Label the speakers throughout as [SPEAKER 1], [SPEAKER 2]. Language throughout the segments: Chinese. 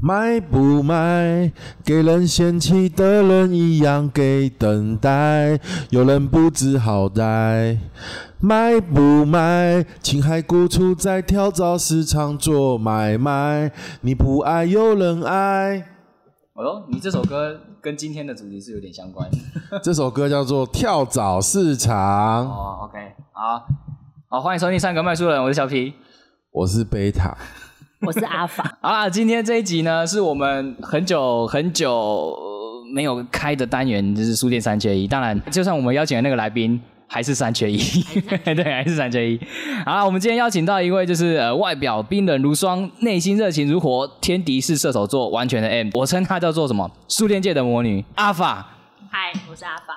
[SPEAKER 1] 买不买？给人嫌弃的人一样给等待，有人不知好歹。买不买？青海古处在跳蚤市场做买卖，你不爱有人爱。
[SPEAKER 2] 哦哟，你这首歌跟今天的主题是有点相关。
[SPEAKER 1] 这首歌叫做《跳蚤市场》，
[SPEAKER 2] 哦，OK，好，好，欢迎收听《三个麦书人》，我是小皮。
[SPEAKER 1] 我是贝塔。
[SPEAKER 3] 我是阿法，
[SPEAKER 2] 好啦，今天这一集呢，是我们很久很久呃没有开的单元，就是书店三缺一。当然，就算我们邀请的那个来宾，还是三缺一， 对，还是三缺一。好啦，我们今天邀请到一位，就是呃，外表冰冷如霜，内心热情如火，天敌是射手座，完全的 M，我称她叫做什么？书店界的魔女阿法。
[SPEAKER 3] 嗨，我是阿法，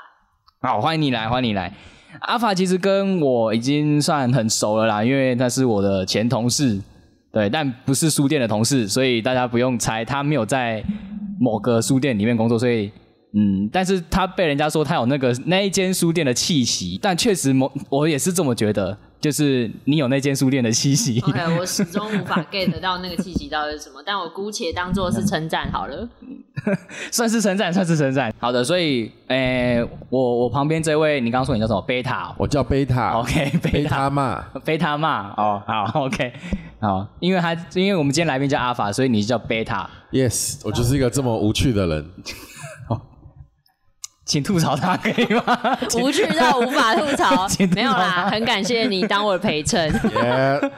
[SPEAKER 2] 好，欢迎你来，欢迎你来。阿法其实跟我已经算很熟了啦，因为他是我的前同事，对，但不是书店的同事，所以大家不用猜，他没有在某个书店里面工作，所以嗯，但是他被人家说他有那个那一间书店的气息，但确实某我也是这么觉得，就是你有那间书店的气息。
[SPEAKER 3] OK，我始终无法 get 到那个气息到底是什么，但我姑且当做是称赞好了。
[SPEAKER 2] 算是称赞，算是称赞。好的，所以，诶、我我旁边这位，你刚刚说你叫什么？贝塔
[SPEAKER 1] 我叫贝塔
[SPEAKER 3] 哦
[SPEAKER 2] ，OK，贝
[SPEAKER 1] 贝
[SPEAKER 2] 塔
[SPEAKER 1] 塔嘛，
[SPEAKER 2] 贝塔嘛，哦，好，OK，好，因为他因为我们今天来宾叫阿法，所以你叫贝塔，
[SPEAKER 1] Yes，我就是一个这么无趣的 人。
[SPEAKER 2] 请吐槽他可以 吗？
[SPEAKER 3] 无趣到无法吐 槽
[SPEAKER 2] 请吐槽，
[SPEAKER 3] 没有啦，很感谢你当我的陪衬。
[SPEAKER 1] Yeah，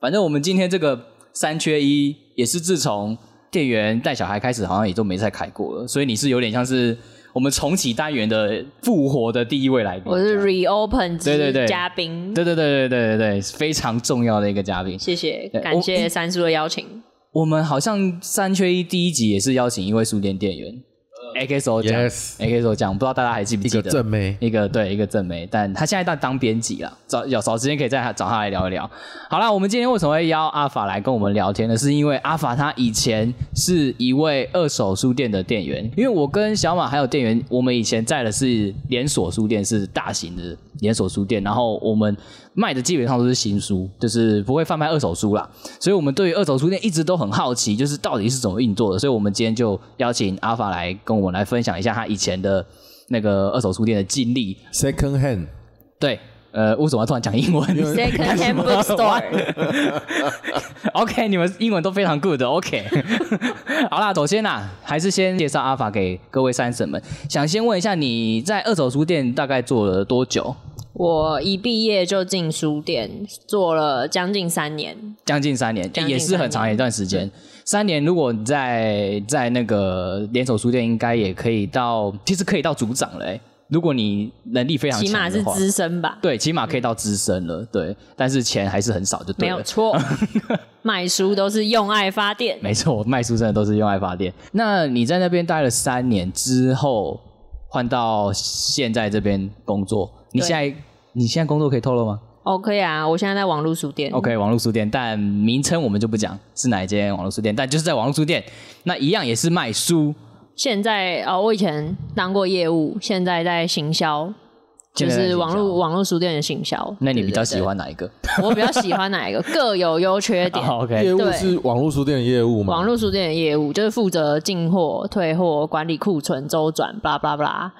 [SPEAKER 2] 反正我们今天这个三缺一也是自从店员带小孩开始，好像也都没再开过了，所以你是有点像是我们重启单元的复活的第一位来宾。
[SPEAKER 3] 我是 reopen
[SPEAKER 2] 对对对
[SPEAKER 3] 之嘉宾，
[SPEAKER 2] 对对对对对对对，非常重要的一个嘉宾。
[SPEAKER 3] 谢谢
[SPEAKER 2] 对，
[SPEAKER 3] 感
[SPEAKER 2] 我
[SPEAKER 3] 谢三叔的邀请。
[SPEAKER 2] 我们好像三缺一第一集也是邀请一位书店店员，AKSO 讲
[SPEAKER 1] 呃 Yes
[SPEAKER 2] ，AKSO 讲，不知道大家还记不
[SPEAKER 1] 一
[SPEAKER 2] 记
[SPEAKER 1] 个
[SPEAKER 2] 得？
[SPEAKER 1] 正妹。
[SPEAKER 2] 一个对一个正妹，但她现在在当编辑了，找有找时间可以再找她来聊一聊。好啦，我们今天为什么会邀阿法来跟我们聊天呢？是因为阿法他以前是一位二手书店的店员，因为我跟小马还有店员，我们以前在的是连锁书店，是大型的连锁书店，然后我们卖的基本上都是新书，就是不会贩卖二手书啦。所以我们对于二手书店一直都很好奇，就是到底是怎么运作的。所以我们今天就邀请阿法来跟我们来分享一下他以前的。那个二手书店的经历，
[SPEAKER 1] Second hand，
[SPEAKER 2] 对，呃，为什么要突然讲英文
[SPEAKER 3] Second hand bookstore，
[SPEAKER 2] ？OK，你们英文都非常 good。OK，好啦，首先呐、还是先介绍阿法给各位三婶们。想先问一下，你在二手书店大概做了多久？
[SPEAKER 3] 我一毕业就进书店，做了将近三年。
[SPEAKER 2] 将近三年，
[SPEAKER 3] 将近
[SPEAKER 2] 也是很
[SPEAKER 3] 三
[SPEAKER 2] 长
[SPEAKER 3] 年
[SPEAKER 2] 一段时间。三年，如果你在在那个连锁书店，应该也可以到，其实可以到组长了、欸。如果你能力非常
[SPEAKER 3] 起码
[SPEAKER 2] 强
[SPEAKER 3] 是
[SPEAKER 2] 的话，
[SPEAKER 3] 资深吧，
[SPEAKER 2] 对，起码可以到资深了。对，但是钱还是很少，就
[SPEAKER 3] 没
[SPEAKER 2] 对了。
[SPEAKER 3] 有 错。卖书都是用爱发电，
[SPEAKER 2] 没错，我卖书真的都是用爱发电。那你在那边待了三年之后，换到现在这边工作，你
[SPEAKER 3] 对
[SPEAKER 2] 现在你现在工作可以透露吗
[SPEAKER 3] OK 啊，我现在在网络书店。
[SPEAKER 2] ？OK，网络书店，但名称我们就不讲是哪一间网络书店，但就是在网络书店，那一样也是卖书，
[SPEAKER 3] 现在哦，我以前当过业务，现在在行销，就
[SPEAKER 2] 现在在行
[SPEAKER 3] 是
[SPEAKER 2] 销
[SPEAKER 3] 网络网络书店的行销。
[SPEAKER 2] 那你
[SPEAKER 3] 对
[SPEAKER 2] 比较喜？欢哪一个？哦
[SPEAKER 3] 对对我比较喜欢哪一个？各有优 缺点。
[SPEAKER 2] o k
[SPEAKER 1] 业务
[SPEAKER 3] 对
[SPEAKER 1] 是网络书店的业务嘛？
[SPEAKER 3] 网络书店的业务就是负责进货、退货、管理库存、周转，巴拉巴拉巴拉。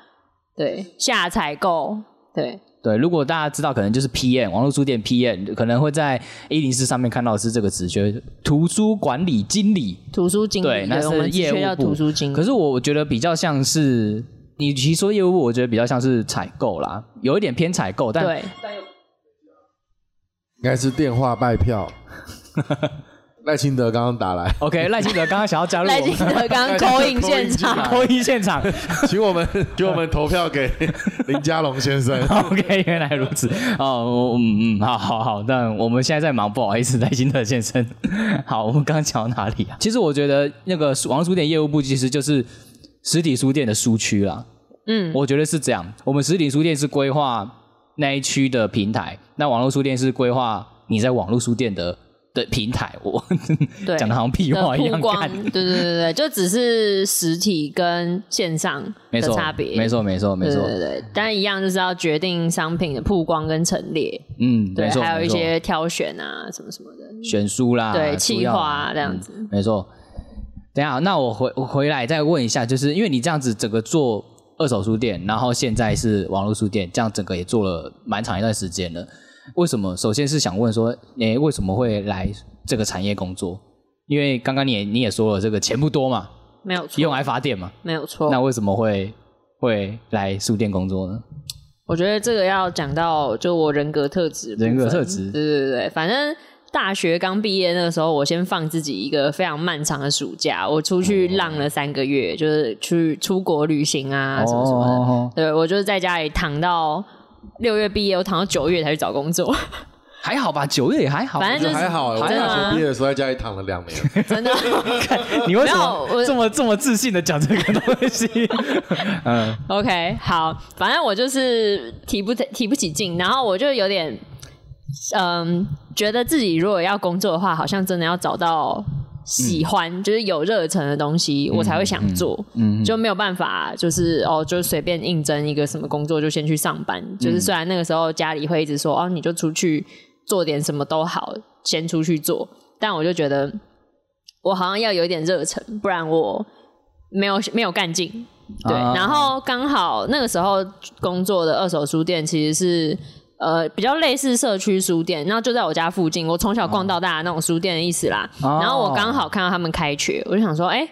[SPEAKER 3] 对，下采购，对，
[SPEAKER 2] 对，如果大家知道，可能就是 PM 网络书店 PM，可能会在一零四上面看到的是这个职缺，图书管理经理。
[SPEAKER 3] 图书经理，
[SPEAKER 2] 对那是
[SPEAKER 3] 我们
[SPEAKER 2] 业务
[SPEAKER 3] 缺叫
[SPEAKER 2] 部
[SPEAKER 3] 图书经理。
[SPEAKER 2] 可是我我觉得比较像是，你其实说业务部，我觉得比较像是采购啦，有一点偏采购，但
[SPEAKER 3] 对，
[SPEAKER 1] 应该是电话拜 票。赖清德刚刚打来，
[SPEAKER 2] OK，赖清德刚刚想要加入
[SPEAKER 3] 赖
[SPEAKER 2] 我
[SPEAKER 3] 金
[SPEAKER 2] 们
[SPEAKER 3] 德刚口引现
[SPEAKER 1] 口
[SPEAKER 3] 场
[SPEAKER 1] 引，
[SPEAKER 2] 脱衣现场。
[SPEAKER 1] 请我们给我们投票给 林佳龙先生。
[SPEAKER 2] OK，原 来如此。哦，我嗯嗯，好好好，但我们现在在忙，不好意思，赖清德先生。 好，我们刚刚讲到哪里啊？其实我觉得那个网络书店业务部其实就是实体书店的书区啦。
[SPEAKER 3] 嗯，
[SPEAKER 2] 我觉得是这样。我们实体书店是规划那一区的平台，那网络书店是规划你在网络书店的的平台。我
[SPEAKER 3] 对
[SPEAKER 2] 讲的好像屁话一
[SPEAKER 3] 的
[SPEAKER 2] 样
[SPEAKER 3] 曝光
[SPEAKER 2] 干，
[SPEAKER 3] 对对对对，就只是实体跟线上
[SPEAKER 2] 没
[SPEAKER 3] 的
[SPEAKER 2] 错
[SPEAKER 3] 差，别，
[SPEAKER 2] 没，错，没错，没
[SPEAKER 3] 对
[SPEAKER 2] 错
[SPEAKER 3] 对，对，对但一样就是要决定商品的曝光跟陈列，
[SPEAKER 2] 嗯，
[SPEAKER 3] 对
[SPEAKER 2] 没，错，
[SPEAKER 3] 还有一
[SPEAKER 2] 没错
[SPEAKER 3] 些挑选啊什么什么的，
[SPEAKER 2] 选书啦，
[SPEAKER 3] 对
[SPEAKER 2] 书
[SPEAKER 3] 企
[SPEAKER 2] 要嗯
[SPEAKER 3] 划啊这样子
[SPEAKER 2] 嗯没错。等一下，那我回我回来再问一下，就是因为你这样子整个做二手书店，然后现在是网络书店，这样整个也做了蛮长一段时间了。为什么？首先是想问说，你为什么会来这个产业工作？因为刚刚你也你也说了，这个钱不多嘛，
[SPEAKER 3] 没有错，
[SPEAKER 2] 用来发电嘛，
[SPEAKER 3] 没有错。
[SPEAKER 2] 那为什么会会来书店工作呢？
[SPEAKER 3] 我觉得这个要讲到就我人格特质部分，
[SPEAKER 2] 人格特质
[SPEAKER 3] 对对对对，反正大学刚毕业那个时候，我先放自己一个非常漫长的暑假，我出
[SPEAKER 2] 哦
[SPEAKER 3] 去浪了三个月，就是去出国旅行啊什么什么的。
[SPEAKER 2] 哦，
[SPEAKER 3] 对我就是在家里躺到六月毕业，我躺到九月才去找工作，
[SPEAKER 2] 还好吧，九月也还好。
[SPEAKER 3] 反正
[SPEAKER 2] 就
[SPEAKER 3] 就
[SPEAKER 1] 这
[SPEAKER 3] 是
[SPEAKER 1] 还好，欸我
[SPEAKER 3] 真的啊吗
[SPEAKER 1] 大学毕业的时候在家里躺了两啊年，
[SPEAKER 3] 真的。
[SPEAKER 2] 你为什
[SPEAKER 3] 没有
[SPEAKER 2] 么
[SPEAKER 3] 我
[SPEAKER 2] 这么这么自信的讲这个东 西？嗯，
[SPEAKER 3] OK，好，反正我就是提不提不起劲，然后我就有点，嗯，觉得自己如果要工作的话，好像真的要找到喜欢，就是有热忱的东西，我才会想做。
[SPEAKER 2] 嗯，
[SPEAKER 3] 就没有办法，就是哦，就随便应征一个什么工作就先去上班。
[SPEAKER 2] 嗯
[SPEAKER 3] 就是虽然那个时候家里会一直说哦，你就出去做点什么都好，先出去做。但我就觉得我好像要有一点热忱，不然我没有没有干劲。对，
[SPEAKER 2] 啊
[SPEAKER 3] 然后刚好那个时候工作的二手书店其实是。呃，比较类似社区书店，然后就在我家附近，我从小逛到大那种书店的意思啦。
[SPEAKER 2] 哦
[SPEAKER 3] 然后我刚好看到他们开学，我就想 说，哎、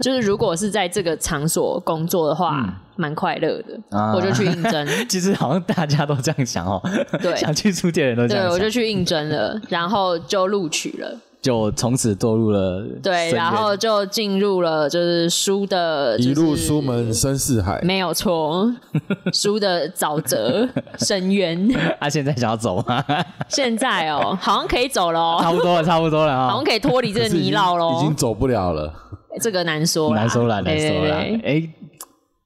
[SPEAKER 3] 就是如果是在这个场所工作的话，蛮、快乐的，
[SPEAKER 2] 嗯啊
[SPEAKER 3] 我就去应 征。
[SPEAKER 2] 其实好像大家都这样想哦，
[SPEAKER 3] 对
[SPEAKER 2] 想去书店的人都这
[SPEAKER 3] 对，
[SPEAKER 2] 样
[SPEAKER 3] 我就
[SPEAKER 2] 想，
[SPEAKER 3] 去应征了，然后就录取了。
[SPEAKER 2] 就从此堕入了深
[SPEAKER 3] 对，
[SPEAKER 2] 渊
[SPEAKER 3] 然后就进入了就是书的、 就是
[SPEAKER 1] 一路书门深似海。
[SPEAKER 3] 没 有错，书的沼泽深渊。
[SPEAKER 2] 啊，现在想要走 吗？
[SPEAKER 3] 现在哦，好像可以走了哦，
[SPEAKER 2] 差不多了，差不多了
[SPEAKER 3] 好
[SPEAKER 2] 啊
[SPEAKER 3] 像，可以脱离这个
[SPEAKER 1] 可是已
[SPEAKER 3] 泥
[SPEAKER 1] 经
[SPEAKER 3] 淖
[SPEAKER 1] 已经
[SPEAKER 3] 喽。
[SPEAKER 1] 走不了了。
[SPEAKER 3] 这个难说啦，
[SPEAKER 2] 难说了，难
[SPEAKER 3] 对
[SPEAKER 2] 说了。
[SPEAKER 3] 对对
[SPEAKER 2] 哎，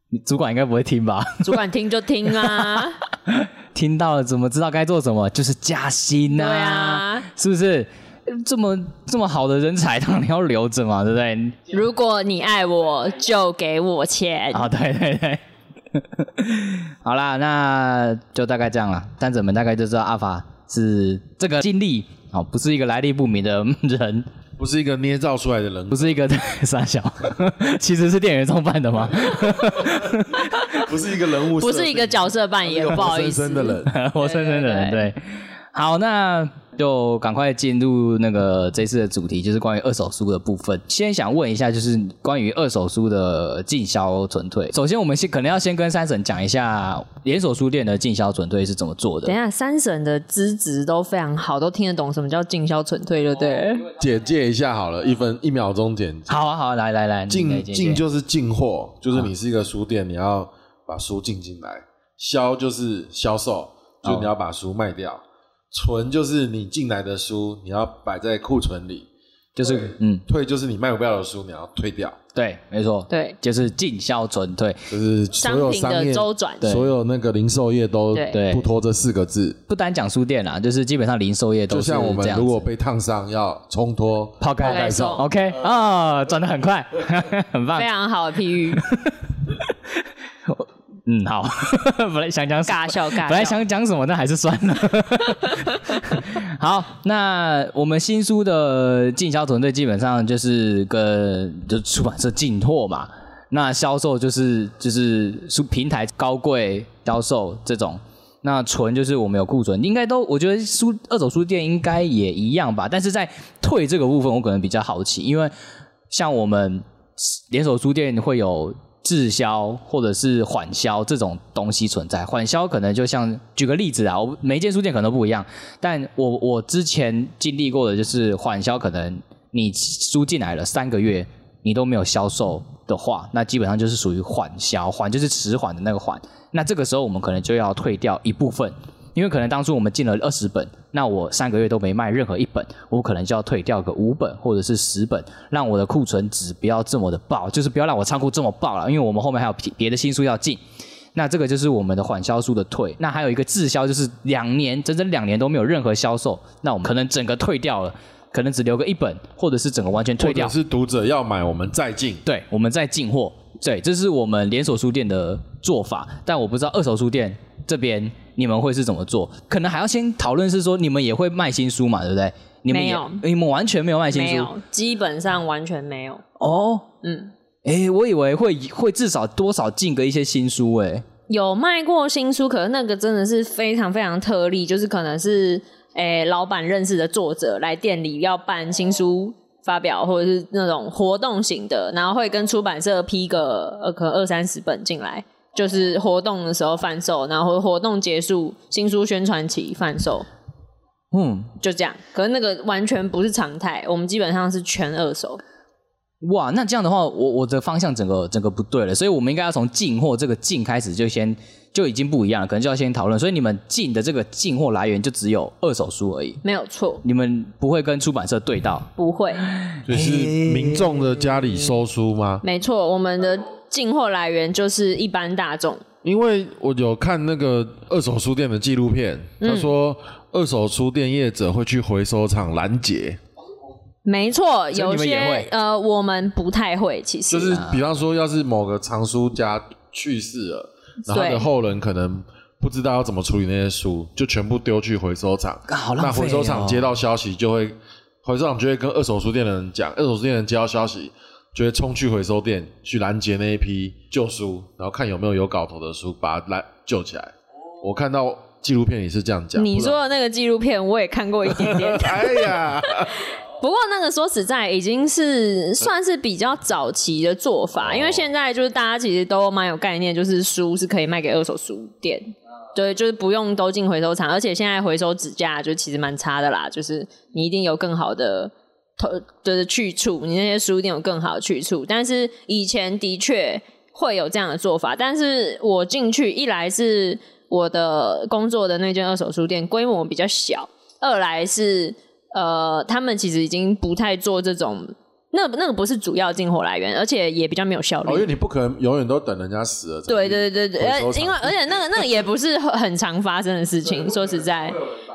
[SPEAKER 2] 你主管应该不会听吧？
[SPEAKER 3] 主管听就听啊，
[SPEAKER 2] 听到了怎么知道该做什么？就是加薪
[SPEAKER 3] 对
[SPEAKER 2] 呐、
[SPEAKER 3] 啊。
[SPEAKER 2] 是不是？这么这么好的人才，当然要留着嘛，对不对？
[SPEAKER 3] 如果你爱我，就给我钱。
[SPEAKER 2] 啊，对对对。 好啦，那就大概这样了。单子们大概就知道阿法是这个经历哦，不是一个来历不明的 人，
[SPEAKER 1] 不是一个捏造出来的人
[SPEAKER 2] 不，是一个 傻小，其实是店员创办的嘛。
[SPEAKER 1] 不是一个人物设
[SPEAKER 3] 不
[SPEAKER 1] 定，
[SPEAKER 3] 是一个角色扮
[SPEAKER 1] 是一
[SPEAKER 3] 演，
[SPEAKER 1] 个
[SPEAKER 3] 不好意
[SPEAKER 1] 活
[SPEAKER 3] 思
[SPEAKER 1] 生生。的人。
[SPEAKER 2] 活生生的人，对。好，那就赶快进入那个这次的主题，就是关于二手书的部分。先想问一下，就是关于二手书的进销存退。首先，我们先可能要先跟三婶讲一下连锁书店的进销存退是怎么做的
[SPEAKER 3] 等一。下，三婶的资质都非常好，都听得懂什么叫进销存退，就对了。
[SPEAKER 1] 简介一下好了，一分一秒钟简介。
[SPEAKER 2] 好啊，好啊，来来来，你
[SPEAKER 1] 进
[SPEAKER 2] 来
[SPEAKER 1] 进就是进货，就是你是一个书店，你要把书进进来；销就是销售，就是你要把书卖掉；存就是你进来的书，你要摆在库存里；
[SPEAKER 2] 就是嗯，
[SPEAKER 1] 退就是你卖不掉的书，你要退掉。
[SPEAKER 2] 对，没错，
[SPEAKER 3] 对
[SPEAKER 2] 就是进销存退，
[SPEAKER 1] 就是所
[SPEAKER 3] 商
[SPEAKER 1] 有
[SPEAKER 3] 品
[SPEAKER 1] 商业
[SPEAKER 3] 的周转，
[SPEAKER 2] 对
[SPEAKER 1] 所有那个零售业都
[SPEAKER 3] 对
[SPEAKER 2] 对
[SPEAKER 1] 不脱这四个字。
[SPEAKER 2] 不单讲书店啦，就是基本上零售业都
[SPEAKER 1] 就是像我
[SPEAKER 2] 这
[SPEAKER 1] 们
[SPEAKER 2] 样
[SPEAKER 1] 如果
[SPEAKER 2] 子
[SPEAKER 1] 被烫伤要冲脱，
[SPEAKER 2] 抛开
[SPEAKER 3] 抛开送
[SPEAKER 2] OK 啊，转的很快， 很棒
[SPEAKER 3] 非，常好的譬喻，
[SPEAKER 2] 嗯，好， 本来想讲什么
[SPEAKER 3] 尬笑
[SPEAKER 2] 本
[SPEAKER 3] 尬
[SPEAKER 2] 来
[SPEAKER 3] 笑。
[SPEAKER 2] 想讲什么，但还是算了。好，那我们新书的进销团队基本上就是跟就出版社进货嘛，那销售就是就是书平台高贵销售这种。那存就是我们有库存，应该都我觉得书二手书店应该也一样吧，但是在退这个部分，我可能比较好奇，因为像我们连锁书店会有滞销或者是缓销这种东西存在。缓销可能就像举个例子啊，我每一间书店可能都不一样，但我我之前经历过的就是缓销，可能你书进来了三个月，你都没有销售的话，那基本上就是属于缓销，缓就是迟缓的那个缓。那这个时候我们可能就要退掉一部分。因为可能当初我们进了二十本，那我三个月都没卖任何一本，我可能就要退掉个五本或者是十本，让我的库存值不要这么的爆，就是不要让我仓库这么爆了，因为我们后面还有别别的新书要进。那这个就是我们的缓销书的退，那还有一个滞销，就是两年整整两年都没有任何销售，那我们可能整个退掉了，可能只留个一本，或者是整个完全退
[SPEAKER 1] 或
[SPEAKER 2] 掉
[SPEAKER 1] 者。是读者要买我们再进，
[SPEAKER 2] 对，我们在进货，对，这是我们连锁书店的做法，但我不知道二手书店这边你们会是怎么做，可能还要先讨论是说你们也会卖新书嘛，对不对？你们
[SPEAKER 3] 没
[SPEAKER 2] 也
[SPEAKER 3] 有
[SPEAKER 2] 你们完全没有卖新
[SPEAKER 3] 没
[SPEAKER 2] 书
[SPEAKER 3] 有，基本上完全没有。
[SPEAKER 2] 哦。
[SPEAKER 3] 嗯，
[SPEAKER 2] 诶，我以为会会至少多少进个一些新书诶，
[SPEAKER 3] 有卖过新书，可是那个真的是非常非常特例，就是可能是诶、老板认识的作者来店里要办新书发表，或者是那种活动型的，然后会跟出版社批个呃可能二三十本进来，就是活动的时候贩售，然后活动结束新书宣传期贩售，
[SPEAKER 2] 嗯，
[SPEAKER 3] 就这样。可是那个完全不是常态，我们基本上是全二手。
[SPEAKER 2] 哇，那这样的话，我我的方向整个整个不对了，所以我们应该要从进货这个进开始就先就已经不一样了，可能就要先讨论。所以你们进的这个进货来源就只有二手书而已，
[SPEAKER 3] 没有错，
[SPEAKER 2] 你们不会跟出版社对到。
[SPEAKER 3] 不会，
[SPEAKER 1] 就是民众的家里收书吗？
[SPEAKER 3] 没错，我们的进货来源就是一般大众。
[SPEAKER 1] 因为我有看那个二手书店的纪录片，他说二手书店业者会去回收厂拦截，
[SPEAKER 3] 没
[SPEAKER 2] 所
[SPEAKER 3] 错，
[SPEAKER 2] 以
[SPEAKER 3] 有
[SPEAKER 2] 你们也
[SPEAKER 3] 些
[SPEAKER 2] 会
[SPEAKER 3] 呃，我们不太会，其实
[SPEAKER 1] 就是比方说，要是某个藏书家去世了，然后他的
[SPEAKER 3] 对
[SPEAKER 1] 后人可能不知道要怎么处理那些书，就全部丢去回收厂。
[SPEAKER 2] 啊好
[SPEAKER 1] 那
[SPEAKER 2] 浪费、哦！
[SPEAKER 1] 回收厂接到消息就会，回收厂就会跟二手书店的人讲，二手书店的人接到消息就会冲去回收店去拦截那一批旧书，然后看有没有有搞头的书，把它来救起来。我看到纪录片里是这样讲。
[SPEAKER 3] 你
[SPEAKER 1] 不然。
[SPEAKER 3] 说的那个纪录片，我也看过一点点
[SPEAKER 1] 哎呀，
[SPEAKER 3] 不过那个说实在，已经是算是比较早期的做法，因为现在就是大家其实都蛮有概念，就是书是可以卖给二手书店，对，就是不用都进回收厂，而且现在回收纸价就其实蛮差的啦，就是你一定有更好的投，就是去处，你那些书店有更好的去处，但是以前的确会有这样的做法，但是我进去一来是我的工作的那间二手书店规模比较小，二来是呃，他们其实已经不太做这种，那那个不是主要进货来源，而且也比较没有效率。
[SPEAKER 1] 哦，因为你不可能永远都等人家死了。
[SPEAKER 3] 对。对对对，
[SPEAKER 1] 回收
[SPEAKER 3] 呃，
[SPEAKER 1] 厂
[SPEAKER 3] 因为而且那个那个也不是很很常发生的事情，说实在，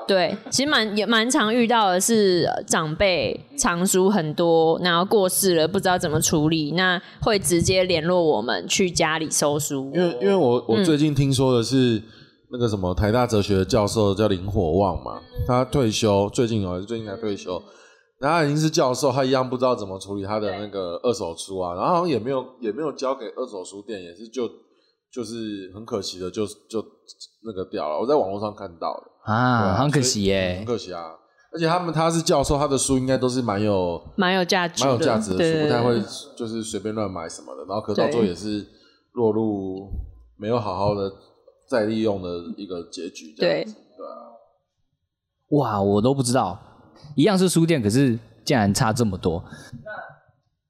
[SPEAKER 3] 对，其实蛮也蛮常遇到的是呃长辈藏书很多，然后过世了不知道怎么处理，那会直接联络我们去家里收书
[SPEAKER 1] 因。为因为我我最近听说的是、那个什么台大哲学的教授叫林火旺嘛，他退休，最近哦，最近才退休。然后他已经是教授，他一样不知道怎么处理他的那个二手书啊，然后好像也没有也没有交给二手书店，也是就就是很可惜的就就那个掉了。我在网络上看到的，对
[SPEAKER 2] 啊，
[SPEAKER 1] 啊
[SPEAKER 2] 很可
[SPEAKER 1] 所以
[SPEAKER 2] 惜耶
[SPEAKER 1] 很。可惜啊。而且他们他是教授，他的书应该都是蛮有
[SPEAKER 3] 蛮有价值的，
[SPEAKER 1] 蛮有价值的
[SPEAKER 3] 对
[SPEAKER 1] 书，
[SPEAKER 3] 对
[SPEAKER 1] 不
[SPEAKER 3] 对
[SPEAKER 1] 太会就是随便乱买什么的。然后可到最后
[SPEAKER 3] 对
[SPEAKER 1] 也是落入没有好好的再利用的一个结局。这样
[SPEAKER 3] 对
[SPEAKER 1] 子，
[SPEAKER 2] 哇，我都不知道，一样是书店，可是竟然差这么多。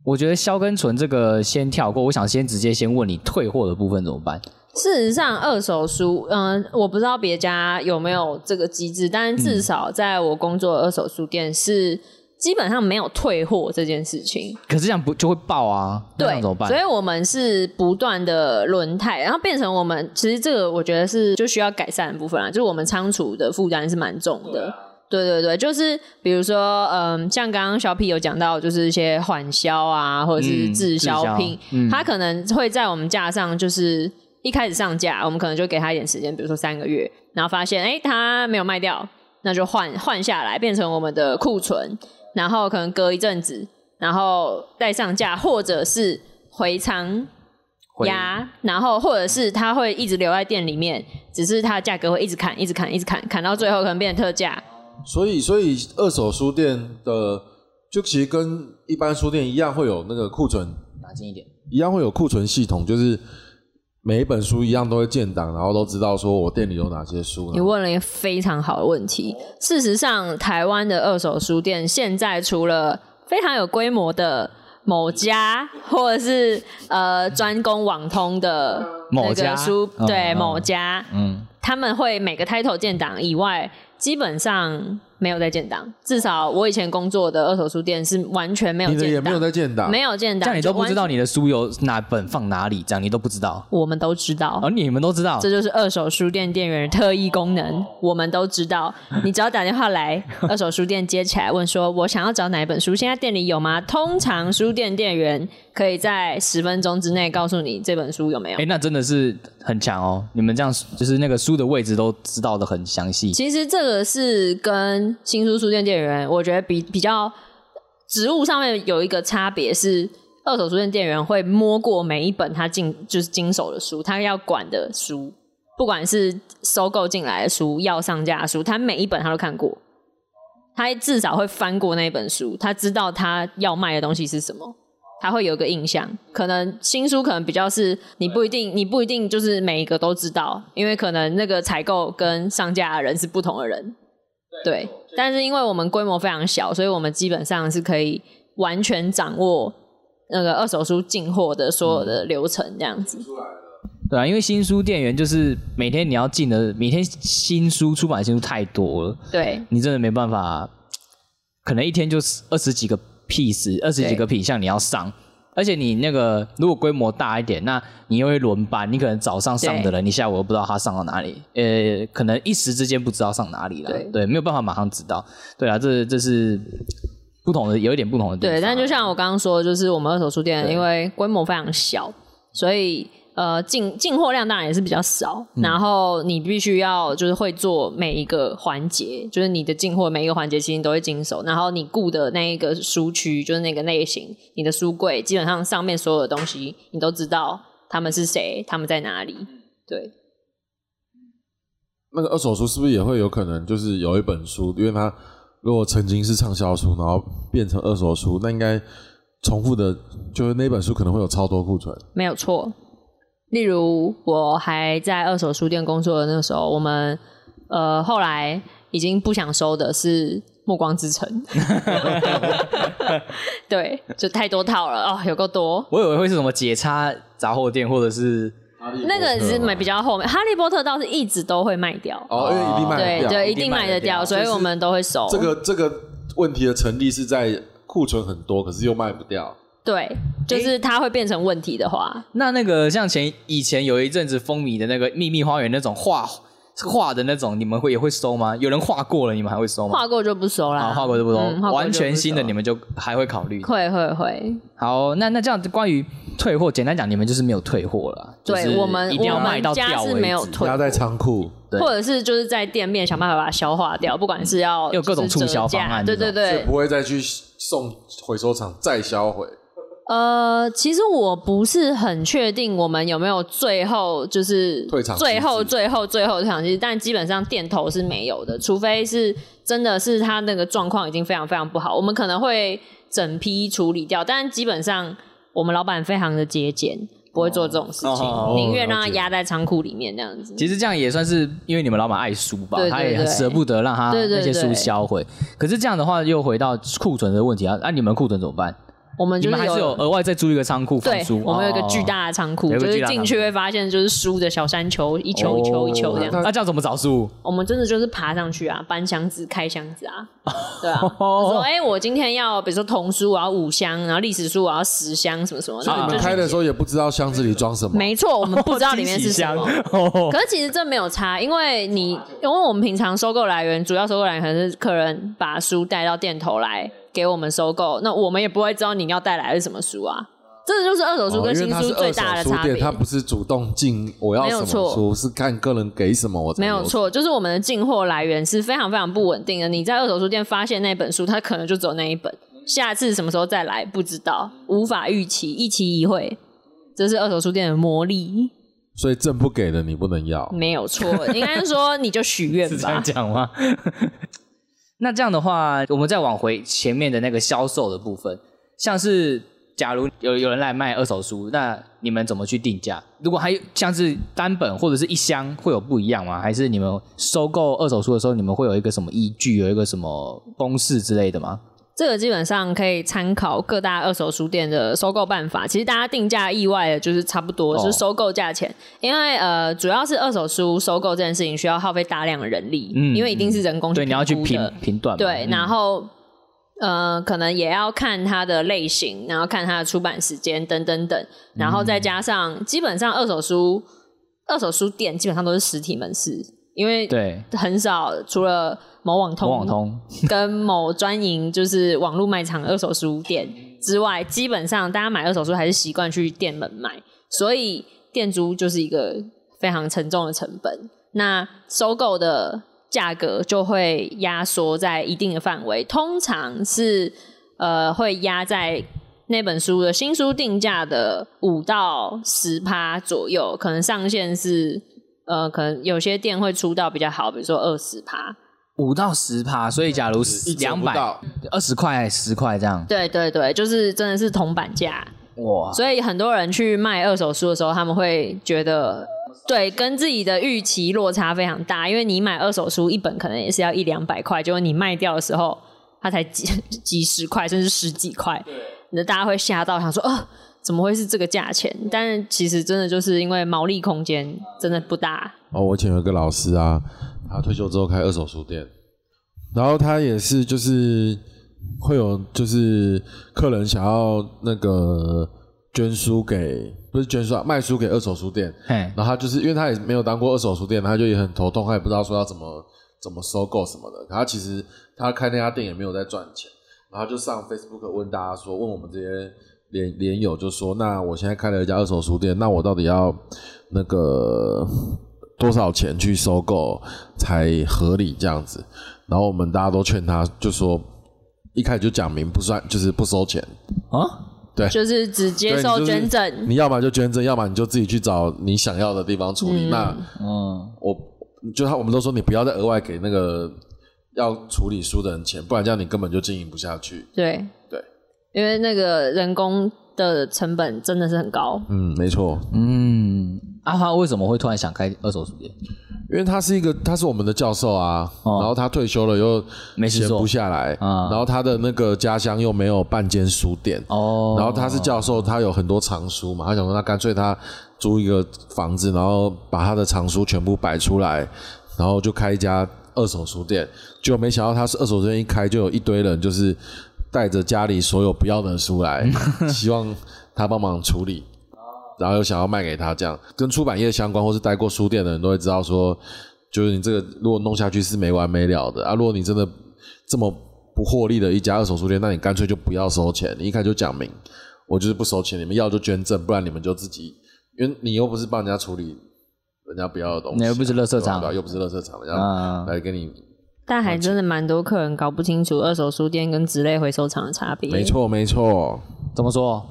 [SPEAKER 2] 我觉得销跟存这个先跳过，我想先直接先问你退货的部分怎么办？
[SPEAKER 3] 事实上，二手书，嗯、我不知道别家有没有这个机制，但是至少在我工作的二手书店是基本上没有退货这件事情。
[SPEAKER 2] 可是这样不就会爆啊？那这
[SPEAKER 3] 对
[SPEAKER 2] 样怎么，办？
[SPEAKER 3] 所以我们是不断的轮胎，然后变成我们其实这个我觉得是就需要改善的部分啦，就是我们仓储的负担是蛮重的。
[SPEAKER 2] 啊
[SPEAKER 3] 对对对，就是比如说，嗯，像刚刚小 P 有讲到，就是一些缓销啊，或者是
[SPEAKER 2] 嗯
[SPEAKER 3] 滞销品，
[SPEAKER 2] 滞销嗯
[SPEAKER 3] 它可能会在我们架上，就是一开始上架，我们可能就给他一点时间，比如说三个月，然后发现哎，它没有卖掉，那就换换下来，变成我们的库存，然后可能隔一阵子，然后再上架，或者是回仓
[SPEAKER 2] 会
[SPEAKER 3] 压，然后或者是它会一直留在店里面，只是它的价格会一直砍，一直砍，一直砍，砍到最后可能变成特价。
[SPEAKER 1] 所以所以二手书店的就其实跟一般书店一样，会有那个库存，
[SPEAKER 2] 拿近一点。
[SPEAKER 1] 一样会有库存系统，就是。每一本书一样都会建档，然后都知道说我店里有哪些书。
[SPEAKER 3] 你问了一个非常好的问题。事实上，台湾的二手书店现在除了非常有规模的某家，或者是呃专攻网通的
[SPEAKER 2] 某
[SPEAKER 3] 那
[SPEAKER 2] 家
[SPEAKER 3] 个书，
[SPEAKER 2] 嗯
[SPEAKER 3] 对
[SPEAKER 2] 嗯
[SPEAKER 3] 某家，
[SPEAKER 2] 嗯，
[SPEAKER 3] 他们会每个 title 建档以外，基本上没有在建档。至少我以前工作的二手书店是完全没有
[SPEAKER 1] 你的也
[SPEAKER 3] 建
[SPEAKER 1] 没
[SPEAKER 3] 档
[SPEAKER 1] 有，在建档，
[SPEAKER 3] 没有建
[SPEAKER 2] 这
[SPEAKER 3] 档，
[SPEAKER 2] 样你都
[SPEAKER 3] 就
[SPEAKER 2] 不
[SPEAKER 3] 完
[SPEAKER 2] 知道，你的书有哪本放哪里，这样你哦都不知道，
[SPEAKER 3] 我们都知道。
[SPEAKER 2] 而、你们都知道
[SPEAKER 3] 这。就是二手书店店员的特异功能，我们都知道。你只要打电话 来二手书店接起来，问说我想要找哪一本书，现在店里有吗？通常书店店员可以在十分钟之内告诉你这本书有没有
[SPEAKER 2] 哎、。那真的是很强哦！你们这样就是那个书的位置都知道的很详细。
[SPEAKER 3] 其实这个是跟跟新书书店店员，我觉得比比较职务上面有一个差别是，二手书店店员会摸过每一本他进就是经手的书，他要管的书，不管是收购进来的书、要上架的书，他每一本他都看过，他至少会翻过那一本书，他知道他要卖的东西是什么。他会有个印象，可能新书可能比较是你不一定，你不一定就是每一个都知道，因为可能那个采购跟上架的人是不同的人，对。但是因为我们规模非常小，所以我们基本上是可以完全掌握那个二手书进货的所有的流程，这样子。
[SPEAKER 2] 对啊，因为新书店员就是每天你要进的，每天新书出版新书太多了，
[SPEAKER 3] 对
[SPEAKER 2] 你真的没办法，可能一天就是二十几个 piece，二十几个品项你要上，而且你那个如果规模大一点，那你又会轮班，你可能早上上的人，你下午又不知道他上到哪里，呃，可能一时之间不知道上哪里了
[SPEAKER 3] 对，
[SPEAKER 2] 对，没有办法马上知道，对啊，这这是不同的，有一点不同的地方啊，
[SPEAKER 3] 对，但就像我刚刚说，就是我们二手书店
[SPEAKER 2] 对
[SPEAKER 3] 因为规模非常小，所以呃进进货量当然也是比较少，
[SPEAKER 2] 嗯
[SPEAKER 3] 然后你必须要就是会做每一个环节，就是你的进货每一个环节其实你都会经手，然后你雇的那一个书区就是那个类型，你的书柜基本上上面所有的东西你都知道他们是谁，他们在哪里，对。
[SPEAKER 1] 那个二手书是不是也会有可能，就是有一本书，因为它如果曾经是畅销书，然后变成二手书，那应该重复的，就是那本书可能会有超多库存。
[SPEAKER 3] 没有错。例如，我还在二手书店工作的那个时候，我们呃后来已经不想收的是《暮光之城》， 对，就太多套了哦，有够多。
[SPEAKER 2] 我以为会是什么解差杂货店，或者是
[SPEAKER 3] 那个是买比较后面，《哈利波特》倒是一直都会卖掉，
[SPEAKER 1] 哦，因为一定卖
[SPEAKER 3] 对
[SPEAKER 1] 不掉。
[SPEAKER 3] 对，
[SPEAKER 2] 一
[SPEAKER 3] 一
[SPEAKER 2] 定
[SPEAKER 3] 定
[SPEAKER 2] 卖
[SPEAKER 3] 卖
[SPEAKER 2] 得
[SPEAKER 3] 得掉，
[SPEAKER 2] 掉
[SPEAKER 3] 所以我们都会收。
[SPEAKER 1] 这个这个问题的成立是在库存很多，可是又卖不掉。
[SPEAKER 3] 对，就是它会变成问题的话，
[SPEAKER 2] 那那个像前以前有一阵子风靡的那个秘密花园那种画画的那种，你们会也会收吗？有人画过了，你们还会收吗？
[SPEAKER 3] 画过就不收啦，
[SPEAKER 2] 啊，哦画过就不收，
[SPEAKER 3] 嗯画过就不收
[SPEAKER 2] 完全新的你们就还会考虑。
[SPEAKER 3] 会会会，
[SPEAKER 2] 好，那那这样子关于退货，简单讲，你们就是没有退货了，
[SPEAKER 3] 对
[SPEAKER 2] 就是
[SPEAKER 3] 我们
[SPEAKER 2] 一定要
[SPEAKER 3] 我们
[SPEAKER 2] 卖到
[SPEAKER 3] 家
[SPEAKER 2] 掉
[SPEAKER 3] 是
[SPEAKER 2] 为
[SPEAKER 3] 没有
[SPEAKER 2] 止
[SPEAKER 3] 退
[SPEAKER 1] 压在仓库，
[SPEAKER 2] 对
[SPEAKER 3] 或者是就是在店面想办法把它消化掉，不管是要
[SPEAKER 2] 嗯有各种
[SPEAKER 3] 就是
[SPEAKER 2] 促销
[SPEAKER 3] 折价
[SPEAKER 2] 方案
[SPEAKER 3] 对
[SPEAKER 2] 这
[SPEAKER 3] 对
[SPEAKER 2] 种
[SPEAKER 1] 所以
[SPEAKER 3] 对
[SPEAKER 1] 不。会再去送回收厂再销毁。
[SPEAKER 3] 呃，其实我不是很确定我们有没有最后就是
[SPEAKER 1] 退场机制
[SPEAKER 3] 最后最后最后退场机制，但基本上店头是没有的，除非是真的是他那个状况已经非常非常不好，我们可能会整批处理掉，但基本上我们老板非常的节俭，不会做这种事情，
[SPEAKER 2] 哦
[SPEAKER 3] 宁愿让
[SPEAKER 1] 了
[SPEAKER 3] 它
[SPEAKER 1] 解
[SPEAKER 3] 压在仓库里面这样子。
[SPEAKER 2] 其实这样也算是因为你们老板爱书吧，
[SPEAKER 3] 对对
[SPEAKER 2] 他也很
[SPEAKER 3] 对
[SPEAKER 2] 舍不得让他
[SPEAKER 3] 对对
[SPEAKER 2] 那些书
[SPEAKER 3] 对
[SPEAKER 2] 销毁。可是这样的话，又回到库存的问题啊，那、你们库存怎么办？
[SPEAKER 3] 我们
[SPEAKER 2] 你
[SPEAKER 3] 就
[SPEAKER 2] 们
[SPEAKER 3] 是
[SPEAKER 2] 还是有额外再租一个仓库放
[SPEAKER 3] 对
[SPEAKER 2] 书？，
[SPEAKER 3] 我们有一个巨
[SPEAKER 2] 哦
[SPEAKER 3] 大的仓库，
[SPEAKER 2] 有一
[SPEAKER 3] 就
[SPEAKER 2] 个巨
[SPEAKER 3] 是
[SPEAKER 2] 大仓
[SPEAKER 3] 进
[SPEAKER 2] 库
[SPEAKER 3] 去会发现就是书的小山丘，一
[SPEAKER 1] 哦
[SPEAKER 3] 球一球一球这样。
[SPEAKER 2] 哦那、这样怎么找书？
[SPEAKER 3] 我们真的就是爬上去啊，搬箱子、开箱 子啊，对啊。就说哎、我今天要比如说童书，我要五箱，然后历史书我要十箱，什么什么，然后
[SPEAKER 1] 你
[SPEAKER 3] 就
[SPEAKER 1] 们
[SPEAKER 3] 是
[SPEAKER 1] 开的时候也不知道箱子里装什么，
[SPEAKER 3] 没错，我们不知道里面是什 么。
[SPEAKER 2] 哦
[SPEAKER 3] 可是其实这没有差，因为你因为我们平常收购来源，主要收购来源可能是客人把书带到店头来给我们收购，那我们也不会知道你要带来的是什么书啊。这就是二手书
[SPEAKER 1] 哦
[SPEAKER 3] 跟
[SPEAKER 1] 因为
[SPEAKER 3] 新
[SPEAKER 1] 它
[SPEAKER 3] 书
[SPEAKER 1] 是
[SPEAKER 3] 最
[SPEAKER 1] 二手
[SPEAKER 3] 大的
[SPEAKER 1] 书
[SPEAKER 3] 差别。
[SPEAKER 1] 店，它不是主动进我要
[SPEAKER 3] 没有
[SPEAKER 1] 什么
[SPEAKER 3] 错
[SPEAKER 1] 书，是看个人给什么我才
[SPEAKER 3] 没有。错，就是我们的进货来源是非常非常不稳定的。你在二手书店发现那本书，它可能就只有那一本，下次什么时候再来不知道，无法预期，一期一会，这是二手书店的魔力。
[SPEAKER 1] 所以正不给的你不能要。
[SPEAKER 2] 嗯
[SPEAKER 3] 没有错， 应该说你就许愿
[SPEAKER 2] 是这样
[SPEAKER 3] 吧。
[SPEAKER 2] 讲吗？ 那这样的话，我们再往回前面的那个销售的部分，像是假如有有人来卖二手书，那你们怎么去定价？如果还有像是单本或者是一箱，会有不一样吗？还是你们收购二手书的时候，你们会有一个什么依据，有一个什么公式之类的吗？
[SPEAKER 3] 这个基本上可以参考各大二手书店的收购办法。其实大家定价意外的就是差不多，
[SPEAKER 2] 哦
[SPEAKER 3] 就是收购价钱。因为呃，主要是二手书收购这件事情需要耗费大量的人力，
[SPEAKER 2] 嗯
[SPEAKER 3] 因为一定是人工
[SPEAKER 2] 对，你要去
[SPEAKER 3] 评估
[SPEAKER 2] 评
[SPEAKER 3] 的
[SPEAKER 2] 评断嘛。
[SPEAKER 3] 对，
[SPEAKER 2] 嗯
[SPEAKER 3] 然后呃，可能也要看它的类型，然后看它的出版时间等等等，然后再
[SPEAKER 2] 嗯
[SPEAKER 3] 加上基本上二手书二手书店基本上都是实体门市，因为
[SPEAKER 2] 对，
[SPEAKER 3] 很少除了某网
[SPEAKER 2] 某
[SPEAKER 3] 通
[SPEAKER 2] 网通
[SPEAKER 3] 跟某专营就是网络卖场二手书店之外，基本上大家买二手书还是习惯去店门买，所以店租就是一个非常沉重的成本。那收购的价格就会压缩在一定的范围，通常是呃会压在那本书的新书定价的五到十趴左右，可能上限是呃可能有些店会出到比较好，比如说二十趴。
[SPEAKER 2] 五到十趴，所以假如
[SPEAKER 1] 一折
[SPEAKER 2] 两
[SPEAKER 1] 不
[SPEAKER 2] 百
[SPEAKER 1] 到
[SPEAKER 2] 二十块、十块这样，
[SPEAKER 3] 对对对，就是真的是铜板价。
[SPEAKER 2] 哇，
[SPEAKER 3] 所以很多人去卖二手书的时候，他们会觉得，对，跟自己的预期落差非常大，因为你买二手书一本可能也是要一两百块，结果你卖掉的时候，它才几 几十块，甚至十几块，那大家会吓到，想说，呃，怎么会是这个价钱？但是其实真的就是因为毛利空间真的不大，
[SPEAKER 1] 哦，我以前有一个老师啊，他退休之后开二手书店，然后他也是就是会有就是客人想要那个捐书给不是捐书啊卖书给二手书店，
[SPEAKER 2] 嘿，
[SPEAKER 1] 然后他就是因为他也没有当过二手书店，他就也很头痛，他也不知道说要怎么怎么收购什么的。他其实他开那家店也没有在赚钱，然后就上 Facebook 问大家说，问我们这些连连友就说，那我现在开了一家二手书店，那我到底要那个多少钱去收购才合理这样子？然后我们大家都劝他，就说一开始就讲明不算，就是不收钱。啊
[SPEAKER 2] 哦，
[SPEAKER 3] 就是只接
[SPEAKER 1] 对
[SPEAKER 3] 受
[SPEAKER 1] 你就是
[SPEAKER 3] 捐赠。
[SPEAKER 1] 你要么就捐赠，要么你就自己去找你想要的地方处理。那
[SPEAKER 2] 嗯，
[SPEAKER 1] 我就他我们都说你不要再额外给那个要处理书的人钱，不然这样你根本就经营不下去。
[SPEAKER 3] 对
[SPEAKER 1] 对，
[SPEAKER 3] 因为那个人工的成本真的是很高。
[SPEAKER 1] 嗯，没错，
[SPEAKER 2] 嗯，阿发为什么会突然想开二手书店？
[SPEAKER 1] 因为他是一个他是我们的教授啊，
[SPEAKER 2] 哦
[SPEAKER 1] 然后他退休了又
[SPEAKER 2] 没事
[SPEAKER 1] 闲
[SPEAKER 2] 做
[SPEAKER 1] 不下来，
[SPEAKER 2] 啊
[SPEAKER 1] 然后他的那个家乡又没有半间书店。
[SPEAKER 2] 哦，
[SPEAKER 1] 然后他是教授，他有很多藏书嘛，他想说那干脆他租一个房子，然后把他的藏书全部摆出来，然后就开一家二手书店。结果没想到他是二手书店一开，就有一堆人就是带着家里所有不要的书来，希望他帮忙处理，然后又想要卖给他，这样跟出版业相关或是待过书店的人都会知道说，就是你这个如果弄下去是没完没了的啊！如果你真的这么不获利的一家二手书店，那你干脆就不要收钱，你一开始就讲明，我就是不收钱，你们要就捐赠，不然你们就自己，因为你又不是帮人家处理人家不要的东西啊、
[SPEAKER 2] 你又不是垃圾场
[SPEAKER 1] 对吧又不是垃圾场，人家
[SPEAKER 2] 啊，
[SPEAKER 1] 来跟你，
[SPEAKER 3] 但还真的蛮多客人搞不清楚二手书店跟纸类回收厂的差别。
[SPEAKER 1] 没，错没错，
[SPEAKER 2] 怎么说？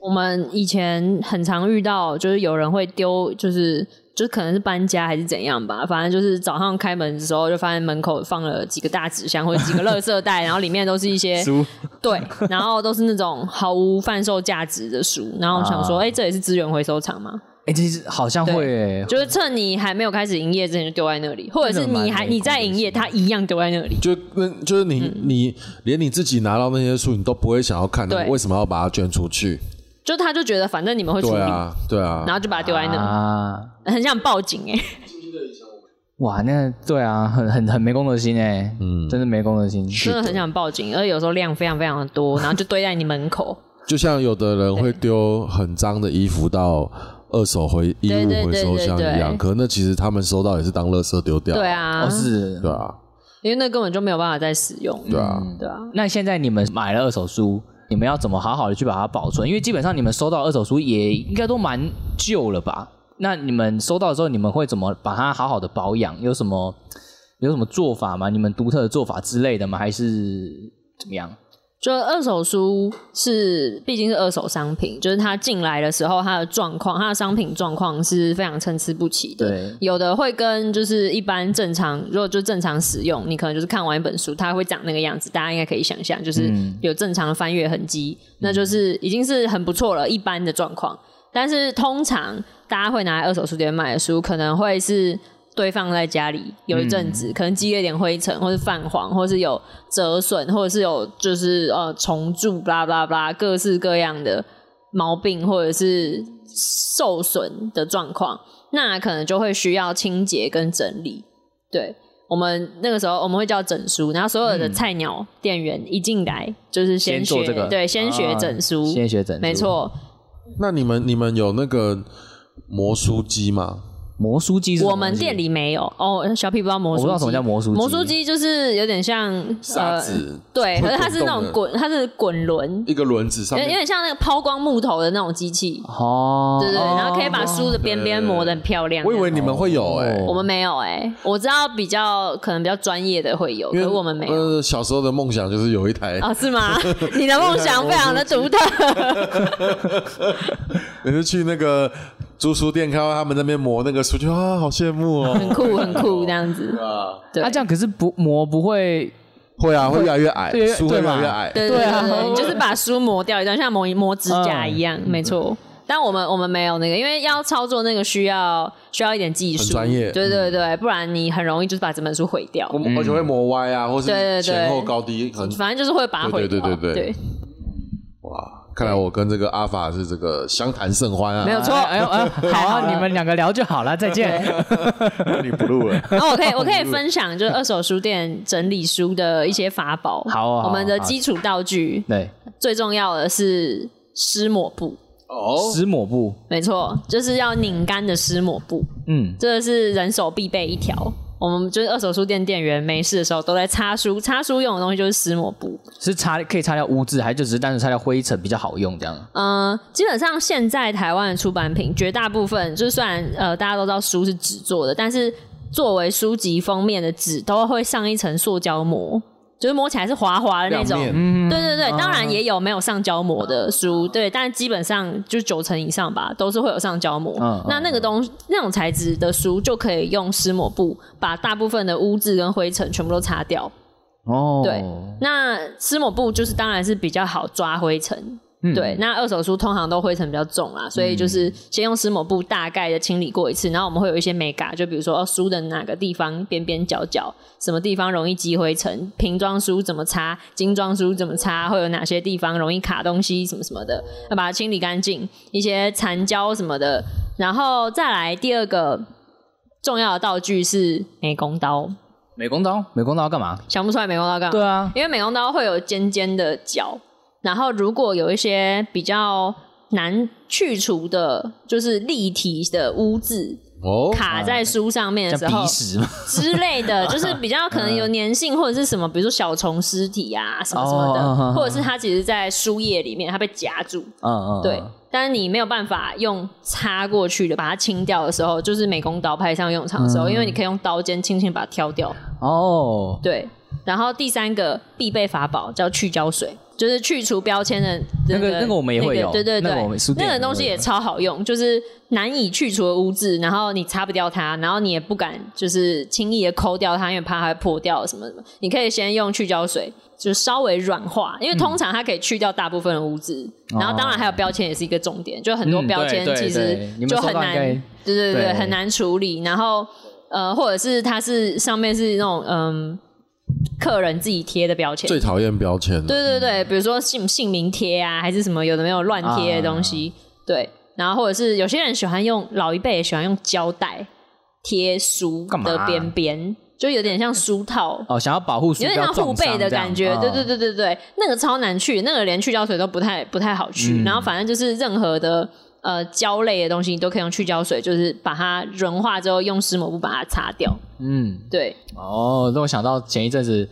[SPEAKER 3] 我们以前很常遇到，就是有人会丢，就是就可能是搬家还是怎样吧，反正就是早上开门的时候就发现门口放了几个大纸箱或者几个垃圾 袋，然后里面都是一些
[SPEAKER 2] 书
[SPEAKER 3] 对，然后都是那种毫无贩售价值的书。然后我想说，
[SPEAKER 2] 啊
[SPEAKER 3] 哎、这也是资源回收厂吗？
[SPEAKER 2] 哎，其实好像会啊耶，
[SPEAKER 3] 就是趁你还没有开始营业之前就丢在那里，或者是你还
[SPEAKER 2] 真的蛮没
[SPEAKER 3] 你在营业，
[SPEAKER 2] 公德
[SPEAKER 3] 它一样丢在那里。
[SPEAKER 1] 就那就是你、
[SPEAKER 3] 嗯
[SPEAKER 1] 你连你自己拿到那些书，你都不会想要看，
[SPEAKER 3] 对
[SPEAKER 1] 那为什么要把它捐出去？
[SPEAKER 3] 就他就觉得反正你们会处
[SPEAKER 1] 对
[SPEAKER 3] 理，
[SPEAKER 1] 啊对啊
[SPEAKER 3] 然，后就把它丢在那里。
[SPEAKER 2] 啊，
[SPEAKER 3] 很想报警哎、
[SPEAKER 2] 哇，那对啊，很很很没公德心哎，嗯，真的没公德心，
[SPEAKER 3] 真的很想报警，而且有时候量非常非常的多，然后就堆在你门口。
[SPEAKER 1] 就像有的人会丢很脏的衣服到二手回衣
[SPEAKER 3] 对
[SPEAKER 1] 物
[SPEAKER 3] 对
[SPEAKER 1] 回收箱
[SPEAKER 3] 对对对
[SPEAKER 1] 一样，可那其实他们收到也是当垃圾丢掉。
[SPEAKER 3] 对，啊，
[SPEAKER 2] 哦是，
[SPEAKER 1] 对啊，
[SPEAKER 3] 因为那根本就没有办法再使用。
[SPEAKER 1] 对啊，
[SPEAKER 3] 对啊，
[SPEAKER 2] 那现在你们买了二手书，你们要怎么好好的去把它保存？因为基本上你们收到二手书也应该都蛮旧了吧？那你们收到之后，你们会怎么把它好好的保养？有什么有什么做法吗？你们独特的做法之类的吗？还是怎么样？
[SPEAKER 3] 就二手书是毕竟是二手商品，就是它进来的时候，它的状况，它的商品状况是非常参差不齐的。
[SPEAKER 2] 对
[SPEAKER 3] 有的会跟就是一般正常，如果就正常使用，你可能就是看完一本书，它会长那个样子，大家应该可以想象，就是
[SPEAKER 2] 嗯
[SPEAKER 3] 有正常的翻阅痕迹，那就是已经是很不错了，一般的状况。但是通常大家会拿来二手书店卖的书，可能会是堆放在家里有一阵子，可能积了一点灰尘，或是泛黄，或是有折损，或者是有就是呃虫蛀，巴拉巴拉巴拉，各式各样的毛病或者是受损的状况，那可能就会需要清洁跟整理。对我们那个时候我们会叫整书，然后所有的菜鸟店员一进来就是
[SPEAKER 2] 嗯先
[SPEAKER 3] 学
[SPEAKER 2] 做这个
[SPEAKER 3] 对，先学
[SPEAKER 2] 啊
[SPEAKER 3] 整书，
[SPEAKER 2] 先学整，
[SPEAKER 3] 没，错，
[SPEAKER 1] 那你们你们有那个磨书机吗？
[SPEAKER 2] 魔术机是什么
[SPEAKER 3] 我们
[SPEAKER 2] 东西
[SPEAKER 3] 店里没有哦，小 P 不知道魔
[SPEAKER 2] 我
[SPEAKER 3] 术
[SPEAKER 2] 不知
[SPEAKER 3] 机，
[SPEAKER 2] 道什么叫魔术机
[SPEAKER 3] 魔术机就是有点像 呃
[SPEAKER 1] 沙子
[SPEAKER 3] 对，
[SPEAKER 1] 会
[SPEAKER 3] 可是它是那
[SPEAKER 1] 滚动的
[SPEAKER 3] 种滚，它是滚轮，
[SPEAKER 1] 一个轮子
[SPEAKER 3] 有
[SPEAKER 1] 上
[SPEAKER 3] 有
[SPEAKER 1] 面
[SPEAKER 3] 点像那个抛光木头的那种机器，
[SPEAKER 2] 哦，
[SPEAKER 3] 对对对，
[SPEAKER 2] 哦
[SPEAKER 3] 然后可以把书的边边磨得很漂亮。
[SPEAKER 1] 我以为你们会有哎、
[SPEAKER 2] 哦
[SPEAKER 3] 我们没有哎，我知道比较可能比较专业的会有，可
[SPEAKER 1] 因为
[SPEAKER 3] 是我们没有。
[SPEAKER 1] 呃，小时候的梦想就是有一台，
[SPEAKER 3] 啊，是吗？你的梦想非常的独特，
[SPEAKER 1] 每次去那个租书店看到他们那边磨那个书，就啊，好羡慕哦。
[SPEAKER 3] 很 酷很酷这样子。
[SPEAKER 1] 啊，
[SPEAKER 3] 对
[SPEAKER 2] 啊，这样可是不磨不会
[SPEAKER 1] 会啊，会越来越矮
[SPEAKER 2] 对，
[SPEAKER 1] 书会
[SPEAKER 2] 对
[SPEAKER 1] 越
[SPEAKER 2] 嘛
[SPEAKER 1] 来越矮。
[SPEAKER 3] 对
[SPEAKER 2] 对
[SPEAKER 3] 对
[SPEAKER 2] 啊
[SPEAKER 3] 对，你就是把书磨掉一段，像磨磨指甲一样，没错。嗯但我们我们没有那个，因为要操作那个需要需要一点技术，
[SPEAKER 1] 很专业
[SPEAKER 3] 对对对，不然你很容易就是把整本书毁掉
[SPEAKER 1] 我，们而且会磨歪啊，或是
[SPEAKER 3] 对对对
[SPEAKER 1] 前后高低很
[SPEAKER 3] 反正就是会把它毁
[SPEAKER 1] 对
[SPEAKER 3] 掉，
[SPEAKER 1] 对对对对哇。看来我跟这个阿法是这个相谈甚欢啊，
[SPEAKER 3] 没 有错
[SPEAKER 2] 哎呦哎呦，好
[SPEAKER 3] 太好
[SPEAKER 2] 啊，
[SPEAKER 3] 了
[SPEAKER 2] 你们两个聊就好了，再见。
[SPEAKER 1] 你不录了。
[SPEAKER 3] 哦然后我可以我可以分享就是二手书店整理书的一些法宝，
[SPEAKER 2] 好
[SPEAKER 1] 啊
[SPEAKER 2] 哦好哦
[SPEAKER 3] 我们的基础道具
[SPEAKER 2] 对，
[SPEAKER 3] 最重要的是湿抹布，
[SPEAKER 1] 哦，
[SPEAKER 2] 湿抹布，
[SPEAKER 3] 没错，就是要拧干的湿抹布，
[SPEAKER 2] 嗯，
[SPEAKER 3] 这个是人手必备一条。我们就是二手书店店员没事的时候都在擦书，擦书用的东西就是湿抹布。
[SPEAKER 2] 是擦可以擦掉污渍，还就只是单纯擦掉灰尘比较好用这样？
[SPEAKER 3] 嗯、基本上现在台湾的出版品绝大部分，就是虽然呃大家都知道书是纸做的，但是作为书籍封面的纸都会上一层塑胶膜，就是摸起来是滑滑的那种。
[SPEAKER 1] 亮面
[SPEAKER 2] 嗯，
[SPEAKER 3] 对对对，当然也有没有上胶膜的书，对，但基本上就九成以上吧，都是会有上胶膜。
[SPEAKER 2] 嗯嗯
[SPEAKER 3] 那那个东那种材质的书就可以用湿抹布把大部分的污渍跟灰尘全部都擦掉。
[SPEAKER 2] 哦，
[SPEAKER 3] 对那湿抹布就是当然是比较好抓灰尘，
[SPEAKER 2] 嗯
[SPEAKER 3] 对。那二手书通常都灰尘比较重啦，所以就是先用湿抹布大概的清理过一次，然后我们会有一些美嘎，就比如说、哦、书的哪个地方边边角角，什么地方容易积灰尘，瓶装书怎么擦，精装书怎么擦，会有哪些地方容易卡东西什么什么的，要把它清理干净，一些残胶什么的，然后再来第二个重要的道具是美工刀，
[SPEAKER 2] 美工刀，美工刀要干嘛？
[SPEAKER 3] 想不出来美工刀干嘛？
[SPEAKER 2] 对啊，
[SPEAKER 3] 因为美工刀会有尖尖的角，然后如果有一些比较难去除的，就是立体的污渍
[SPEAKER 1] 哦，
[SPEAKER 3] 卡在书上面的
[SPEAKER 2] 啊像
[SPEAKER 3] 时候
[SPEAKER 2] 鼻屎嗯嘛，
[SPEAKER 3] 之类 的，就是比较可能有粘性或者是什么，比如说小虫尸体啊什么什么
[SPEAKER 2] 哦
[SPEAKER 3] 的，或者是它其实在书页里面它被夹住，
[SPEAKER 2] 嗯嗯，嗯
[SPEAKER 3] 对。但是你没有办法用擦过去的把它清掉的时候，就是美工刀派上用场的时候，因为
[SPEAKER 2] 嗯
[SPEAKER 3] 你可以用刀尖轻轻把它挑掉。
[SPEAKER 2] 哦，
[SPEAKER 3] 对，然后第三个必备法宝叫去胶水，就是去除标签的
[SPEAKER 2] 那
[SPEAKER 3] 个
[SPEAKER 2] 个那个我们也会有
[SPEAKER 3] 对对
[SPEAKER 2] 那
[SPEAKER 3] 对，
[SPEAKER 2] 个我们书店
[SPEAKER 3] 那
[SPEAKER 2] 也
[SPEAKER 3] 个
[SPEAKER 2] 会
[SPEAKER 3] 东西
[SPEAKER 2] 有
[SPEAKER 3] 也超好用，就是难以去除的污渍，然后你擦不掉它，然后你也不敢就是轻易的抠掉它，因为怕它会破掉什么什么。你可以先用去胶水。就稍微软化，因为通常它可以去掉大部分的污渍，然后当然还有标签也是一个重点，就很多
[SPEAKER 2] 嗯
[SPEAKER 3] 标
[SPEAKER 2] 对
[SPEAKER 3] 签
[SPEAKER 2] 对
[SPEAKER 3] 其
[SPEAKER 2] 对
[SPEAKER 3] 实
[SPEAKER 2] 你们
[SPEAKER 3] 就
[SPEAKER 2] 收
[SPEAKER 3] 很
[SPEAKER 2] 到应
[SPEAKER 3] 难，
[SPEAKER 2] 该
[SPEAKER 3] 对对对，
[SPEAKER 2] 对
[SPEAKER 3] 很难处理。然后呃，或者是它是上面是那种嗯客人自己贴的标签，
[SPEAKER 1] 最讨厌标签了。
[SPEAKER 3] 对对对，比如说姓姓名贴啊，还是什么有的没有乱贴的东西，
[SPEAKER 2] 啊
[SPEAKER 3] 对。然后或者是有些人喜欢用老一辈也喜欢用胶带贴书
[SPEAKER 2] 干嘛
[SPEAKER 3] 的
[SPEAKER 2] 啊
[SPEAKER 3] 边边，就有点像书套。
[SPEAKER 2] 哦，想要保护书，
[SPEAKER 3] 有点像
[SPEAKER 2] 不要
[SPEAKER 3] 护
[SPEAKER 2] 撞伤
[SPEAKER 3] 背的
[SPEAKER 2] 这样
[SPEAKER 3] 感觉，
[SPEAKER 2] 嗯
[SPEAKER 3] 对对对对对，那个超难去，那个连去胶水都不太不太好去。
[SPEAKER 2] 嗯
[SPEAKER 3] 然后反正就是任何的呃胶类的东西，你都可以用去胶水，就是把它融化之后，用湿抹布把它擦掉。
[SPEAKER 2] 嗯，
[SPEAKER 3] 对，
[SPEAKER 2] 哦，让我想到前一阵子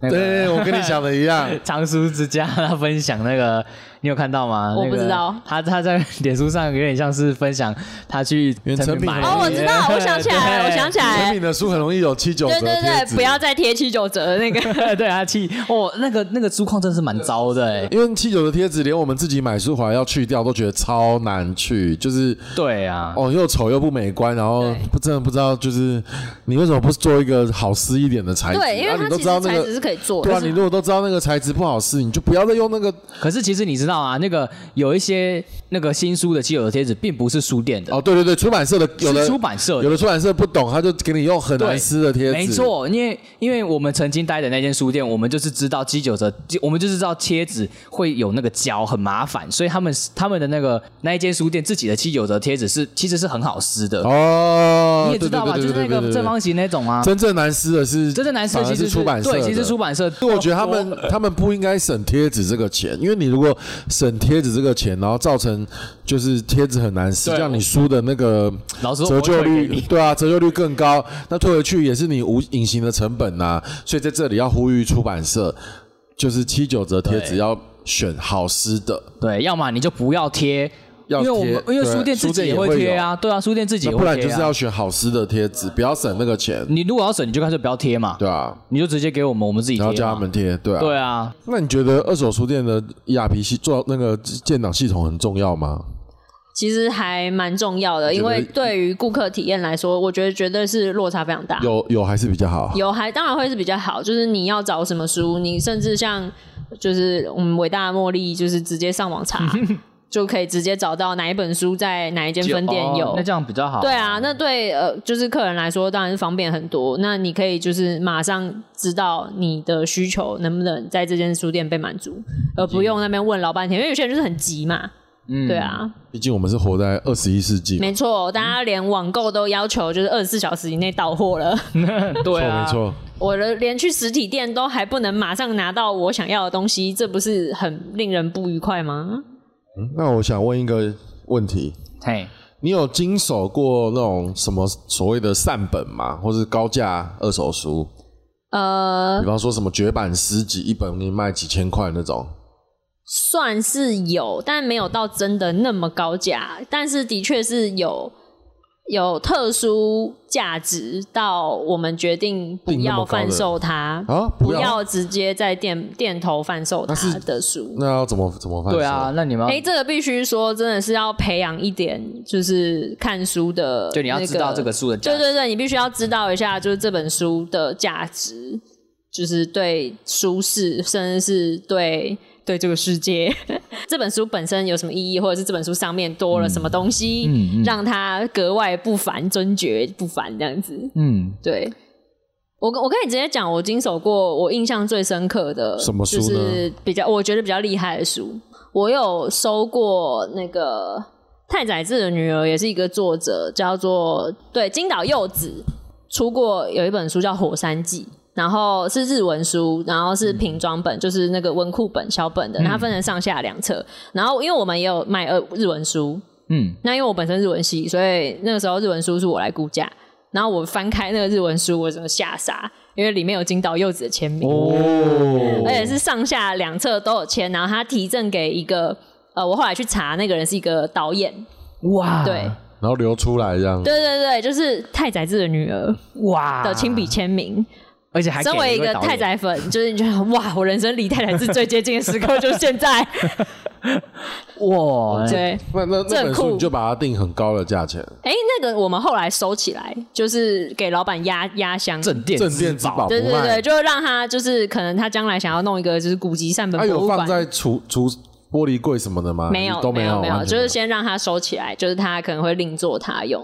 [SPEAKER 2] 那
[SPEAKER 1] 对，
[SPEAKER 2] 个
[SPEAKER 1] 我跟你想的一 样。
[SPEAKER 2] 藏书之家他分享那个，你有看到吗？
[SPEAKER 3] 我
[SPEAKER 2] 那个
[SPEAKER 3] 不知道
[SPEAKER 2] 他他在脸书上有点像是分享他去
[SPEAKER 1] 原成品
[SPEAKER 2] 买
[SPEAKER 1] 哦我
[SPEAKER 3] 知道我想起 来了我想起来
[SPEAKER 1] 成品的书很容易有七九折
[SPEAKER 3] 对对
[SPEAKER 1] 贴
[SPEAKER 3] 对，
[SPEAKER 1] 纸
[SPEAKER 3] 不要再贴七九折的 那个。
[SPEAKER 2] 来， 对他气哦，那个那个书况真是蛮糟的哎，
[SPEAKER 1] 因为七九的贴纸，连我们自己买书回来要去掉，都觉得超难去，就是
[SPEAKER 2] 对啊，
[SPEAKER 1] 哦又丑又不美观，然后
[SPEAKER 3] 对
[SPEAKER 1] 不真的不知道，就是你为什么不做一个好撕一点的材质？
[SPEAKER 3] 对，因为
[SPEAKER 1] 啊
[SPEAKER 3] 它
[SPEAKER 1] 你都
[SPEAKER 3] 其
[SPEAKER 1] 知道
[SPEAKER 3] 实
[SPEAKER 1] 那
[SPEAKER 3] 材质
[SPEAKER 1] 个，
[SPEAKER 3] 是可以做
[SPEAKER 1] 对
[SPEAKER 3] 的
[SPEAKER 1] 啊，，你如果都知道那个材质不好撕，你就不要再用那个。
[SPEAKER 2] 可是其实你知道啊，那个有一些那个新书的七友的贴纸，并不是书店的，
[SPEAKER 1] 哦，对对对，出版社的有
[SPEAKER 2] 是
[SPEAKER 1] 的
[SPEAKER 2] 出版社
[SPEAKER 1] 有
[SPEAKER 2] 的。
[SPEAKER 1] 的出版社不懂，他就给你用很难撕的贴纸，
[SPEAKER 2] 没，错，因为因为我们曾经待的那间书店，我们就是知道七九折，我们就是知道贴纸会有那个胶很麻烦，所以他们他们的那个那一间书店自己的七九折贴纸是其实是很好撕的，
[SPEAKER 1] 哦，
[SPEAKER 2] 你也知道吧？
[SPEAKER 1] 对对
[SPEAKER 2] 就是
[SPEAKER 1] 对对对
[SPEAKER 2] 那
[SPEAKER 1] 对对
[SPEAKER 2] 个正方形那种啊，
[SPEAKER 1] 真正难撕的是
[SPEAKER 2] 真正男生
[SPEAKER 1] 反而
[SPEAKER 2] 其实
[SPEAKER 1] 是出版社的，
[SPEAKER 2] 对，其实出版社，
[SPEAKER 1] 所以我觉得他们他们不应该省贴纸这个钱，因为你如果省贴纸这个钱，然后造成就是贴纸很难撕，
[SPEAKER 2] 对
[SPEAKER 1] 这样你书的那个
[SPEAKER 2] 老师
[SPEAKER 1] 折
[SPEAKER 2] 说
[SPEAKER 1] 旧
[SPEAKER 2] 我退给
[SPEAKER 1] 率
[SPEAKER 2] 你
[SPEAKER 1] 对啊，折旧率更高，那退回去也是你无隐形的成本呐、所以在这里要呼吁出版社，就是七九折贴纸
[SPEAKER 2] 对
[SPEAKER 1] 要选好撕的，
[SPEAKER 2] 对，要么你就不要贴，
[SPEAKER 1] 要
[SPEAKER 2] 因为我们
[SPEAKER 1] 贴
[SPEAKER 2] 因
[SPEAKER 1] 对
[SPEAKER 2] 为书店自
[SPEAKER 1] 书
[SPEAKER 2] 己
[SPEAKER 1] 店
[SPEAKER 2] 也
[SPEAKER 1] 也
[SPEAKER 2] 会
[SPEAKER 1] 会
[SPEAKER 2] 贴
[SPEAKER 1] 有
[SPEAKER 2] 啊，对啊，书店自己
[SPEAKER 1] 那
[SPEAKER 2] 也
[SPEAKER 1] 不
[SPEAKER 2] 会
[SPEAKER 1] 然就
[SPEAKER 2] 贴
[SPEAKER 1] 是
[SPEAKER 2] 啊嗯
[SPEAKER 1] 要。选好撕的贴纸，不要省那个钱，
[SPEAKER 2] 你如果要省，你就干脆不要贴嘛，
[SPEAKER 1] 对啊，
[SPEAKER 2] 你就直接给我们，我们自己贴
[SPEAKER 1] 然
[SPEAKER 2] 嘛。
[SPEAKER 1] 后叫他们贴，对啊。
[SPEAKER 2] 对啊，
[SPEAKER 1] 那你觉得二手书店的 ERP 系做那个建档系统很重要吗？
[SPEAKER 3] 其实还蛮重要的，
[SPEAKER 1] 觉
[SPEAKER 3] 因
[SPEAKER 1] 得
[SPEAKER 3] 为对于顾客体验来说，我觉得绝对是落差非常大。
[SPEAKER 1] 有有还是比较好。
[SPEAKER 3] 有还当然会是比较好，就是你要找什么书，你甚至像就是我们伟大的茉莉，就是直接上 网查就可以直接找到哪一本书在哪一间分店
[SPEAKER 2] 就
[SPEAKER 3] 有。
[SPEAKER 2] 哦那这样比较好。
[SPEAKER 3] 对啊，那对呃，就是客人来说当然是方便很多。那你可以就是马上知道你的需求能不能在这间书店被满足，而不用那边问老半天，因为有些人就是很急嘛。
[SPEAKER 2] 嗯
[SPEAKER 3] 对，啊，
[SPEAKER 1] 毕竟我们是活在二十一世纪嘛，
[SPEAKER 3] 没错，大家连网购都要求就是二十四小时以内到 货了。
[SPEAKER 2] 对啊，
[SPEAKER 1] 没错。
[SPEAKER 3] 我的连去实体店都还不能马上拿到我想要的东西，这不是很令人不愉快吗？
[SPEAKER 1] 嗯那我想问一个问题：
[SPEAKER 2] 嘿，
[SPEAKER 1] 你有经手过那种什么所谓的善本吗？或是高价二手书？
[SPEAKER 3] 呃
[SPEAKER 1] 比，方说什么绝版诗集，一本给你卖几千块那种？
[SPEAKER 3] 算是有，但没有到真的那么高价，但是的确是有有特殊价值到我们决定不
[SPEAKER 1] 定那
[SPEAKER 3] 要
[SPEAKER 1] 么高的
[SPEAKER 3] 贩售它，
[SPEAKER 1] 啊
[SPEAKER 3] 不
[SPEAKER 1] 不要
[SPEAKER 3] 要直接在店店头贩售
[SPEAKER 1] 那
[SPEAKER 3] 它
[SPEAKER 1] 是
[SPEAKER 3] 的书。
[SPEAKER 1] 那要怎么怎么办？
[SPEAKER 2] 对啊，，那你们
[SPEAKER 3] 哎、
[SPEAKER 2] 要
[SPEAKER 3] 这个必须说，真的是要培养一点，就是看书的、那
[SPEAKER 2] 就你要知道这个书的价
[SPEAKER 3] 对
[SPEAKER 2] 值，
[SPEAKER 3] 对对，你必须要知道一下，就是这本书的价值，就是对舒适，甚至是对对这个世界， 这本书本身有什么意义，或者是这本书上面多了什么东西，
[SPEAKER 2] 嗯嗯
[SPEAKER 3] 让它格外不凡、尊爵不凡这样子。
[SPEAKER 2] 嗯，
[SPEAKER 3] 对，我跟我可以直接讲，我经手过我印象最深刻的
[SPEAKER 1] 什么书呢
[SPEAKER 3] 就是比较我觉得比较厉害的书，我有收过那个太宰治的女儿，也是一个作者，叫做对金岛柚子，出过有一本书叫《火山记》。然后是日文书，然后
[SPEAKER 1] 嗯
[SPEAKER 3] 是瓶装本，就是那个文库本小本的，它分成上下两册。然后因为我们也有卖呃日文书，
[SPEAKER 2] 嗯，
[SPEAKER 3] 那因为我本身日文系，所以那个时候日文书是我来估价。然后我翻开那个日文书，我整个吓傻，因为里面有金岛柚子的签名，
[SPEAKER 1] 哦
[SPEAKER 3] 而且是上下两侧都有签。然后他提赠给一个呃，我后来去查，那个人是一个导演，
[SPEAKER 2] 哇，
[SPEAKER 3] 对，
[SPEAKER 1] 然后流出来这样。
[SPEAKER 3] 对对对，就是太宰治的女儿
[SPEAKER 2] 哇
[SPEAKER 3] 的亲笔，签名。
[SPEAKER 2] 而且啊还给
[SPEAKER 3] 身为一
[SPEAKER 2] 位
[SPEAKER 3] 个
[SPEAKER 2] 导演
[SPEAKER 3] 太，宰粉，就是你觉得哇，我人生离太宰治最接近的时刻就是现 在，
[SPEAKER 2] 哇，
[SPEAKER 3] 对。
[SPEAKER 1] 那那
[SPEAKER 3] 这
[SPEAKER 1] 那
[SPEAKER 3] 很
[SPEAKER 1] 本
[SPEAKER 3] 酷
[SPEAKER 1] 书你就把它定很高的价钱，
[SPEAKER 3] 哎、那个我们后来收起来，就是给老板压压箱，
[SPEAKER 2] 镇店
[SPEAKER 1] 镇店之
[SPEAKER 2] 之
[SPEAKER 1] 宝
[SPEAKER 2] 宝，
[SPEAKER 1] 不
[SPEAKER 3] 对对
[SPEAKER 1] 卖
[SPEAKER 3] 对，。就让他就是可能他将来想要弄一个就是古籍善本
[SPEAKER 1] 它
[SPEAKER 3] 博
[SPEAKER 1] 啊有
[SPEAKER 3] 物
[SPEAKER 1] 放
[SPEAKER 3] 馆，
[SPEAKER 1] 在橱橱玻璃柜什么的吗？
[SPEAKER 3] 没有
[SPEAKER 1] 都
[SPEAKER 3] 没
[SPEAKER 1] 有，
[SPEAKER 3] 没有，
[SPEAKER 1] 完全
[SPEAKER 3] 就是先让他收起来，就是他可能会另做他用。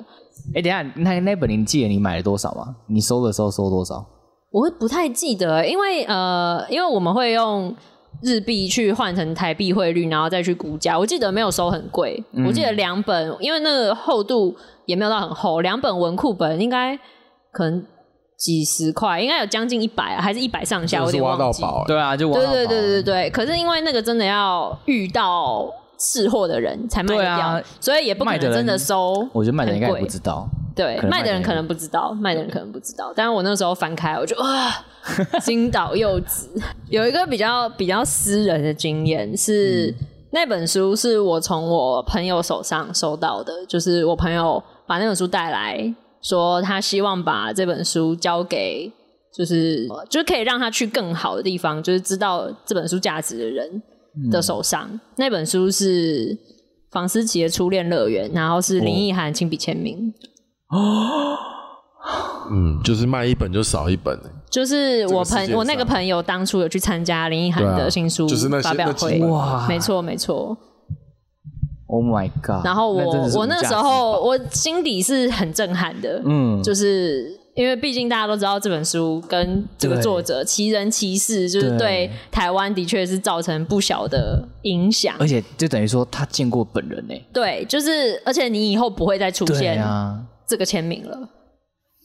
[SPEAKER 2] 哎，等一下那那本你记得你买了多少吗？你收的时候收多少？
[SPEAKER 3] 我会不太记得，因为呃，因为我们会用日币去换成台币汇率，然后再去估价。我记得没有收很贵，
[SPEAKER 1] 嗯
[SPEAKER 3] 我记得两本，因为那个厚度也没有到很厚，两本文库本应该可能几十块，应该有将近一百、还是一百上下，
[SPEAKER 1] 真
[SPEAKER 3] 我
[SPEAKER 1] 的
[SPEAKER 3] 有
[SPEAKER 1] 是
[SPEAKER 3] 点
[SPEAKER 1] 挖
[SPEAKER 3] 忘
[SPEAKER 1] 到
[SPEAKER 3] 记。
[SPEAKER 1] 宝。欸
[SPEAKER 2] 对啊，就
[SPEAKER 3] 对
[SPEAKER 2] 王
[SPEAKER 3] 对
[SPEAKER 2] 老板
[SPEAKER 3] 对对对，可是因为那个真的要遇到试货的人才卖得
[SPEAKER 2] 对
[SPEAKER 3] 掉，
[SPEAKER 2] 啊
[SPEAKER 3] 所以也不可
[SPEAKER 2] 卖的
[SPEAKER 3] 能
[SPEAKER 2] 人
[SPEAKER 3] 真的收。
[SPEAKER 2] 我觉得卖的人应该也
[SPEAKER 3] 很贵
[SPEAKER 2] 不知道，
[SPEAKER 3] 对
[SPEAKER 2] 可，能卖
[SPEAKER 3] 卖的
[SPEAKER 2] 的
[SPEAKER 3] 人
[SPEAKER 2] 人
[SPEAKER 3] 可能不知道，卖的人可能不知道。但是我那时候翻开，我就 啊，金岛柚子有一个比较比较私人的经验是，那本书是我从我朋友手上收到的，就是我朋友把那本书带来，说他希望把这本书交给。就是呃就是可以让他去更好的地方，就是知道这本书价值的人嗯的手上。那本书是房思琪的《初恋乐园》，然后是林奕涵亲笔签名。
[SPEAKER 1] 嗯，就是卖一本就少一本欸。
[SPEAKER 3] 就是我
[SPEAKER 1] 这个世界
[SPEAKER 3] 朋
[SPEAKER 1] 上
[SPEAKER 3] 我那个朋友当初有去参加林奕涵
[SPEAKER 1] 对
[SPEAKER 3] 的
[SPEAKER 1] 啊
[SPEAKER 3] 新书
[SPEAKER 1] 就是那些
[SPEAKER 3] 发表
[SPEAKER 1] 那
[SPEAKER 3] 会
[SPEAKER 1] 几，本
[SPEAKER 2] 哇
[SPEAKER 3] 没错没错。
[SPEAKER 2] ，Oh my god！
[SPEAKER 3] 然后
[SPEAKER 2] 真
[SPEAKER 3] 我
[SPEAKER 2] 的是
[SPEAKER 3] 我
[SPEAKER 2] 无价
[SPEAKER 3] 那
[SPEAKER 2] 之
[SPEAKER 3] 时候我心底是很震撼的，
[SPEAKER 2] 嗯，
[SPEAKER 3] 就是因为毕竟大家都知道这本书跟这个
[SPEAKER 2] 对
[SPEAKER 3] 作者奇人奇事，就是
[SPEAKER 2] 对
[SPEAKER 3] 对台湾的确是造成不小的影响
[SPEAKER 2] 而。且就等于说他见过本人呢，欸
[SPEAKER 3] 对，就是而且你以后不会再出
[SPEAKER 2] 对
[SPEAKER 3] 现
[SPEAKER 2] 啊，
[SPEAKER 3] 这个签名了。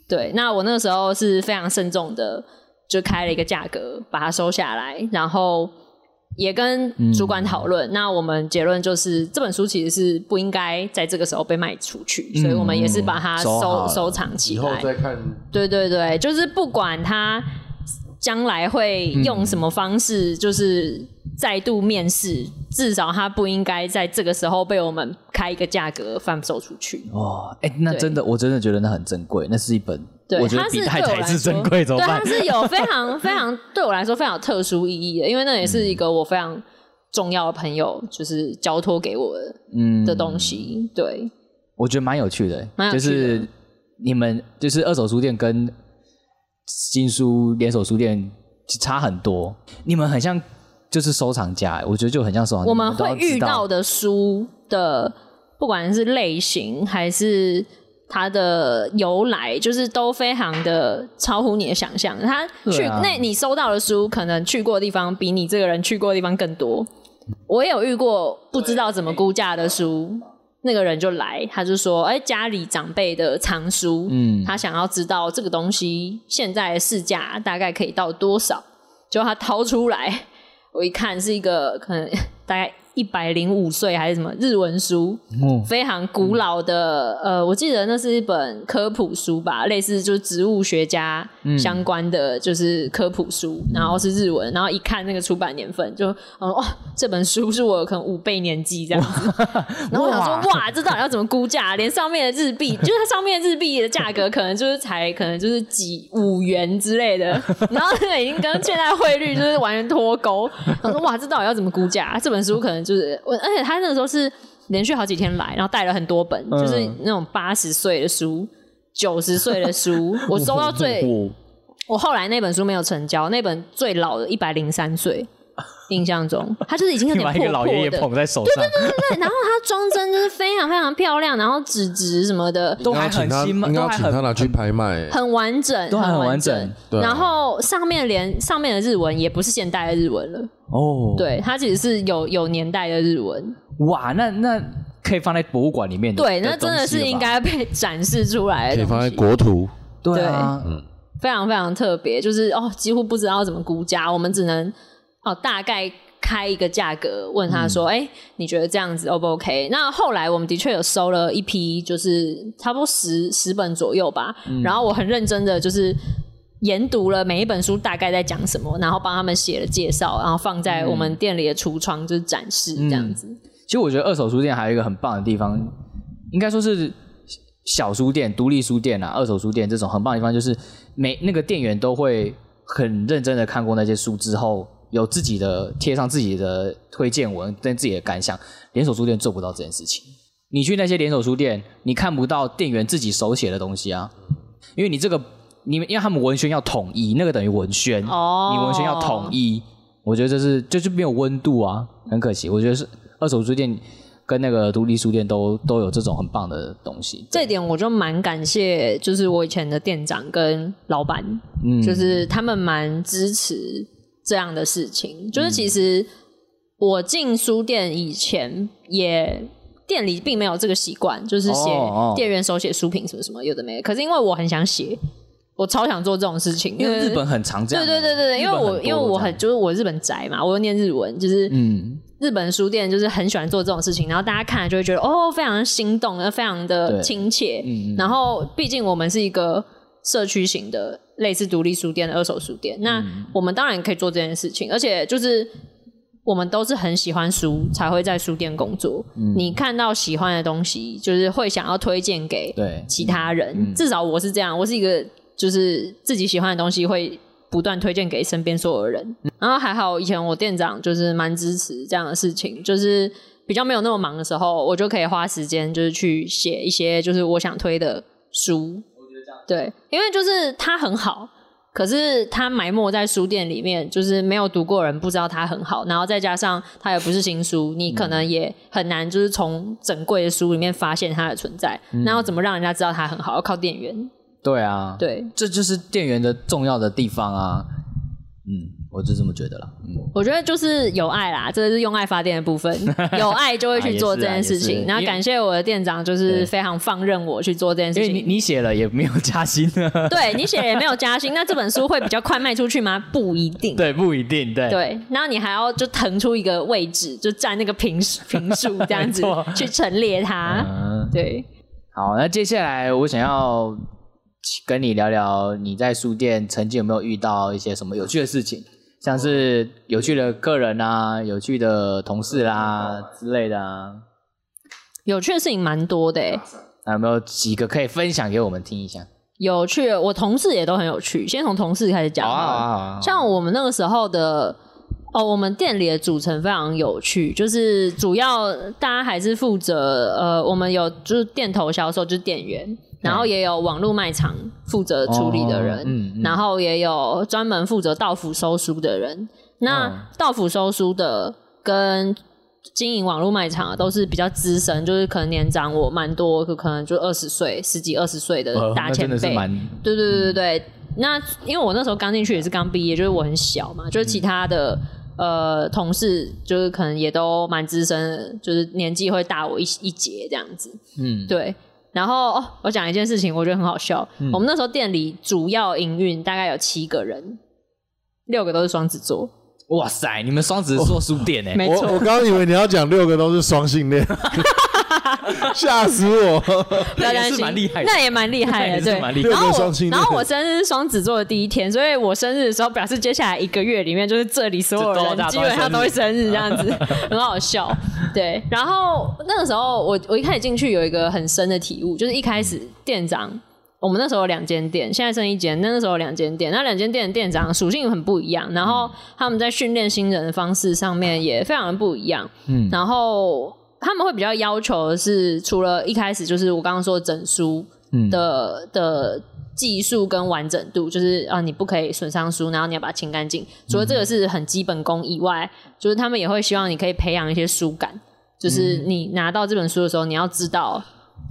[SPEAKER 3] 对，那我那个时候是非常慎重的，就开了一个价格把它收下来，然后也跟主管讨论。那我们结论就是，这本书其实是不应该在这个时候被卖出去，所以我们也是把它
[SPEAKER 2] 收好
[SPEAKER 3] 收
[SPEAKER 2] 了
[SPEAKER 3] 收藏起
[SPEAKER 1] 以
[SPEAKER 3] 来。
[SPEAKER 1] 后再看
[SPEAKER 3] 对对对，就是不管他将来会用什么方式，就是再度面试，至少他不应该在这个时候被我们开一个价格贩售出去。
[SPEAKER 2] 哦，哎、那
[SPEAKER 3] 对
[SPEAKER 2] 真的，我真的觉得那很珍贵，那是一本，
[SPEAKER 3] 对，
[SPEAKER 2] 我觉
[SPEAKER 3] 它
[SPEAKER 2] 得
[SPEAKER 3] 是
[SPEAKER 2] 比
[SPEAKER 3] 对
[SPEAKER 2] 太
[SPEAKER 3] 我
[SPEAKER 2] 太
[SPEAKER 3] 来
[SPEAKER 2] 是
[SPEAKER 3] 说，
[SPEAKER 2] 珍贵，怎么
[SPEAKER 3] 对，
[SPEAKER 2] 办
[SPEAKER 3] 它？是有非常非常对我来说非常有特殊意义的，因为那也
[SPEAKER 2] 嗯
[SPEAKER 3] 是一个我非常重要的朋友，就是交托给我的
[SPEAKER 2] 嗯
[SPEAKER 3] 的东西。对，
[SPEAKER 2] 我觉得蛮有趣的，欸
[SPEAKER 3] 蛮有
[SPEAKER 2] 就
[SPEAKER 3] 趣的
[SPEAKER 2] 是你们就是二手书店跟新书连锁书店差很多，你们很像就是收藏家，欸我觉得就很像收藏家。
[SPEAKER 3] 我们
[SPEAKER 2] 你都
[SPEAKER 3] 会
[SPEAKER 2] 要知
[SPEAKER 3] 遇到的书的，不管是类型还是它的由来，就是都非常的超乎你的想象。他去、
[SPEAKER 2] 对啊
[SPEAKER 3] 那你收到的书，可能去过的地方比你这个人去过的地方更多。我也有遇过不知道怎么估价的书，那个人就来，他就说：“哎、家里长辈的藏书，
[SPEAKER 2] 嗯
[SPEAKER 3] 他想要知道这个东西现在的市价大概可以到多少。”结果他掏出来，我一看是一个可能大概一百零五岁还是什么日文书，
[SPEAKER 2] 嗯
[SPEAKER 3] 非常古老的，呃，我记得那是一本科普书吧，类似就是植物学家相关的就是科普书，然后是日文，然后一看那个出版年份，就嗯哇，这本书是我可能五倍年纪这样子，然后我想说哇，这到底要怎么估价？连上面的日币，就是它上面的日币的价格可能就是才可能就是几五元之类的，然后那个已经跟现在汇率就是完全脱钩。我说哇，这到底要怎么估价？这本书可能就是我，而且他那个时候是连续好几天来，然后带了很多本，
[SPEAKER 2] 嗯
[SPEAKER 3] 就是那种八十岁的书。九十岁的书，我收到
[SPEAKER 1] 嗯
[SPEAKER 3] 最我后来那本书没有成交，那本最老的一百零三岁，印象中他就是已经有
[SPEAKER 2] 你
[SPEAKER 3] 点
[SPEAKER 2] 把一
[SPEAKER 3] 破
[SPEAKER 2] 个老
[SPEAKER 3] 破的，
[SPEAKER 2] 爷爷捧在手上，
[SPEAKER 3] 对，然后它装帧就是非常非常漂亮，然后纸质什么的
[SPEAKER 2] 都还
[SPEAKER 1] 要请
[SPEAKER 2] 很
[SPEAKER 1] 他，
[SPEAKER 2] 新吗？
[SPEAKER 1] 应该
[SPEAKER 2] 都
[SPEAKER 1] 要
[SPEAKER 2] 还
[SPEAKER 1] 请他
[SPEAKER 2] 很
[SPEAKER 1] 拿去拍卖。
[SPEAKER 3] 很完整，
[SPEAKER 2] 都还很
[SPEAKER 3] 很
[SPEAKER 2] 完整
[SPEAKER 3] 整。
[SPEAKER 1] 对啊
[SPEAKER 3] 然后上面连上面的日文也不是现代的日文了，
[SPEAKER 2] 哦，，
[SPEAKER 3] 对，它其实是有有年代的日文。
[SPEAKER 2] 哇，那那可以放在博物馆里面的，
[SPEAKER 3] 对，那
[SPEAKER 2] 的东
[SPEAKER 3] 真
[SPEAKER 2] 西
[SPEAKER 3] 的是
[SPEAKER 2] 了吧
[SPEAKER 3] 应该被展示出来
[SPEAKER 1] 可
[SPEAKER 3] 的
[SPEAKER 1] 以
[SPEAKER 3] 东
[SPEAKER 1] 放在
[SPEAKER 3] 西，
[SPEAKER 1] 国图，
[SPEAKER 2] 对啊，
[SPEAKER 3] 非常非常特别，就是哦，几乎不知道怎么估价，我们只能哦大概开一个价格，问他说，哎、你觉得这样子 O 不 OK？那后来我们的确有收了一批，就是差不多十十本左右吧，然后我很认真的就是。研读了每一本书大概在讲什么，然后帮他们写了介绍，然后放在我们店里的橱窗就是展示这样子。
[SPEAKER 2] 其实我觉得二手书店还有一个很棒的地方，应该说是小书店、独立书店啊、二手书店这种很棒的地方，就是每那个店员都会很认真的看过那些书之后，有自己的贴上自己的推荐文跟自己的感想。连锁书店做不到这件事情。你去那些连锁书店，你看不到店员自己手写的东西啊，因为你这个你们因为他们文宣要统一，那个等于文宣
[SPEAKER 3] 哦
[SPEAKER 2] 你文宣要统一，我觉得这是就是没有温度啊，很可惜。我觉得是二手书店跟那个独立书店都都有这种很棒的东西。
[SPEAKER 3] 这一点我就蛮感谢，就是我以前的店长跟老板，
[SPEAKER 2] 嗯
[SPEAKER 3] 就是他们蛮支持这样的事情。就是
[SPEAKER 2] 嗯
[SPEAKER 3] 其实我进书店以前也。店里并没有这个习惯，就是写
[SPEAKER 2] 哦哦
[SPEAKER 3] 店员手写书评什么什么有的没的。可是因为我很想写，我超想做这种事情，
[SPEAKER 2] 因为日本很常这样，啊
[SPEAKER 3] 对对对对对，因
[SPEAKER 2] 日
[SPEAKER 3] 为
[SPEAKER 2] 本
[SPEAKER 3] 我
[SPEAKER 2] 多
[SPEAKER 3] 因为我
[SPEAKER 2] 这样
[SPEAKER 3] 很就是我日本宅嘛，我又念日文，就是
[SPEAKER 2] 嗯，
[SPEAKER 3] 日本书店就是很喜欢做这种事情，然后大家看了就会觉得哦，非常心动，呃非常
[SPEAKER 2] 对
[SPEAKER 3] 的亲切。
[SPEAKER 2] 嗯嗯
[SPEAKER 3] 然后，毕竟我们是一个社区型的类似独立书店的二手书店，
[SPEAKER 2] 嗯
[SPEAKER 3] 那我们当然可以做这件事情，而且就是。我们都是很喜欢书，才会在书店工作。
[SPEAKER 2] 嗯
[SPEAKER 3] 你看到喜欢的东西，就是会想要推荐给
[SPEAKER 2] 对
[SPEAKER 3] 其他人。至少我是这样，我是一个就是自己喜欢的东西会不断推荐给身边所有人。然后还好，以前我店长就是蛮支持这样的事情，就是比较没有那么忙的时候，我就可以花时间就是去写一些就是我想推的书。对，因为就是它很好。可是它埋没在书店里面，就是没有读过的人不知道它很好，然后再加上它也不是新书，你可
[SPEAKER 2] 嗯
[SPEAKER 3] 能也很难就是从整柜的书里面发现它的存在。
[SPEAKER 2] 嗯
[SPEAKER 3] 那要怎么让人家知道它很好？要靠店员。
[SPEAKER 2] 对啊，，
[SPEAKER 3] 对，
[SPEAKER 2] 这就是店员的重要的地方啊。嗯，我就这么觉得啦。嗯，
[SPEAKER 3] 我觉得就是有爱啦，这是用爱发电的部 分，有爱就会去做这件
[SPEAKER 2] 啊
[SPEAKER 3] 事
[SPEAKER 2] 也是啊也
[SPEAKER 3] 情。
[SPEAKER 2] 是
[SPEAKER 3] 然后感谢我的店长，就是
[SPEAKER 2] 对
[SPEAKER 3] 非常放任我去做这件
[SPEAKER 2] 因
[SPEAKER 3] 事
[SPEAKER 2] 为你
[SPEAKER 3] 情。
[SPEAKER 2] 你写了也没有加薪啊。
[SPEAKER 3] 对你写也没有加薪，那这本书会比较快卖出去吗？不一定。
[SPEAKER 2] 对，不一定，对，
[SPEAKER 3] 对，然后你还要就腾出一个位置，就占那个平平数这样子
[SPEAKER 2] 没错
[SPEAKER 3] 去陈列它。
[SPEAKER 2] 嗯，
[SPEAKER 3] 对，
[SPEAKER 2] 好，那接下来我想要跟你聊聊你在书店曾经有没有遇到一些什么有趣的事情，像是有趣的客人啊、有趣的同事啦、之类的啊，
[SPEAKER 3] 有趣的事情蛮多的、欸，
[SPEAKER 2] 那有没有几个可以分享给我们听一下？
[SPEAKER 3] 有趣的。我同事也都很有趣，先从同事开始讲
[SPEAKER 2] 好
[SPEAKER 3] 好
[SPEAKER 2] 啊，
[SPEAKER 3] 了。
[SPEAKER 2] 好啊，好啊，
[SPEAKER 3] 像我们那个时候的哦，我们店里的组成非常有趣，就是主要大家还是负责呃，我们有就是店头销售就是店员，然后也有网络卖场负责处理的人，
[SPEAKER 2] 哦嗯嗯
[SPEAKER 3] 然后也有专门负责到府收书的人。
[SPEAKER 2] 嗯
[SPEAKER 3] 那到府收书的跟经营网络卖场的都是比较资深，就是可能年长我蛮多，可能就二十岁、十几二十岁的
[SPEAKER 2] 呃
[SPEAKER 3] 大
[SPEAKER 2] 那
[SPEAKER 3] 前
[SPEAKER 2] 真的是
[SPEAKER 3] 辈。
[SPEAKER 2] 蛮
[SPEAKER 3] 对对
[SPEAKER 2] 嗯
[SPEAKER 3] 对对对。那因为我那时候刚进去也是刚毕业，就是我很小嘛，就是其
[SPEAKER 2] 嗯
[SPEAKER 3] 他的、呃同事就是可能也都蛮资深的，就是年纪会大我一一截这样子。
[SPEAKER 2] 嗯，
[SPEAKER 3] 对，然后哦，我讲一件事情，我觉得很好笑。我们那时候店里主要营运大概有七个人，六个都是双子座，
[SPEAKER 2] 哇塞，你们双子座书店哎，
[SPEAKER 3] 没
[SPEAKER 1] 我
[SPEAKER 3] 错
[SPEAKER 1] 我，刚以为你要讲六个都是双性 恋，吓死我！
[SPEAKER 3] 不要担
[SPEAKER 2] 也是
[SPEAKER 3] 心，
[SPEAKER 2] 蛮厉害的
[SPEAKER 3] 那也蛮厉 害
[SPEAKER 2] 也
[SPEAKER 3] 的，
[SPEAKER 2] 是
[SPEAKER 3] 对，
[SPEAKER 2] 蛮厉害
[SPEAKER 1] 六
[SPEAKER 2] 的
[SPEAKER 3] 然后
[SPEAKER 1] 个双
[SPEAKER 3] 我，
[SPEAKER 1] 性
[SPEAKER 3] 然
[SPEAKER 1] 恋，
[SPEAKER 3] 后我生日是双子座的第一天，所以我生日的时候表示接下来一个月里面，就是这里所有
[SPEAKER 2] 就都大
[SPEAKER 3] 人
[SPEAKER 2] 家
[SPEAKER 3] 基本上
[SPEAKER 2] 都
[SPEAKER 3] 都
[SPEAKER 2] 会
[SPEAKER 3] 会哦生日这样子，很好笑。对，然后那个时候我我一开始进去有一个很深的体悟，就是一开始店长。我们那时候有两间店，现在剩一间。那那时候有两间店，那两间店的店长属性很不一样，然后他们在训练新人的方式上面也非常的不一样。
[SPEAKER 2] 嗯
[SPEAKER 3] 然后他们会比较要求的是，除了一开始就是我刚刚说的整书
[SPEAKER 2] 嗯
[SPEAKER 3] 的、的技术跟完整度，就是啊你不可以损伤书，然后你要把它清干净。除了这个是很基本功以外，就是他们也会希望你可以培养一些书感，就是你拿到这本书的时候，你要知道。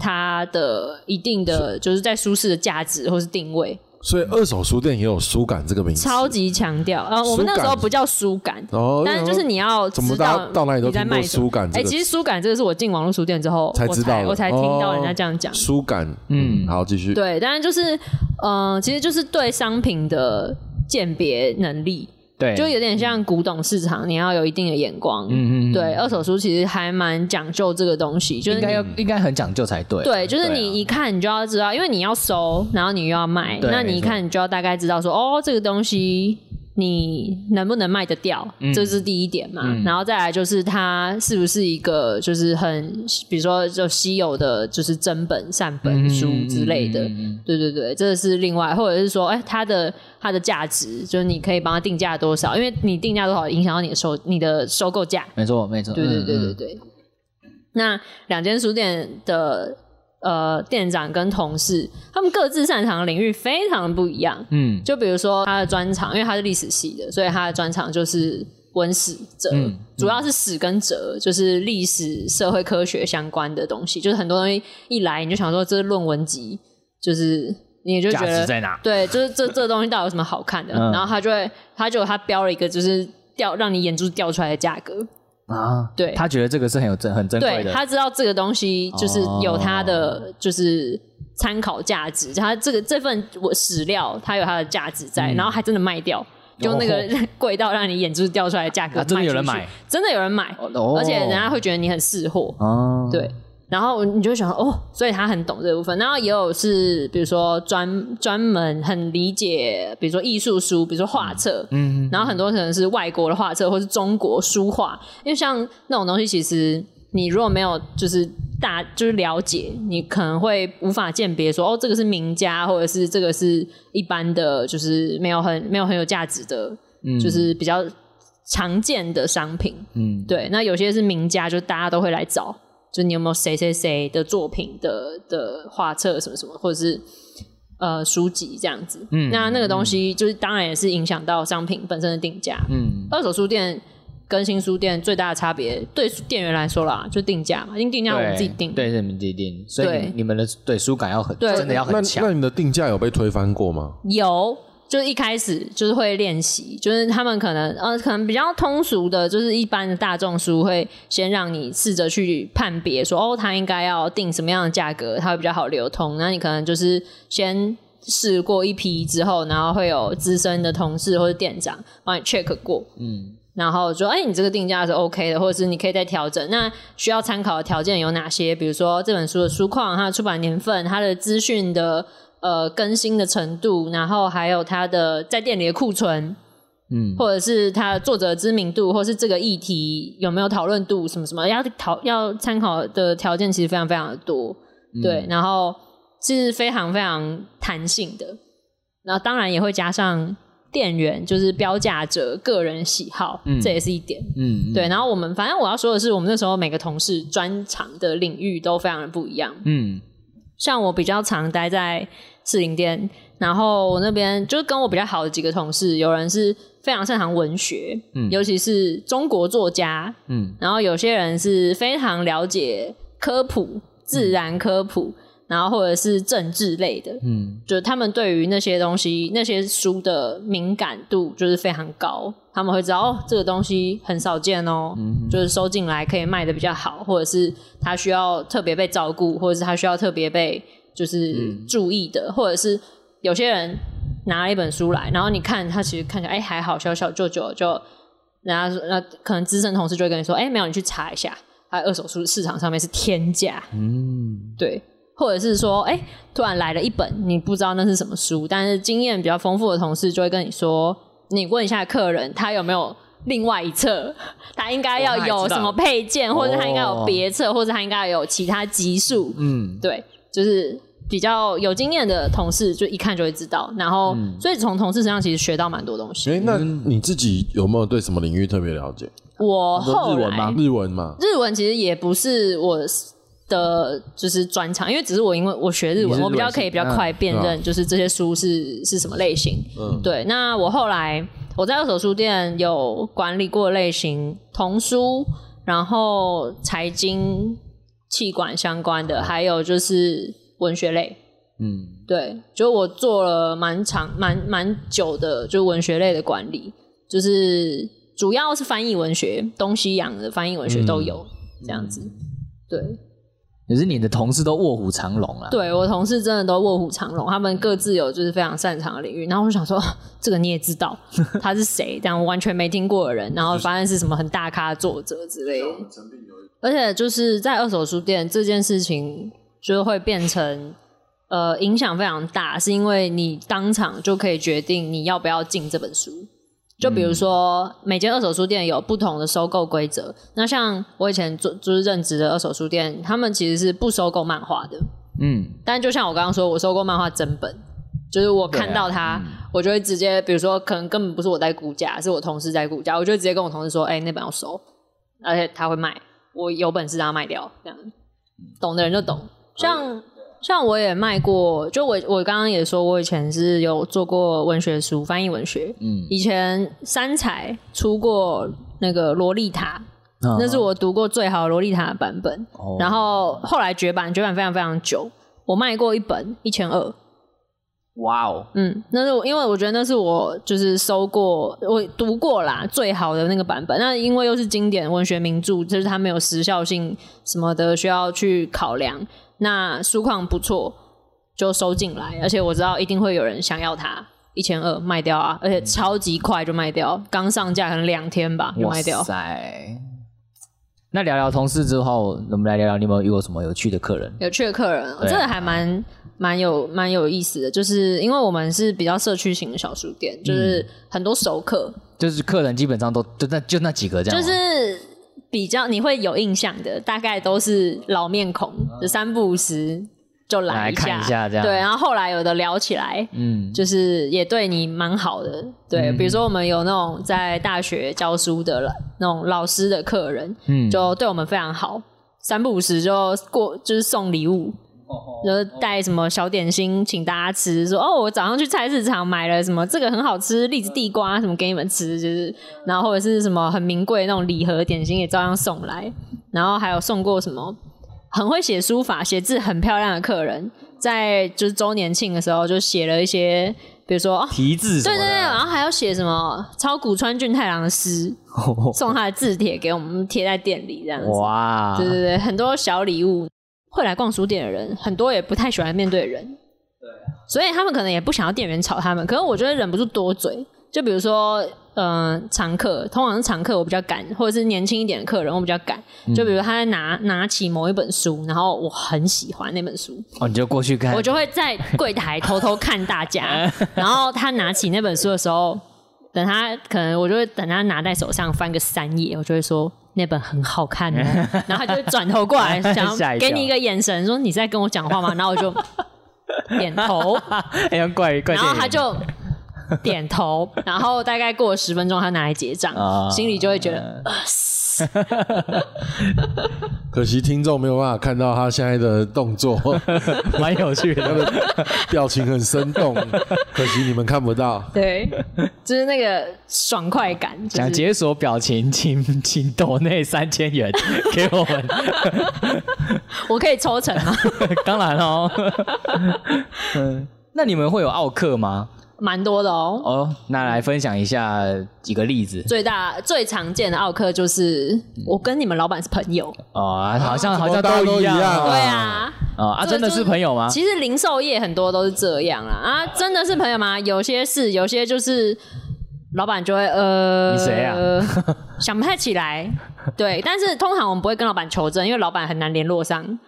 [SPEAKER 3] 它的一定的就是在舒适的价值或是定位，
[SPEAKER 1] 所以二手书店也有书感这个名字。
[SPEAKER 3] 超级强调。呃，我们那
[SPEAKER 1] 书
[SPEAKER 3] 时
[SPEAKER 1] 感
[SPEAKER 3] 候不叫书感，
[SPEAKER 1] 哦，
[SPEAKER 3] 但是就是你要
[SPEAKER 1] 怎么
[SPEAKER 3] 知
[SPEAKER 1] 大
[SPEAKER 3] 道
[SPEAKER 1] 家到哪里都
[SPEAKER 3] 你在
[SPEAKER 1] 听
[SPEAKER 3] 卖
[SPEAKER 1] 过
[SPEAKER 3] 什么。
[SPEAKER 1] 书感
[SPEAKER 3] 哎、
[SPEAKER 1] 这个
[SPEAKER 3] 其实书感这个是我进网络书店之后
[SPEAKER 1] 才知道的
[SPEAKER 3] 我才我才听到
[SPEAKER 1] 哦
[SPEAKER 3] 人家这样讲。
[SPEAKER 1] 书感，
[SPEAKER 2] 嗯
[SPEAKER 1] 嗯，好，继续。
[SPEAKER 3] 对，当然就是，嗯、其实就是对商品的鉴别能力，
[SPEAKER 2] 对，
[SPEAKER 3] 就有点像古董市场，你要有一定的眼光。
[SPEAKER 2] 嗯嗯，嗯
[SPEAKER 3] 对，，二手书其实还蛮讲究这个东西，就是
[SPEAKER 2] 应该
[SPEAKER 3] 你
[SPEAKER 2] 要应该很讲究才嗯对，
[SPEAKER 3] 对，就是
[SPEAKER 2] 啊
[SPEAKER 3] 你一看你就要知道，因为你要收，然后你又要卖，
[SPEAKER 2] 对
[SPEAKER 3] 那你
[SPEAKER 2] 没
[SPEAKER 3] 一
[SPEAKER 2] 错
[SPEAKER 3] 看你就要大概知道说，哦，这个东西你能不能卖得掉，
[SPEAKER 2] 嗯
[SPEAKER 3] 这是第一点嘛。然后再来就是它是不是一个就是很，比如说就稀有的，就是真本、善本书之类的。
[SPEAKER 2] 嗯嗯嗯嗯嗯嗯
[SPEAKER 3] 对对对，这是另外，或者是说，哎、它的它的价值，就是你可以帮它定价多少，因为你定价多少影响到你的收你的收购价。
[SPEAKER 2] 没错没错，
[SPEAKER 3] 对对
[SPEAKER 2] 嗯
[SPEAKER 3] 对
[SPEAKER 2] 嗯
[SPEAKER 3] 对对。那两间书店的呃店长跟同事，他们各自擅长的领域非常的不一样。
[SPEAKER 2] 嗯
[SPEAKER 3] 就比如说他的专长，因为他是历史系的，所以他的专长就是文史哲，
[SPEAKER 2] 嗯
[SPEAKER 3] 主要是史跟哲，就是历史、社会科学相关的东西。就是很多东西一来，你就想说这是论文集，就是你就
[SPEAKER 2] 嗯
[SPEAKER 3] 觉
[SPEAKER 2] 价值
[SPEAKER 3] 得
[SPEAKER 2] 在哪？
[SPEAKER 3] 对，就是这 这东西到底有什么好看的？
[SPEAKER 2] 嗯
[SPEAKER 3] 然后他就会，他就他标了一个就是掉让你眼珠掉出来的价格，
[SPEAKER 2] 啊，
[SPEAKER 3] 对
[SPEAKER 2] 他觉得这个是很有珍很珍贵
[SPEAKER 3] 对
[SPEAKER 2] 的，哦
[SPEAKER 3] 他知道这个东西就是有它的就是参考价值，他这个这份我史料它有它的价值
[SPEAKER 2] 嗯
[SPEAKER 3] 在，然后还真的卖掉，用那个 贵到让你眼珠掉出来的价
[SPEAKER 2] 哦
[SPEAKER 3] 格、
[SPEAKER 2] 啊真的有人
[SPEAKER 3] 出去
[SPEAKER 2] 买，
[SPEAKER 3] 真的有人买，
[SPEAKER 2] 哦
[SPEAKER 3] 而且人家会觉得你很识货，
[SPEAKER 2] 哦，
[SPEAKER 3] 对。然后你就会想哦，所以他很懂这部分。然后也有是，比如说专专门很理解，比如说艺术书，比如说画册，
[SPEAKER 2] 嗯，
[SPEAKER 3] 然后很多可能是外国的画册，或是中国书画，因为像那种东西，其实你如果没有就是大就是了解，你可能会无法鉴别说哦，这个是名家，或者是这个是一般的，就是没有很没有很有价值的，
[SPEAKER 2] 嗯
[SPEAKER 3] 就是比较常见的商品。
[SPEAKER 2] 嗯，
[SPEAKER 3] 对，那有些是名家，就大家都会来找，就你有没有谁谁谁的作品的的画册什么什么，或者是呃书籍这样子。
[SPEAKER 2] 嗯
[SPEAKER 3] 那那个东西就是当然也是影响到商品本身的定价。
[SPEAKER 2] 嗯，
[SPEAKER 3] 二手书店跟新书店最大的差别，对店员来说啦，就定价嘛，因为定价我们自己定。
[SPEAKER 2] 对，对是你们自己定，所以
[SPEAKER 3] 对
[SPEAKER 2] 你你们的对书感要很
[SPEAKER 3] 对
[SPEAKER 2] 真的要
[SPEAKER 1] 那
[SPEAKER 2] 很强
[SPEAKER 1] 那，你的定价有被推翻过吗？
[SPEAKER 3] 有就是一开始就是会练习，就是他们可能呃，可能比较通俗的，就是一般的大众书会先让你试着去判别说，哦，它应该要定什么样的价格，它会比较好流通。那你可能就是先试过一批之后，然后会有资深的同事或者店长帮你 check 过，
[SPEAKER 2] 嗯，
[SPEAKER 3] 然后说，哎，你这个定价是 OK 的，或者是你可以再调整。那需要参考的条件有哪些？比如说这本书的书况、它的出版年份、它的资讯的呃更新的程度，然后还有它的在店里的库存，
[SPEAKER 2] 嗯，
[SPEAKER 3] 或者是它作者的知名度，或是这个议题有没有讨论度，什么什么要讨要参考的条件其实非常非常的多，
[SPEAKER 2] 嗯
[SPEAKER 3] 对，然后是非常非常弹性的，然后当然也会加上店员，就是标价者个人喜好，
[SPEAKER 2] 嗯
[SPEAKER 3] 这也是一点。
[SPEAKER 2] 嗯，嗯，
[SPEAKER 3] 对，然后我们反正我要说的是，我们那时候每个同事专长的领域都非常的不一样。
[SPEAKER 2] 嗯
[SPEAKER 3] 像我比较常待在士林店，然后我那边就是跟我比较好的几个同事，有人是非常擅长文学，
[SPEAKER 2] 嗯
[SPEAKER 3] 尤其是中国作家，
[SPEAKER 2] 嗯
[SPEAKER 3] 然后有些人是非常了解科普、自然科普，然后或者是政治类的，
[SPEAKER 2] 嗯
[SPEAKER 3] 就他们对于那些东西、那些书的敏感度就是非常高，他们会知道哦，这个东西很少见哦，就是收进来可以卖的比较好，或者是它需要特别被照顾，或者是它需要特别被就是注意的，或者是有些人拿了一本书来，然后你看他其实看起来哎还好，小小旧旧就，人家说那可能资深同事就会跟你说，哎没有，你去查一下，它二手书市场上面是天价，
[SPEAKER 2] 嗯
[SPEAKER 3] 对，或者是说，哎、突然来了一本你不知道那是什么书，但是经验比较丰富的同事就会跟你说，你问一下客人他有没有另外一册，他应该要
[SPEAKER 2] 哦他还
[SPEAKER 3] 有
[SPEAKER 2] 知道
[SPEAKER 3] 什么配件，或者他应该有
[SPEAKER 2] 哦
[SPEAKER 3] 别册，或者他应该有其他级数，
[SPEAKER 2] 嗯
[SPEAKER 3] 对，就是。比较有经验的同事，就一看就会知道。然后，
[SPEAKER 2] 嗯
[SPEAKER 3] 所以从同事身上其实学到蛮多东西。
[SPEAKER 1] 哎、那你自己有没有对什么领域特别了解？
[SPEAKER 3] 我
[SPEAKER 2] 你说
[SPEAKER 3] 后
[SPEAKER 2] 日文
[SPEAKER 3] 来
[SPEAKER 2] 吗
[SPEAKER 1] 日文嘛，
[SPEAKER 3] 日文其实也不是我的就是专长，因为只是我因为我学日
[SPEAKER 2] 你
[SPEAKER 3] 文，
[SPEAKER 2] 是日文
[SPEAKER 3] 我比较可以比较快辨认，就是这些书是是什么类型。
[SPEAKER 1] 嗯
[SPEAKER 3] 对，那我后来我在二手书店有管理过类型，童书，然后财经、气管相关的，还有就是文学类。
[SPEAKER 2] 嗯
[SPEAKER 3] 对，就我做了蛮长、蛮蛮久的，就文学类的管理，就是主要是翻译文学，东西洋的翻译文学都有、这样子。对，
[SPEAKER 2] 可是你的同事都卧虎藏龙啊了，，
[SPEAKER 3] 对我同事真的都卧虎藏龙，他们各自有就是非常擅长的领域。然后我就想说， 这个你也知道他是谁，但我完全没听过的人，然后发现是什么很大咖作者之类的。而且就是在二手书店这件事情，就会变成呃影响非常大，是因为你当场就可以决定你要不要进这本书。就比如说，每间二手书店有不同的收购规则。那像我以前做就是任职的二手书店，他们其实是不收购漫画的。
[SPEAKER 2] 嗯
[SPEAKER 3] 但就像我刚刚说，我收过漫画整本，就是我看到它，我就会直接，比如说，可能根本不是我在估价，是我同事在估价，我就会直接跟我同事说：“哎、那本要收，而且他会卖，我有本事让他卖掉。”这样，懂的人就懂。像像我也卖过，就我我刚刚也说，我以前是有做过文学书翻译文学，
[SPEAKER 2] 嗯，
[SPEAKER 3] 以前三彩出过那个《洛丽塔》，
[SPEAKER 2] 嗯
[SPEAKER 3] 那是我读过最好的《洛丽塔》的版本。
[SPEAKER 2] 哦，
[SPEAKER 3] 然后后来绝版，绝版非常非常久。我卖过一本一千二，
[SPEAKER 2] 哇哦，
[SPEAKER 3] 嗯，那是我因为我觉得那是我就是收过我读过啦最好的那个版本。那因为又是经典文学名著，就是它没有时效性什么的需要去考量。那书况不错，就收进来，而且我知道一定会有人想要它，一千二卖掉啊，而且超级快就卖掉，刚上架可能两天吧就
[SPEAKER 2] 哇
[SPEAKER 3] 卖掉。
[SPEAKER 2] 塞！那聊聊同事之后，我们来聊聊你有没有遇过什么有趣的客人？
[SPEAKER 3] 有趣的客人，
[SPEAKER 2] 对啊
[SPEAKER 3] 这个还蛮蛮有蛮有意思的，就是因为我们是比较社区型的小书店，就是
[SPEAKER 2] 嗯
[SPEAKER 3] 很多熟客，
[SPEAKER 2] 就是客人基本上都就那就那几个这样
[SPEAKER 3] 就
[SPEAKER 2] 吗，
[SPEAKER 3] 是比较你会有印象的，大概都是老面孔，就三不五时就来
[SPEAKER 2] 嗯来
[SPEAKER 3] 一下，
[SPEAKER 2] 看一下这样
[SPEAKER 3] 对，然后后来有的聊起来，
[SPEAKER 2] 嗯
[SPEAKER 3] 就是也对你蛮好的。对，比如说我们有那种在大学教书的了那种老师的客人，
[SPEAKER 2] 嗯，
[SPEAKER 3] 就对我们非常好，三不五时就过就是送礼物。就是带什么小点心请大家吃，说哦，我早上去菜市场买了什么，这个很好吃，栗子地瓜什么给你们吃，就是然后或者是什么很名贵的那种礼盒点心也照样送来，然后还有送过什么很会写书法、写字很漂亮的客人，在就是周年庆的时候就写了一些比如说哦，
[SPEAKER 2] 题字什
[SPEAKER 3] 对
[SPEAKER 2] 么
[SPEAKER 3] 对对，然
[SPEAKER 2] 的，啊
[SPEAKER 3] 后还要写什么超古川俊太郎的诗，
[SPEAKER 2] 哦
[SPEAKER 3] 送他的字帖给我们贴在店里这样子。
[SPEAKER 2] 哇，
[SPEAKER 3] 对对对，很多小礼物。会来逛书店的人，很多也不太喜欢面对人，对，所以他们可能也不想要店员吵他们。可是我觉得忍不住多嘴，就比如说，嗯、常客，通常是常客我比较敢，或者是年轻一点的客人我比较敢。就比如他在拿拿起某一本书，然后我很喜欢那本书，
[SPEAKER 2] 哦，你就过去看
[SPEAKER 3] 我，就会在柜 台偷偷看大家。
[SPEAKER 2] 哎
[SPEAKER 3] 然后他拿起那本书的时候，等他可能我就会等他拿在手上翻个三页，我就会说那本很好看哦。 然后他就会转头过来，想
[SPEAKER 2] 哎吓
[SPEAKER 3] 要
[SPEAKER 2] 一跳
[SPEAKER 3] 给你一个眼神，说你在跟我讲话吗？然后我就点 头，
[SPEAKER 2] 哎呀，怪怪电影，
[SPEAKER 3] 然后他就。点头，然后大概过了十分钟，他拿来结账，
[SPEAKER 2] 啊哎
[SPEAKER 3] 心里就会觉得
[SPEAKER 1] 可惜听众没有办法看到他现在的动 作，
[SPEAKER 2] 蛮有趣的，
[SPEAKER 1] 表情很生动，可惜你们看不到。
[SPEAKER 3] 对，就是那个爽快感。就是
[SPEAKER 2] 想解锁表情， 请请抖内三千元 给我们，
[SPEAKER 3] 我可以抽成吗？
[SPEAKER 2] 当然哦。嗯，那你们会有奥克吗？
[SPEAKER 3] 蛮多的哦。
[SPEAKER 2] 哦，那来分享一下几个例子
[SPEAKER 3] 最大最常见的奥克就是我跟你们老板是朋友，
[SPEAKER 2] 哦，啊好像
[SPEAKER 1] 啊
[SPEAKER 2] 好像
[SPEAKER 1] 怎么大家
[SPEAKER 2] 都
[SPEAKER 1] 都
[SPEAKER 2] 一样
[SPEAKER 1] 一样
[SPEAKER 2] 哦
[SPEAKER 1] 啊
[SPEAKER 3] 对啊，
[SPEAKER 2] 哦啊，
[SPEAKER 3] 就
[SPEAKER 2] 真的
[SPEAKER 3] 就是
[SPEAKER 2] 朋友吗？
[SPEAKER 3] 其实零售业很多都是这样啦啊，真的是朋友吗？有些是，有些就是老板就会呃，
[SPEAKER 2] 你谁啊？
[SPEAKER 3] 想不太起来，对，但是通常我们不会跟老板求证，因为老板很难联络上。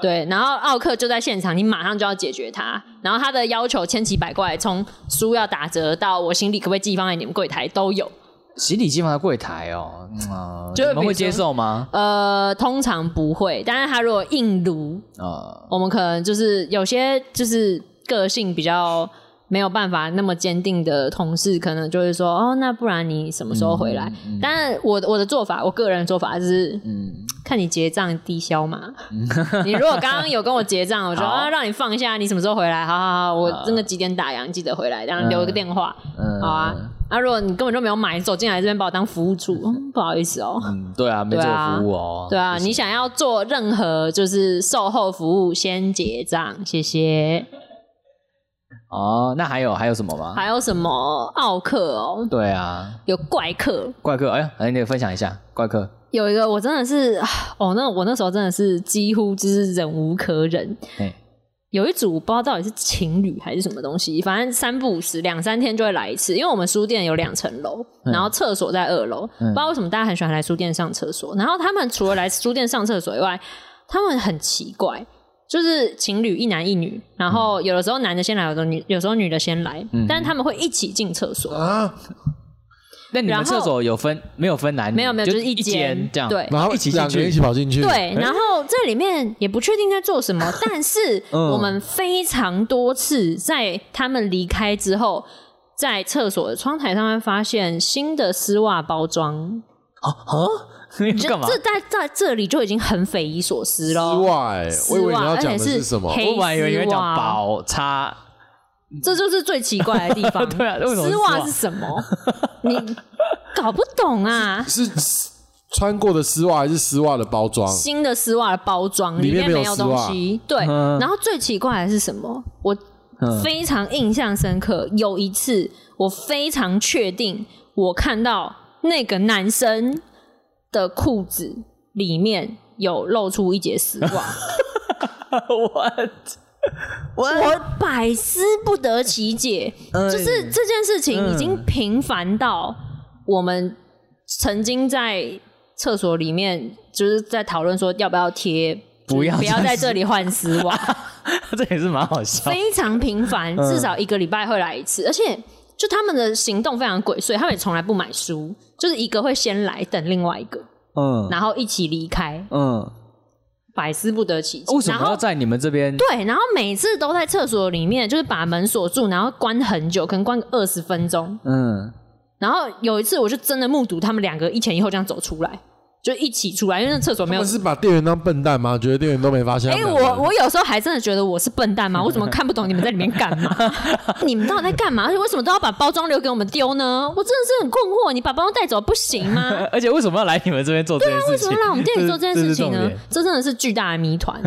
[SPEAKER 3] 对，然后奥克就在现场，你马上就要解决他。然后他的要求千奇百怪，从书要打折到我行李可不可以寄放在你们柜台都有。
[SPEAKER 2] 行李寄放在柜台哦，嗯啊
[SPEAKER 3] 就是
[SPEAKER 2] 你们
[SPEAKER 3] 比如
[SPEAKER 2] 会
[SPEAKER 3] 说
[SPEAKER 2] 接受吗？
[SPEAKER 3] 呃，通常不会，但是他如果硬撸，
[SPEAKER 2] 啊，
[SPEAKER 3] 我们可能就是有些就是个性比较没有办法那么坚定的同事，可能就会说哦，那不然你什么时候回来？但我我的做法，我个人的做法是，
[SPEAKER 2] 嗯，
[SPEAKER 3] 看你结账低消嘛。你如果刚刚有跟我结账，我 说
[SPEAKER 2] 好
[SPEAKER 3] 啊，让你放一下，你什么时候回来？好好好，
[SPEAKER 2] 啊
[SPEAKER 3] 我真的几点打烊，记得回来，然
[SPEAKER 2] 嗯
[SPEAKER 3] 后留个电话。
[SPEAKER 2] 嗯
[SPEAKER 3] 好啊，啊，如果你根本就没有买，你走进来这边把我当服务处，嗯不好意思哦。
[SPEAKER 2] 嗯，对啊，没这
[SPEAKER 3] 对
[SPEAKER 2] 个
[SPEAKER 3] 啊
[SPEAKER 2] 服务哦，
[SPEAKER 3] 对啊，
[SPEAKER 2] 不行
[SPEAKER 3] 你想要做任何就是售后服务，先结账，谢谢。
[SPEAKER 2] 哦，那还有还有什么吗？
[SPEAKER 3] 还有什么奥客哦，
[SPEAKER 2] 对啊，
[SPEAKER 3] 有怪客，
[SPEAKER 2] 怪客，哎呀，哎，你分享一下怪客，
[SPEAKER 3] 有一个我真的是，啊哦，那我那时候真的是几乎就是忍无可忍。
[SPEAKER 2] 哎，
[SPEAKER 3] 有一组不知道到底是情侣还是什么东西，反正三不五时两三天就会来一次。因为我们书店有两层楼，
[SPEAKER 2] 嗯
[SPEAKER 3] 然后厕所在二楼，
[SPEAKER 2] 嗯
[SPEAKER 3] 不知道为什么大家很喜欢来书店上厕所。然后他们除了来书店上厕所以外，他们很奇怪，就是情侣一男一女，然后有的时候男的先来，有的女有时候女的先来，
[SPEAKER 2] 嗯
[SPEAKER 3] 但是他们会一起进厕所，
[SPEAKER 1] 啊，
[SPEAKER 2] 那你们
[SPEAKER 3] 然后
[SPEAKER 2] 厕所有分没有分男女？
[SPEAKER 3] 没有没有，
[SPEAKER 2] 就
[SPEAKER 3] 就是一
[SPEAKER 2] 间这样，
[SPEAKER 3] 对
[SPEAKER 1] 然后
[SPEAKER 2] 一起进
[SPEAKER 1] 两个人一 起跑进去，
[SPEAKER 2] 哎
[SPEAKER 3] 对，然后这里面也不确定在做 什么，但是
[SPEAKER 2] 嗯
[SPEAKER 3] 我们非常多次在他们离开之后，在厕所的窗台上面发现新的丝袜包装，
[SPEAKER 2] 啊啊，你
[SPEAKER 3] 就
[SPEAKER 2] 干嘛？
[SPEAKER 3] 这在在这里就已经很匪夷所思
[SPEAKER 1] 丝
[SPEAKER 3] 喽。
[SPEAKER 1] 袜、欸，
[SPEAKER 3] 丝
[SPEAKER 1] 我以为你
[SPEAKER 3] 袜
[SPEAKER 1] 要
[SPEAKER 3] 而且
[SPEAKER 1] 讲的
[SPEAKER 3] 是
[SPEAKER 1] 什么？
[SPEAKER 3] 黑
[SPEAKER 2] 我本来以为你会
[SPEAKER 3] 丝
[SPEAKER 2] 讲
[SPEAKER 3] 袜
[SPEAKER 2] 宝 叉，
[SPEAKER 3] 这就是最奇怪的地方。
[SPEAKER 2] 对啊为什么是
[SPEAKER 3] 丝
[SPEAKER 2] 丝袜
[SPEAKER 3] 袜是什么？你搞不懂 啊！
[SPEAKER 1] 是穿过的丝袜还是丝袜的包装？
[SPEAKER 3] 新的丝袜的包装
[SPEAKER 1] 嗯里
[SPEAKER 3] 里
[SPEAKER 1] 面
[SPEAKER 3] 面
[SPEAKER 1] 没有
[SPEAKER 3] 没有东西。对，
[SPEAKER 2] 嗯
[SPEAKER 3] 然后最奇怪的是什么？我非常印象深刻，有一次我非常确定，我看到那个男生的裤子里面有露出一截丝袜，
[SPEAKER 2] what？
[SPEAKER 3] 我百思不得其解。就是这件事情已经哎嗯频繁到我们曾经在厕所里面就是在讨论说要不要贴，就是
[SPEAKER 2] 不要
[SPEAKER 3] 不要
[SPEAKER 2] 再
[SPEAKER 3] 在这里换丝袜。
[SPEAKER 2] 这也是蛮好笑。
[SPEAKER 3] 非常频繁，至少一个礼拜会来一次，而且就他们的行动非常鬼祟，他们也从来不买书，就是一个会先来等另外一个，
[SPEAKER 2] 嗯
[SPEAKER 3] 然后一起离开，
[SPEAKER 2] 嗯，
[SPEAKER 3] 百思不得其解。
[SPEAKER 2] 哦为什
[SPEAKER 3] 然
[SPEAKER 2] 么要
[SPEAKER 3] 后
[SPEAKER 2] 在你们这边？
[SPEAKER 3] 对，然后每次都在厕所里面，就是把门锁住，然后关很久，可能关个二十分钟。
[SPEAKER 2] 嗯，
[SPEAKER 3] 然后有一次，我就真的目睹他们两个一前一后这样走出来，就一起出来，因为那厕所没
[SPEAKER 1] 他
[SPEAKER 3] 有
[SPEAKER 1] 们。是把店员当笨蛋吗？觉得店员都没发现他
[SPEAKER 3] 哎、
[SPEAKER 1] 们两个人？
[SPEAKER 3] 我我有时候还真的觉得我是笨蛋吗？我怎么看不懂你们在里面干嘛？ 你们到底在干嘛？而且为什么都要把包装留给我们丢呢？我真的是很困惑，你把包装带走不行吗？
[SPEAKER 2] 而且为什么要来你们这边做这件
[SPEAKER 3] 啊为
[SPEAKER 2] 事
[SPEAKER 3] 什
[SPEAKER 2] 情？
[SPEAKER 3] 么让我们店里做这件事
[SPEAKER 2] 这
[SPEAKER 3] 情
[SPEAKER 2] 是
[SPEAKER 3] 呢
[SPEAKER 2] 重点？
[SPEAKER 3] 这真的是巨大的谜团，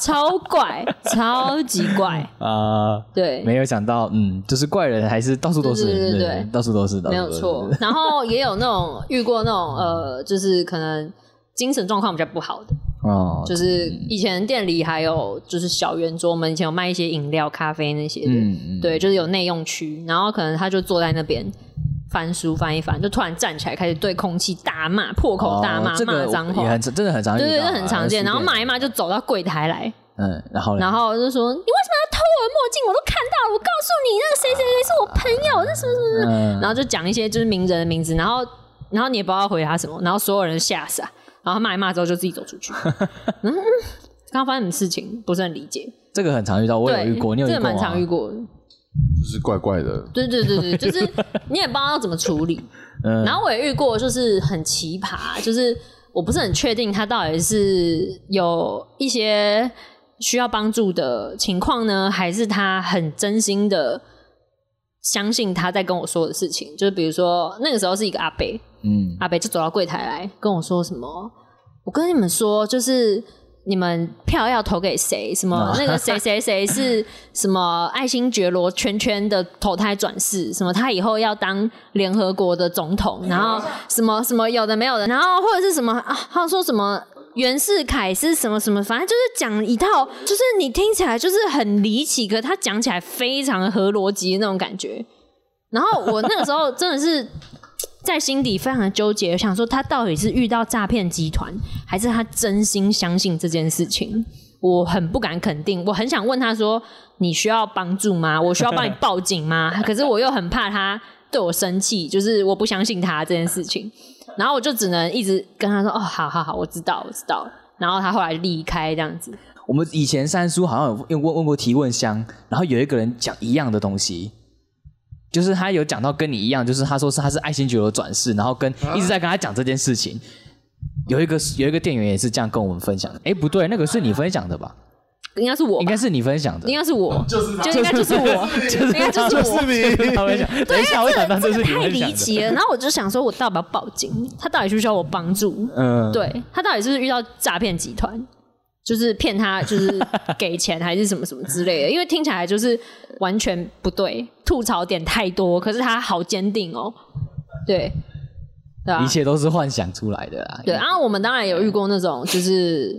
[SPEAKER 3] 超怪，超级怪。
[SPEAKER 2] 啊、
[SPEAKER 3] 对，
[SPEAKER 2] 没有想到，嗯，就是怪人还是到处都是，
[SPEAKER 3] 对对对对对
[SPEAKER 2] 到处都是，到处都是
[SPEAKER 3] 没有错。。然后也有那种遇过那种呃，就是可能精神状况比较不好的，
[SPEAKER 2] 哦，
[SPEAKER 3] 就是以前店里还有就是小圆桌，我们以前有卖一些饮料、咖啡那些的，
[SPEAKER 2] 嗯嗯，
[SPEAKER 3] 对，就是有内用区，然后可能他就坐在那边。翻书翻一翻，就突然站起来开始对空气大骂，破口大骂，
[SPEAKER 2] 哦这
[SPEAKER 3] 骂
[SPEAKER 2] 个
[SPEAKER 3] 脏
[SPEAKER 2] 也
[SPEAKER 3] 话，
[SPEAKER 2] 很真的很常遇
[SPEAKER 3] 对
[SPEAKER 2] 到啊，
[SPEAKER 3] 对，这很常见。
[SPEAKER 2] 书
[SPEAKER 3] 然后
[SPEAKER 2] 店
[SPEAKER 3] 骂一骂就走到柜台来，
[SPEAKER 2] 嗯，然后嘞
[SPEAKER 3] 然后就说你为什么要偷我的墨镜？我都看到了，我告诉你，那个谁谁谁是我朋友，那什么什么什么。
[SPEAKER 2] 嗯
[SPEAKER 3] 然后就讲一些就是名人的名字，然后然后你也不知道回答什么，然后所有人吓傻，然后他骂一骂之后就自己走出去。 嗯，嗯刚发生什么事情不是很理解，
[SPEAKER 2] 这个很常遇到，我
[SPEAKER 3] 对，
[SPEAKER 2] 有遇过，你有遇
[SPEAKER 3] 这
[SPEAKER 2] 过啊
[SPEAKER 3] 个
[SPEAKER 2] 吗
[SPEAKER 3] 蛮常遇过的。
[SPEAKER 1] 就是怪怪的，
[SPEAKER 3] 对对对对，就是你也不知道要怎么处 理。
[SPEAKER 2] 嗯
[SPEAKER 3] 然后我也遇过，就是很奇葩，就是我不是很确定他到底是有一些需要帮助的情况呢，还是他很真心的相信他在跟我说的事情。就是比如说那个时候是一个阿伯，
[SPEAKER 2] 嗯
[SPEAKER 3] 阿北就走到柜台来跟我说什么，我跟你们说，就是你们票要投给谁？什么那个谁谁谁是什么爱新觉罗圈圈的投胎转世？什么他以后要当联合国的总统？然后什么什么有的没有的，然后或者是什么啊？他说什么？袁世凯是什么什么，反正就是讲一套，就是你听起来就是很离奇，可他讲起来非常合逻辑的那种感觉。然后我那个时候真的是在心底非常的纠结，想说他到底是遇到诈骗集团，还是他真心相信这件事情？我很不敢肯定，我很想问他说：“你需要帮助吗？我需要帮你报警吗？” 可是我又很怕他对我生气，就是我不相信他这件事情。然后我就只能一直跟他说：“哦，好好好，我知道，我知道。”然后他后来离开这样子，
[SPEAKER 2] 我们以前三叔好像有问问问过提问箱，然后有一个人讲一样的东西，就是他有讲到跟你一样，就是他说是他是爱新觉罗转世，然后跟一直在跟他讲这件事情。有一个有一个店员也是这样跟我们分享的，哎，不对，那个是你分享的吧？
[SPEAKER 3] 应该是我吧，
[SPEAKER 2] 应该是你分享的
[SPEAKER 3] 应，该是我，就是就应该就是我，应该就是我。
[SPEAKER 1] 你
[SPEAKER 2] 他分 享。等一下，我想到这是你
[SPEAKER 3] 太
[SPEAKER 2] 分
[SPEAKER 3] 离
[SPEAKER 2] 享的，
[SPEAKER 3] 奇了。然后我就想说，我到底要不要报警？他到底需不需要我帮助？
[SPEAKER 2] 嗯，
[SPEAKER 3] 对他到底是不是遇到诈骗集团，就是骗他，就是给钱还是什么什么之类的？因为听起来就是完全不对，吐槽点太多。可是他好坚定哦，对，对吧、
[SPEAKER 2] 一切都是幻想出来的啊啦。
[SPEAKER 3] 对，啊然后我们当然有遇过那种，就是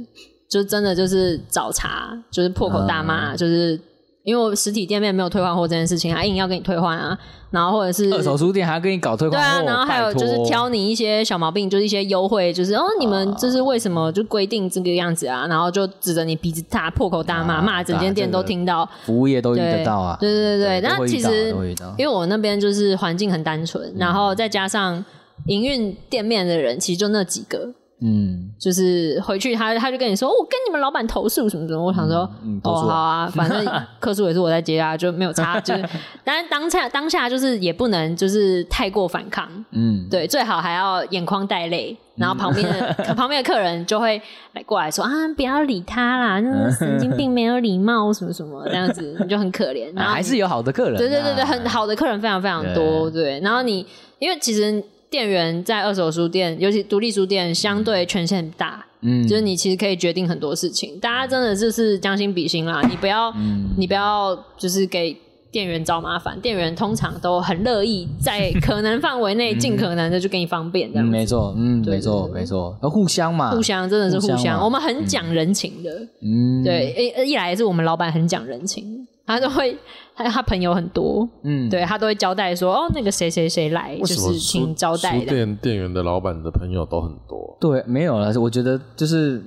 [SPEAKER 3] 就真的就是找茬，就是破口大
[SPEAKER 2] 嗯
[SPEAKER 3] 骂，就是因为我实体店面没有退换货这件事情，他硬要给你退换啊，然后或者是
[SPEAKER 2] 二手书店还要跟你搞退
[SPEAKER 3] 对
[SPEAKER 2] 换
[SPEAKER 3] 啊，
[SPEAKER 2] 货
[SPEAKER 3] 然后还有就是
[SPEAKER 2] 拜托啊
[SPEAKER 3] 挑你一些小毛病，就是一些优惠，就是哦，你们就是为什么就规定这个样子啊？然后就指着你鼻子大破口大骂，
[SPEAKER 2] 啊
[SPEAKER 3] 骂整间店都听到。
[SPEAKER 2] 服务业都遇
[SPEAKER 3] 对
[SPEAKER 2] 得到啊。
[SPEAKER 3] 对对对对，
[SPEAKER 2] 都
[SPEAKER 3] 那
[SPEAKER 2] 会
[SPEAKER 3] 其
[SPEAKER 2] 遇到啊
[SPEAKER 3] 实
[SPEAKER 2] 都会遇到
[SPEAKER 3] 因为我那边就是环境很单纯，然后再加上营运店面的人其实就那几个，
[SPEAKER 2] 嗯，
[SPEAKER 3] 就是回去他他就跟你说，哦我跟你们老板投诉什么什么，我想说，
[SPEAKER 2] 嗯嗯多
[SPEAKER 3] 哦
[SPEAKER 2] 说
[SPEAKER 3] 好啊，反正 客诉也是我在接啊，就没有差，就是，但是当下当下就是也不能就是太过反抗，
[SPEAKER 2] 嗯，
[SPEAKER 3] 对，最好还要眼眶带泪，然后旁边的、
[SPEAKER 2] 嗯
[SPEAKER 3] 旁边的客人就会来过来说啊，不要理他啦，那个神经病没有礼貌什么什么这样子，你就很可怜，然
[SPEAKER 2] 啊
[SPEAKER 3] 后
[SPEAKER 2] 还是有好的客人啊。
[SPEAKER 3] 对对对对，很好的客人非常非常多，对。然后你因为其实店员在二手书店，尤其独立书店，相对权限大，
[SPEAKER 2] 嗯，
[SPEAKER 3] 就是你其实可以决定很多事情。大家真的就是将心比心啦，你不要、
[SPEAKER 2] 嗯
[SPEAKER 3] 你不要就是给店员找麻烦，店员通常都很乐意在可能范围内尽可能的就给你方便，
[SPEAKER 2] 嗯，
[SPEAKER 3] 这样
[SPEAKER 2] 没
[SPEAKER 3] 子。
[SPEAKER 2] 错，嗯，
[SPEAKER 3] 对
[SPEAKER 2] 没错，没错，要互相嘛，
[SPEAKER 3] 互，相真的是互
[SPEAKER 2] 互相
[SPEAKER 3] 相，
[SPEAKER 2] 嘛
[SPEAKER 3] 我们很讲人情的，
[SPEAKER 2] 嗯，，
[SPEAKER 3] 对，一一来是我们老板很讲人情，他都会他他朋友很多，
[SPEAKER 2] 嗯，
[SPEAKER 3] 对他都会交代说，哦，那个谁谁谁来，就
[SPEAKER 1] 为什么
[SPEAKER 3] 是请招待
[SPEAKER 1] 书
[SPEAKER 3] 的。
[SPEAKER 1] 店店员的老板的朋友都很多，
[SPEAKER 2] 对，没有了。我觉得就是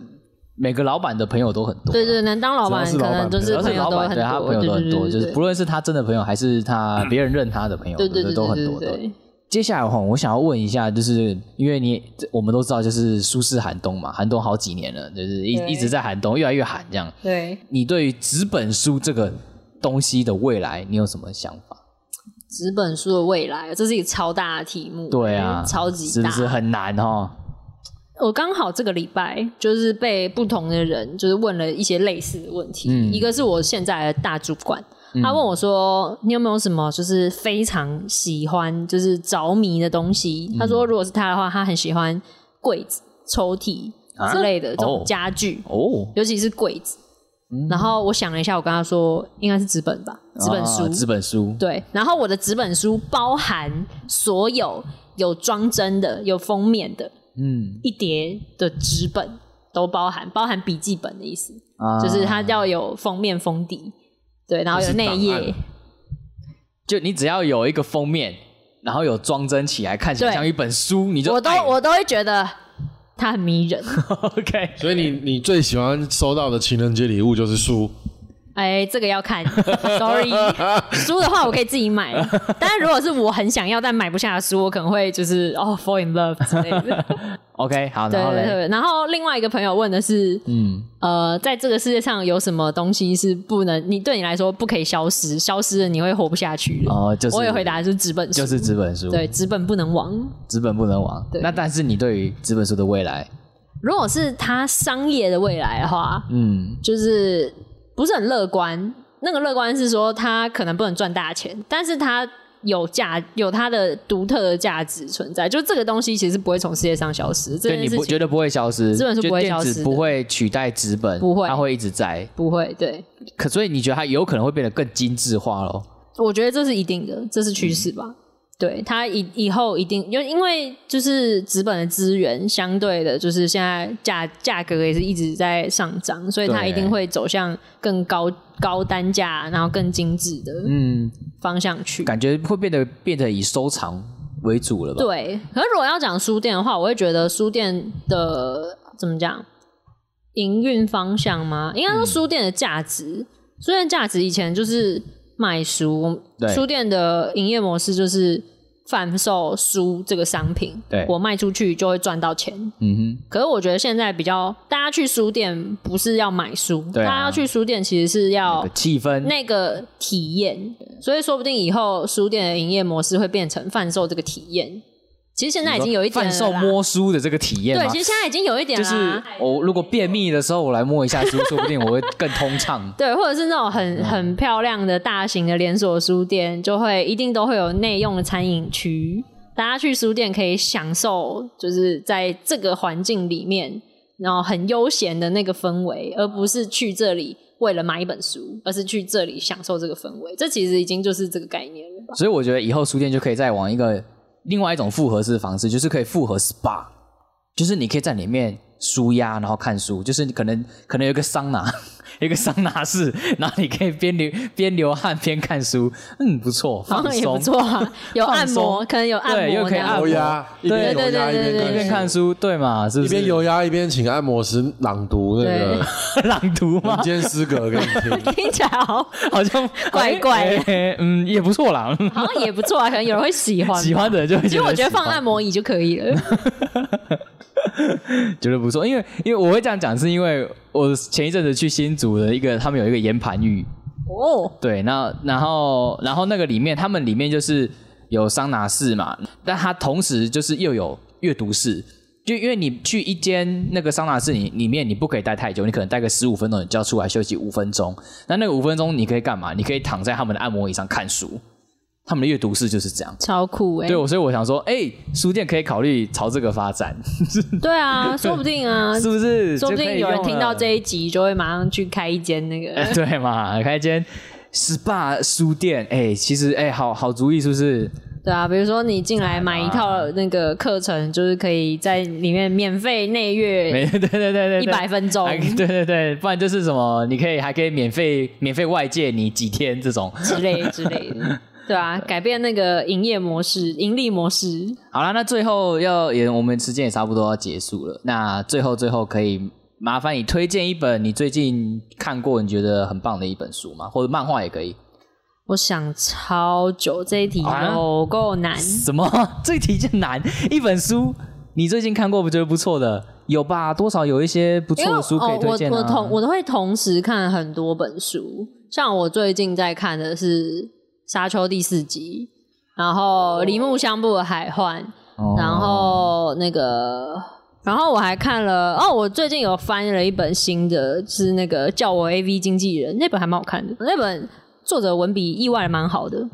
[SPEAKER 2] 每个老板的朋友都很多，
[SPEAKER 3] 对对，能当老板
[SPEAKER 1] 只要是
[SPEAKER 3] 可
[SPEAKER 1] 老板
[SPEAKER 3] 能就
[SPEAKER 2] 主
[SPEAKER 3] 是
[SPEAKER 2] 要
[SPEAKER 3] 朋
[SPEAKER 2] 是
[SPEAKER 3] 友
[SPEAKER 2] 老
[SPEAKER 3] 都
[SPEAKER 2] 板
[SPEAKER 3] 很
[SPEAKER 2] 对他
[SPEAKER 3] 多，
[SPEAKER 2] 朋友
[SPEAKER 3] 对
[SPEAKER 2] 都很
[SPEAKER 3] 对
[SPEAKER 2] 多，
[SPEAKER 3] 对
[SPEAKER 2] 就是不论是他真的朋友还是他别人认他的朋友，
[SPEAKER 3] 对对
[SPEAKER 2] 对
[SPEAKER 3] 对
[SPEAKER 2] 都很
[SPEAKER 3] 对
[SPEAKER 2] 多
[SPEAKER 3] 对
[SPEAKER 2] 的。
[SPEAKER 3] 对，
[SPEAKER 2] 接下来哈，我想要问一下，就是因为你这我们都知道，就是舒适寒冬嘛，寒冬好几年了，就是一
[SPEAKER 3] 对
[SPEAKER 2] 一直在寒冬，越来越寒这样。
[SPEAKER 3] 对
[SPEAKER 2] 你对于纸本书这个东西的未来，你有什么想法？
[SPEAKER 3] 纸本书的未来，这是一个超大的题目，
[SPEAKER 2] 对啊，
[SPEAKER 3] 超级
[SPEAKER 2] 是哦
[SPEAKER 3] 大
[SPEAKER 2] 不，是很难哈？
[SPEAKER 3] 我刚好这个礼拜就是被不同的人就是问了一些类似的问题，
[SPEAKER 2] 嗯
[SPEAKER 3] 一个是我现在的大主管，他问我说：“你有没有什么就是非常喜欢就是着迷的东西？”
[SPEAKER 2] 嗯
[SPEAKER 3] 他说：“如果是他的话，他很喜欢柜子、抽屉
[SPEAKER 2] 啊
[SPEAKER 3] 之类的这
[SPEAKER 2] 哦
[SPEAKER 3] 种家具。”
[SPEAKER 2] 哦，
[SPEAKER 3] 尤其是柜子。然后我想了一下，我跟他说应该是纸本吧，纸本书。
[SPEAKER 2] 啊纸本书，
[SPEAKER 3] 对，然后我的纸本书包含所有有装帧的、有封面的，
[SPEAKER 2] 嗯，
[SPEAKER 3] 一叠的纸本都包含，包含笔记本的意思，
[SPEAKER 2] 啊
[SPEAKER 3] 就是它要有封面封底，对，然后有内
[SPEAKER 4] 不是档
[SPEAKER 3] 页，
[SPEAKER 2] 就你只要有一个封面，然后有装帧起来，看起来
[SPEAKER 3] 对
[SPEAKER 2] 像一本书，你就哎
[SPEAKER 3] 我都
[SPEAKER 2] 爱了
[SPEAKER 3] 我都会觉得它很迷人。
[SPEAKER 2] OK，
[SPEAKER 1] 所以你你最喜欢收到的情人节礼物就是书，
[SPEAKER 3] 哎，这个要看 ，sorry，书的话我可以自己买，但是如果是我很想要但买不下的书，我可能会就是哦 fall in love 之类的。
[SPEAKER 2] OK，好，
[SPEAKER 3] 对
[SPEAKER 2] 然后
[SPEAKER 3] 对
[SPEAKER 2] 嘞，
[SPEAKER 3] 对，然后另外一个朋友问的是，
[SPEAKER 2] 嗯，
[SPEAKER 3] 呃，在这个世界上有什么东西是不能你对你来说不可以消失，消失了你会活不下去的。
[SPEAKER 2] 哦，就是
[SPEAKER 3] 我也回答是纸本书，
[SPEAKER 2] 就是纸本书，
[SPEAKER 3] 对，，纸本不能亡。
[SPEAKER 2] 纸本不能亡。
[SPEAKER 3] 对
[SPEAKER 2] 那但是你对于纸本书的未来，
[SPEAKER 3] 如果是他商业的未来的话，
[SPEAKER 2] 嗯，
[SPEAKER 3] 就是不是很乐观。那个乐观是说他可能不能赚大钱，但是他有价有它的独特的价值存在。就这个东西其实不会从世界上消失，这
[SPEAKER 2] 对，
[SPEAKER 3] 件
[SPEAKER 2] 你
[SPEAKER 3] 事
[SPEAKER 2] 不
[SPEAKER 3] 情
[SPEAKER 2] 绝对不会消失，
[SPEAKER 3] 纸本书
[SPEAKER 2] 就
[SPEAKER 3] 不会
[SPEAKER 2] 电
[SPEAKER 3] 消
[SPEAKER 2] 子
[SPEAKER 3] 失的
[SPEAKER 2] 不会取代纸本，
[SPEAKER 3] 不会
[SPEAKER 2] 它会一直在。
[SPEAKER 3] 不会。对，
[SPEAKER 2] 可所以你觉得它有可能会变得更精致化咯？
[SPEAKER 3] 我觉得这是一定的，这是趋
[SPEAKER 2] 嗯
[SPEAKER 3] 势吧。对他以以后一定，因为因为就是纸本的资源相对的，就是现在价价格也是一直在上涨，所以它
[SPEAKER 2] 对
[SPEAKER 3] 一定会走向更高高单价，然后更精致的
[SPEAKER 2] 嗯，
[SPEAKER 3] 方向去。
[SPEAKER 2] 感觉会变得变得以收藏为主了吧？
[SPEAKER 3] 对，可是如果要讲书店的话，我会觉得书店的怎么讲，营运方向吗？应该说书店的价
[SPEAKER 2] 嗯
[SPEAKER 3] 值，书店的价值以前就是卖书
[SPEAKER 2] 对，
[SPEAKER 3] 书店的营业模式就是贩售书这个商品，
[SPEAKER 2] 对
[SPEAKER 3] 我卖出去就会赚到钱。
[SPEAKER 2] 嗯
[SPEAKER 3] 可是我觉得现在比较，大家去书店不是要买书，
[SPEAKER 2] 对啊
[SPEAKER 3] 大家要去书店其实是要
[SPEAKER 2] 哼，气氛
[SPEAKER 3] 哦那个体验，所以说不定以后书店的营业模式会变成贩售这个体验。其实现在已经有一点
[SPEAKER 2] 贩
[SPEAKER 3] 了啦
[SPEAKER 2] 售摸书的这个体验吗
[SPEAKER 3] 对，其实现在已经有一点
[SPEAKER 2] 就
[SPEAKER 3] 啦，
[SPEAKER 2] 是我如果便秘的时候，我来摸一下 书，说不定我会更通畅。
[SPEAKER 3] 对，或者是那种
[SPEAKER 2] 嗯
[SPEAKER 3] 很很漂亮的大型的连锁书店，就会一定都会有内用的餐饮区，大家去书店可以享受，就是在这个环境里面，然后很悠闲的那个氛围，而不是去这里为了买一本书，而是去这里享受这个氛围。这其实已经就是这个概念了吧。
[SPEAKER 2] 所以我觉得以后书店就可以再往一个另外一种复合式的方式，就是可以复合 SPA，就是你可以在里面舒压，然后看书，就是你可能可能有一个桑拿， 有一个桑拿室，然后你可以边流边流汗边看书，嗯，不错，
[SPEAKER 3] 好
[SPEAKER 2] 放
[SPEAKER 3] 像也
[SPEAKER 2] 松。
[SPEAKER 3] 不 错啊，有
[SPEAKER 2] 放
[SPEAKER 3] 按摩，
[SPEAKER 2] 松
[SPEAKER 3] 可能有按
[SPEAKER 2] 对又
[SPEAKER 3] 摩
[SPEAKER 2] 可
[SPEAKER 3] 这
[SPEAKER 2] 以按
[SPEAKER 3] 样
[SPEAKER 2] 摩
[SPEAKER 1] 油。压，一边油
[SPEAKER 3] 对
[SPEAKER 1] 压
[SPEAKER 3] 对对对
[SPEAKER 2] 哦一边
[SPEAKER 1] 边
[SPEAKER 2] 看
[SPEAKER 1] 看书，
[SPEAKER 2] 书，对嘛？是不
[SPEAKER 1] 一
[SPEAKER 2] 是
[SPEAKER 1] 边 油压一边请按摩师朗读那个
[SPEAKER 2] 朗读吗
[SPEAKER 1] 民？间诗歌给你听。
[SPEAKER 3] 听起来好
[SPEAKER 2] 好像
[SPEAKER 3] 怪怪的
[SPEAKER 2] 哎哎嗯，也不错啦。嗯
[SPEAKER 3] 好像也不错啊，可能有人会喜欢 吧。
[SPEAKER 2] 喜欢的人就会
[SPEAKER 3] 其实我觉得
[SPEAKER 2] 喜欢
[SPEAKER 3] 放按摩椅就可以了。
[SPEAKER 2] 觉得不错，因为因为我会这样讲，是因为我前一阵子去新竹的一个，他们有一个岩盘浴，
[SPEAKER 3] 哦，
[SPEAKER 2] 对，那然后然后那个里面，他们里面就是有桑拿室嘛，但它同时就是又有阅读室，就因为你去一间那个桑拿室里里面，你不可以待太久，你可能待个十五分钟，你就要出来休息五分钟。那那个五分钟你可以干嘛？你可以躺在他们的按摩椅上看书，他们的阅读室就是这样。
[SPEAKER 3] 超酷哎、
[SPEAKER 2] 对，我所以我想说，哎、书店可以考虑朝这个发展，
[SPEAKER 3] 对 啊，说不定啊，
[SPEAKER 2] 是不是？
[SPEAKER 3] 说不定有人听到
[SPEAKER 2] 这。
[SPEAKER 3] 这一集就会马上去开一间那个。
[SPEAKER 2] 哎对嘛，开一间 SPA 书店，哎、其实哎、好好主意是不是？
[SPEAKER 3] 对啊，比如说你进来买一套那个课程，就是可以在里面免费内阅
[SPEAKER 2] 没对对对对，
[SPEAKER 3] 一百分钟
[SPEAKER 2] 还对对对，不然就是什么，你可以还可以免费免费外借你几天这种。
[SPEAKER 3] 之类之类的。对啊，改变那个营业模式、盈利模式。
[SPEAKER 2] 好啦，那最后要也我们时间也差不多要结束了，那最后最后可以麻烦你推荐一本你最近看过你觉得很棒的一本书吗？或者漫画也可以。
[SPEAKER 3] 我想超久，这一题
[SPEAKER 2] 啊
[SPEAKER 3] 有够难。
[SPEAKER 2] 什么？ 这题就难，一本书。你最近看过不觉得不错的有吧？多少有一些不
[SPEAKER 3] 因为
[SPEAKER 2] 错的书可以推荐、啊
[SPEAKER 3] 哦、我我同我都会同时看很多本书，像我最近在看的是《沙丘》第四集，然后《铃木香布的海幻》，
[SPEAKER 2] 哦
[SPEAKER 3] 然后那个然后我还看了哦，我最近有翻了一本新的，是那个叫我 A V 经纪人那本还蛮好看的，那本作者文笔意外蛮好的，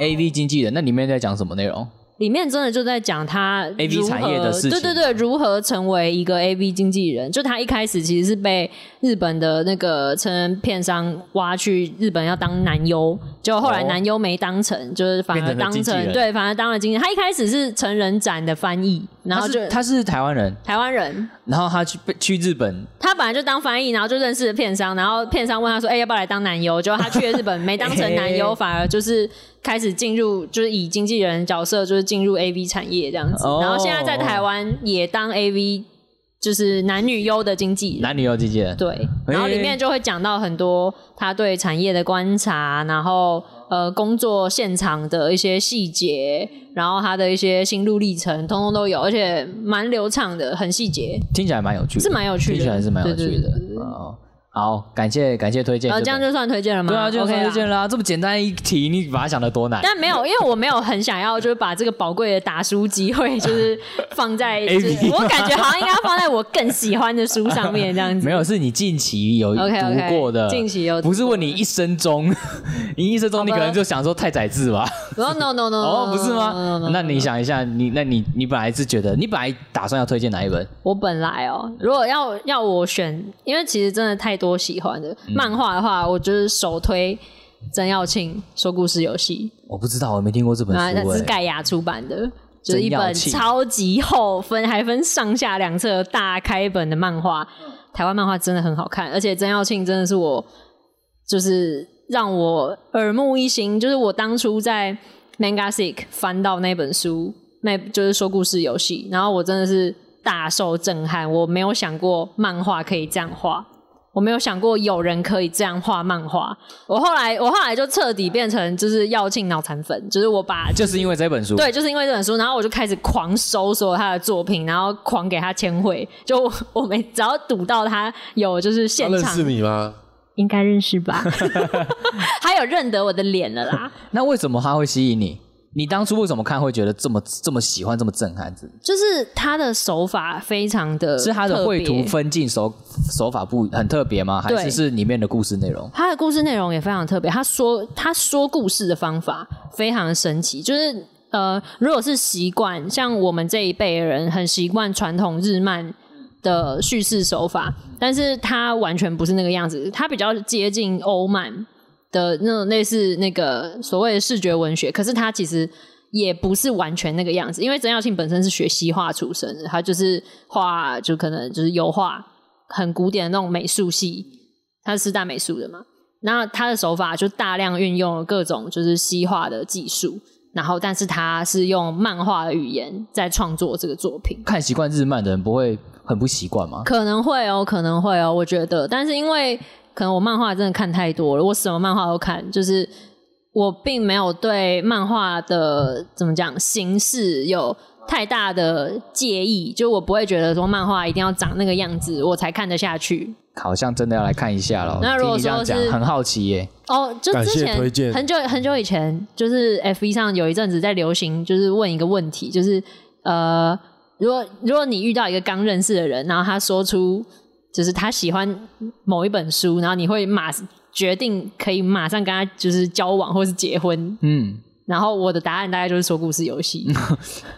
[SPEAKER 2] A V 经纪人，那里面在讲什么内容？
[SPEAKER 3] 里面真的就在讲他
[SPEAKER 2] AV
[SPEAKER 3] 如何
[SPEAKER 2] 产业的事情
[SPEAKER 3] 对对对，如何成为一个 AV 经纪人？就他一开始其实是被日本的那个成人片商挖去日本要当男优，结果后来
[SPEAKER 2] 哦
[SPEAKER 3] 男优没当成，就是反而
[SPEAKER 2] 变成了
[SPEAKER 3] 当
[SPEAKER 2] 经纪人
[SPEAKER 3] 成对，反而当了经纪人。他一开始是成人展的翻译，然后
[SPEAKER 2] 他
[SPEAKER 3] 就是
[SPEAKER 2] 他是台湾人，
[SPEAKER 3] 台湾人，
[SPEAKER 2] 然后他去被去日本，
[SPEAKER 3] 他本来就当翻译，然后就认识了片商，然后片商问他说：“哎、要不要来当男优？”结果他去了日本，没当成男优，反而就是开始进入，就是以经纪人角色，就是进入 AV 产业这样子。
[SPEAKER 2] 哦
[SPEAKER 3] 然后现在在台湾也当 AV，就是男女优的经纪人。
[SPEAKER 2] 男女有经纪人，
[SPEAKER 3] 对，然后里面就会讲到很多他对产业的观察，然后呃工作现场的一些细节，然后他的一些心路历程，通通都有，而且蛮流畅的，很细节。
[SPEAKER 2] 听起来蛮有趣的，
[SPEAKER 3] 是蛮有趣的
[SPEAKER 2] 听起来是蛮有
[SPEAKER 3] 对
[SPEAKER 2] 趣
[SPEAKER 3] 对对
[SPEAKER 2] 的
[SPEAKER 3] 对对。
[SPEAKER 2] 哦，好，感谢感谢推荐
[SPEAKER 3] 然
[SPEAKER 2] 本，
[SPEAKER 3] 呃后这样就算推荐了吗？
[SPEAKER 2] 对啊，就
[SPEAKER 3] OK
[SPEAKER 2] 推
[SPEAKER 3] 啦
[SPEAKER 2] 荐啦，这么简单一题，你把它想的多难
[SPEAKER 3] 但没有，因为我没有很想要，就是把这个宝贵的打书机会，就是 放在，就是
[SPEAKER 2] AV
[SPEAKER 3] 我感觉好像应该放在我更喜欢的书上面这样子。
[SPEAKER 2] 没有，是你近期有读
[SPEAKER 3] OK，OK，
[SPEAKER 2] 过的，
[SPEAKER 3] 近期有读过
[SPEAKER 2] 不是问你一生中，你一生中你
[SPEAKER 3] 好
[SPEAKER 2] 可
[SPEAKER 3] 吧
[SPEAKER 2] 能就想说太宰治吧？
[SPEAKER 3] No no no no，
[SPEAKER 2] 哦，
[SPEAKER 3] no,
[SPEAKER 2] 不是
[SPEAKER 3] no, no,
[SPEAKER 2] 吗
[SPEAKER 3] no,？no,
[SPEAKER 2] 那你想一下，你那你你本来是觉得，你本来打算要推荐哪一本？
[SPEAKER 3] 我本来哦，如果要要我选，因为其实真的太多喜欢的
[SPEAKER 2] 嗯
[SPEAKER 3] 漫画的话，我就是首推曾耀庆说故事游戏，
[SPEAKER 2] 我不知道，我没听过这本
[SPEAKER 3] 啊，
[SPEAKER 2] 书
[SPEAKER 3] 它是
[SPEAKER 2] 哎。
[SPEAKER 3] 盖亚出版的。就是一
[SPEAKER 2] 曾耀
[SPEAKER 3] 本
[SPEAKER 2] 庆
[SPEAKER 3] 超级厚分，还分上下两册的大开本的漫画。
[SPEAKER 2] 嗯
[SPEAKER 3] 台湾漫画真的很好看，而且曾耀庆真的是我，就是让我耳目一新。就是我当初在 Manga Sick 翻到那本书，那就是说故事游戏，然后我真的是大受震撼。我没有想过漫画可以这样画，我没有想过有人可以这样画漫画。我后来，我后来就彻底变成就是耀庆脑残粉，就是我把
[SPEAKER 2] 就是因为这本书，
[SPEAKER 3] 对，就是因为这本书，然后我就开始狂搜索他的作品，然后狂给他签会。就我 我每只要赌到他有就是
[SPEAKER 1] 他
[SPEAKER 3] 现
[SPEAKER 1] 认
[SPEAKER 3] 场
[SPEAKER 1] 识，你吗？
[SPEAKER 3] 应该认识吧？ 他有认得我的脸了啦。
[SPEAKER 2] 那为什么它会吸引你？你当初为什么看会觉得这么这么喜欢，这么震撼？
[SPEAKER 3] 就是他的手法非常的，
[SPEAKER 2] 是它的绘图，分镜手手法不很特别吗？还是
[SPEAKER 3] 对
[SPEAKER 2] 是里面的故事内容？
[SPEAKER 3] 他的故事内容也非常特别。他说他说故事的方法非常神奇，就是。呃，如果是习惯像我们这一辈的人很习惯传统日漫的叙事手法，但是它完全不是那个样子，它比较接近欧漫的那种类似那个所谓的视觉文学，可是它其实也不是完全那个样子，因为曾耀庆本身是学西画出身的，他就是画就可能就是油画，很古典的那种美术系，他是师大美术的嘛，那他的手法就大量运用了各种就是西画的技术。然后，但是他是用漫画的语言在创作这个作品，
[SPEAKER 2] 看习惯日漫的人不会很不习惯吗？
[SPEAKER 3] 可能会哦，可能会哦，我觉得，但是因为可能我漫画真的看太多了，我什么漫画都看，就是我并没有对漫画的怎么讲形式有太大的介意，就我不会觉得说漫画一定要长那个样子我才看得下去。
[SPEAKER 2] 好像真的要来看一下了。
[SPEAKER 3] 那如果
[SPEAKER 2] 听你这样
[SPEAKER 3] 说
[SPEAKER 2] 讲
[SPEAKER 3] 是
[SPEAKER 2] 很好奇耶、
[SPEAKER 3] 哦，就
[SPEAKER 1] 感
[SPEAKER 3] 之
[SPEAKER 1] 谢
[SPEAKER 3] 前
[SPEAKER 1] 推荐
[SPEAKER 3] 很久很久以前，就是 F 1上有一阵子在流行，就是问一个问题，就是呃，如果如果你遇到一个刚认识的人，然后他说出就是他喜欢某一本书，然后你会马决定可以马上跟他就是交往或是结婚，
[SPEAKER 2] 嗯，
[SPEAKER 3] 然后我的答案大概就是说故事游
[SPEAKER 1] 嗯
[SPEAKER 3] 戏。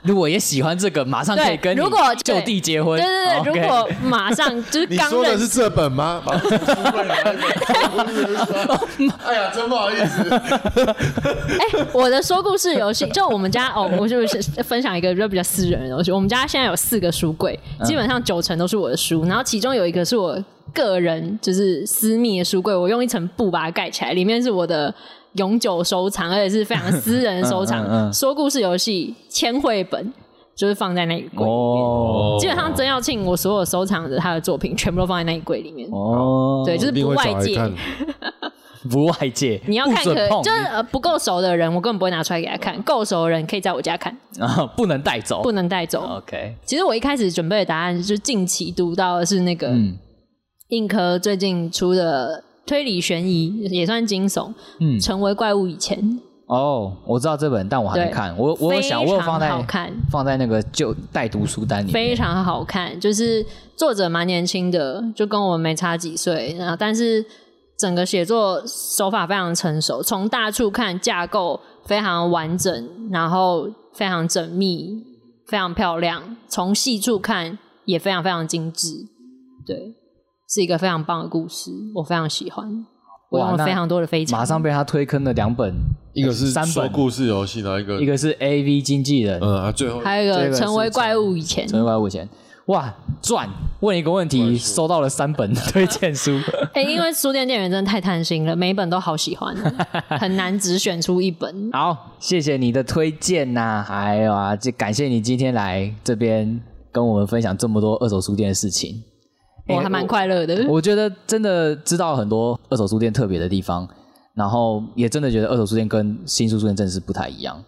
[SPEAKER 2] 如果也喜欢这个，马上可以
[SPEAKER 3] 对
[SPEAKER 2] 跟你
[SPEAKER 3] 如果
[SPEAKER 2] 就地结婚。哦
[SPEAKER 3] 对对
[SPEAKER 2] OK
[SPEAKER 3] 对，如果马上就是
[SPEAKER 1] 哦你
[SPEAKER 3] 刚
[SPEAKER 1] 说
[SPEAKER 3] 认
[SPEAKER 1] 的
[SPEAKER 3] 识
[SPEAKER 1] 是这本吗？ 把这本书柜拿来哎呀，真不好意思。
[SPEAKER 3] 哎、我的说故事 游戏，就我们家哦，我就是分享一个就比较私人的东西。我们家现在有四个书柜，
[SPEAKER 2] 嗯
[SPEAKER 3] 基本上九成都是我的书，然后其中有一个是我个人就是私密的书柜，我用一层布把它盖起来，里面是我的永久收藏，而且是非常私人的收藏。
[SPEAKER 2] 嗯嗯嗯
[SPEAKER 3] 说故事游戏千绘本就是放在那一柜里面。
[SPEAKER 2] 哦
[SPEAKER 3] 基本上曾耀庆，我所有收藏的他的作品全部都放在那一柜里面，
[SPEAKER 2] 哦，
[SPEAKER 3] 对，就是
[SPEAKER 1] 一定
[SPEAKER 3] 不
[SPEAKER 1] 会
[SPEAKER 3] 外
[SPEAKER 1] 找来
[SPEAKER 3] 界。
[SPEAKER 1] 看。
[SPEAKER 2] 不外界，
[SPEAKER 3] 你要看
[SPEAKER 2] 不
[SPEAKER 3] 可
[SPEAKER 2] 准碰，
[SPEAKER 3] 就是呃不够熟的人，我根本不会拿出来给他看；够熟的人可以在我家看，
[SPEAKER 2] 啊， 不能带走。
[SPEAKER 3] 不能带走。
[SPEAKER 2] 哦 OK，
[SPEAKER 3] 其实我一开始准备的答案，就是近期读到的是那个
[SPEAKER 2] 嗯
[SPEAKER 3] 硬科最近出的推理悬疑，也算惊悚，
[SPEAKER 2] 嗯，
[SPEAKER 3] 成为怪物以前》。
[SPEAKER 2] 哦，我知道这本，但我还没
[SPEAKER 3] 对
[SPEAKER 2] 看。我我有想，
[SPEAKER 3] 非
[SPEAKER 2] 我有
[SPEAKER 3] 常
[SPEAKER 2] 放在
[SPEAKER 3] 好看
[SPEAKER 2] 放在那个就带读书单里面。
[SPEAKER 3] 非常好看，就是作者蛮年轻的，就跟我们没差几岁，然后但是整个写作手法非常成熟，从大处看架构非常完整，然后非常缜密，非常漂亮，从细处看也非常非常精致，对，是一个非常棒的故事，我非常喜欢，我
[SPEAKER 2] 哇
[SPEAKER 3] 用了
[SPEAKER 2] 那
[SPEAKER 3] 非常多的非常，
[SPEAKER 2] 马上被他推坑的两本，
[SPEAKER 1] 一个是
[SPEAKER 2] 三
[SPEAKER 1] 说
[SPEAKER 2] 本，
[SPEAKER 1] 故事游戏，然后一个
[SPEAKER 2] 一个是 A V 经纪人，
[SPEAKER 1] 嗯，啊最后
[SPEAKER 3] 还有一
[SPEAKER 2] 这
[SPEAKER 3] 个
[SPEAKER 2] 个是
[SPEAKER 3] 成为怪物以前，
[SPEAKER 2] 成为怪物钱。哇，赚！问一个问题，收到了三本 推荐书，
[SPEAKER 3] 哎、因为书店店员真的太贪心了，每一本都好喜欢，很难只选出一本。
[SPEAKER 2] 好，谢谢你的推荐呐、还有啊，就感谢你今天来这边跟我们分享这么多二手书店的事情，
[SPEAKER 3] 我还蛮快乐的。
[SPEAKER 2] 我觉得真的知道很多二手书店特别的地方，然后也真的觉得二手书店跟新书书店真的是不太一样。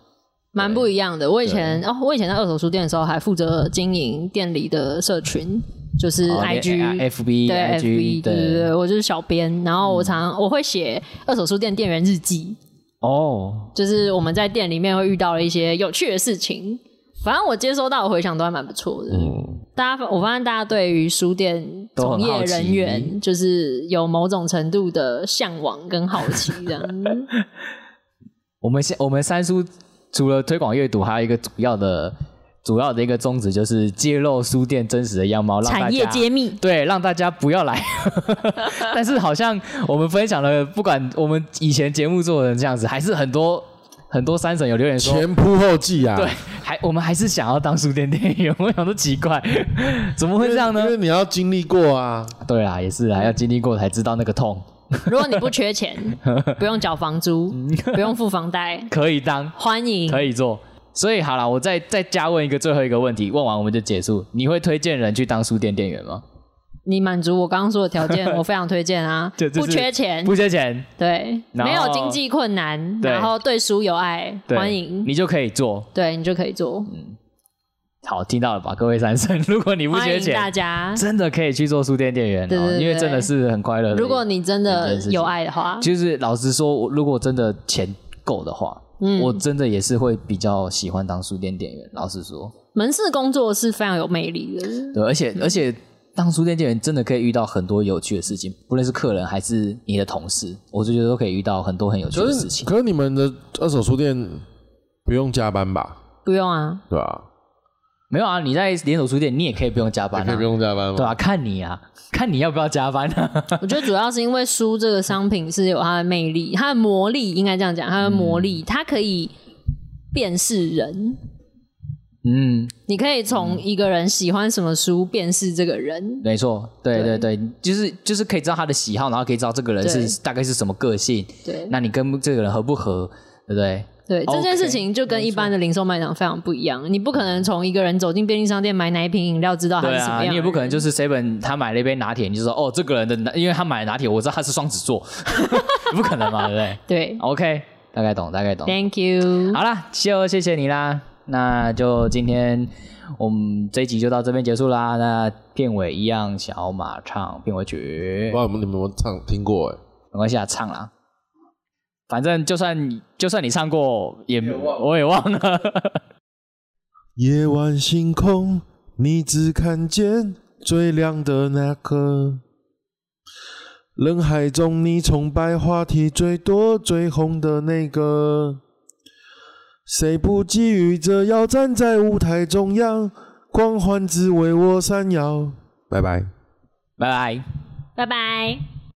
[SPEAKER 3] 蛮不一样的。我以前哦，我以前在二手书店的时候，还负责经营店里的社群，就是
[SPEAKER 2] 哦
[SPEAKER 3] IG、
[SPEAKER 2] 连 FB
[SPEAKER 3] 嗯对
[SPEAKER 2] IG
[SPEAKER 3] FB，对对
[SPEAKER 2] 对嗯
[SPEAKER 3] 对，我就是小编。然后我常、我会写二手书店店员日记，
[SPEAKER 2] 哦，
[SPEAKER 3] 就是我们在店里面会遇到了一些有趣的事情。反正我接收到的回响都还蛮不错的。
[SPEAKER 1] 嗯
[SPEAKER 3] 大家，我发现大家对于书店
[SPEAKER 2] 嗯都
[SPEAKER 3] 从
[SPEAKER 2] 很好
[SPEAKER 3] 业人
[SPEAKER 2] 奇
[SPEAKER 3] 员，就是有某种程度的向往跟好奇，这样。
[SPEAKER 2] 我们现我们三叔除了推广阅读，还有一个主要的主要的一个宗旨就是揭露书店真实的样貌，让大
[SPEAKER 3] 产业
[SPEAKER 2] 家
[SPEAKER 3] 揭秘，
[SPEAKER 2] 对，让大家不要 来。但是好像我们分享了，不管我们以前节目做成这样子，还是很多很多三婶有留言说，
[SPEAKER 1] 前仆后继啊，
[SPEAKER 2] 对，还我们还是想要当书店店员。我想都奇怪，怎么会这样呢
[SPEAKER 1] 因？为你要经历过啊，
[SPEAKER 2] 对啊，也是啊，要经历过才知道那个痛。
[SPEAKER 3] 如果你不缺钱，不用缴房租，不用付房贷，
[SPEAKER 2] 可以当，
[SPEAKER 3] 欢迎。
[SPEAKER 2] 嗯可以做。所以好了，我再再加问一个最后一个问题，问完我们就结束。你会推荐人去当书店店员吗？
[SPEAKER 3] 你满足我刚刚说的条件，我非常推荐啊
[SPEAKER 2] 对，这
[SPEAKER 3] 不
[SPEAKER 2] 是
[SPEAKER 3] 缺钱，
[SPEAKER 2] 不缺钱，
[SPEAKER 3] 对，
[SPEAKER 2] 然后
[SPEAKER 3] 没有经济困难，
[SPEAKER 2] 对
[SPEAKER 3] 然后对书有爱，
[SPEAKER 2] 对
[SPEAKER 3] 欢迎，
[SPEAKER 2] 你就可以做。
[SPEAKER 3] 对你就可以做。
[SPEAKER 2] 好，听到了吧，各位三生，如果你不
[SPEAKER 3] 欢
[SPEAKER 2] 缺
[SPEAKER 3] 迎大
[SPEAKER 2] 钱，
[SPEAKER 3] 家，
[SPEAKER 2] 真的可以去做书店店员、哦，
[SPEAKER 3] 对对对
[SPEAKER 2] 因为真的是很快乐的一个。
[SPEAKER 3] 如果你真的有爱的话，
[SPEAKER 2] 就是老实说，我如果真的钱够的话，
[SPEAKER 3] 嗯
[SPEAKER 2] 我真的也是会比较喜欢当书店店员。老实说，
[SPEAKER 3] 门市工作是非常有魅力的。
[SPEAKER 2] 对，而且、而且当书店店员真的可以遇到很多有趣的事情，不论是客人还是你的同事，我就觉得都可以遇到很多很有趣
[SPEAKER 1] 可
[SPEAKER 2] 的事
[SPEAKER 1] 是
[SPEAKER 2] 情。
[SPEAKER 1] 可是你们的二手书店不用加班吧？
[SPEAKER 3] 不用啊，
[SPEAKER 1] 对吧？
[SPEAKER 2] 没有啊，你在连锁书店你也可以不用加班、
[SPEAKER 1] 也可
[SPEAKER 2] 啊，
[SPEAKER 1] 以不用加班吗？
[SPEAKER 2] 对啊，看你啊， 看你要不要加班啊。
[SPEAKER 3] 我觉得主要是因为书这个商品是有它的魅力，它的魔力应该这样讲，它的魔力，它可以辨识人，
[SPEAKER 2] 嗯，
[SPEAKER 3] 你可以从一个人喜欢什么书辨识这个人，
[SPEAKER 2] 没错，对对
[SPEAKER 3] 对
[SPEAKER 2] 对，就是就是可以知道他的喜好，然后可以知道这个人
[SPEAKER 3] 对
[SPEAKER 2] 是大概是什么个性，
[SPEAKER 3] 对
[SPEAKER 2] 那你跟这个人合不合，对不对？
[SPEAKER 3] 对，这件
[SPEAKER 2] OK，
[SPEAKER 3] 事情就跟一般的零售卖场非常不一样。你不可能从一个人走进便利商店买哪一瓶饮料知道他
[SPEAKER 2] 对
[SPEAKER 3] 是什么
[SPEAKER 2] 啊，
[SPEAKER 3] 样，
[SPEAKER 2] 你也不可能就是 seven 他买了一杯拿铁，你就说哦，这个人的拿，因为他买了拿铁，我知道他是双子座， 不可能嘛，对不对？
[SPEAKER 3] 对。
[SPEAKER 2] OK，大概懂，大概懂。
[SPEAKER 3] Thank you，
[SPEAKER 2] 哦好啦，就谢谢你啦。那就今天我们这一集就到这边结束啦。那片尾一样，小马唱片尾曲
[SPEAKER 1] 不知，道你们你们有没有唱听过哎、
[SPEAKER 2] 没关系啊，唱啦。反正就算你就算你唱过，也我也忘了。
[SPEAKER 1] 夜晚星空，你只看见最亮的那颗。人海中，你崇拜话题最多、最红的那个。谁不觊觎着要站在舞台中央，光环只为我闪耀？拜拜。
[SPEAKER 2] 拜拜。
[SPEAKER 3] 拜拜。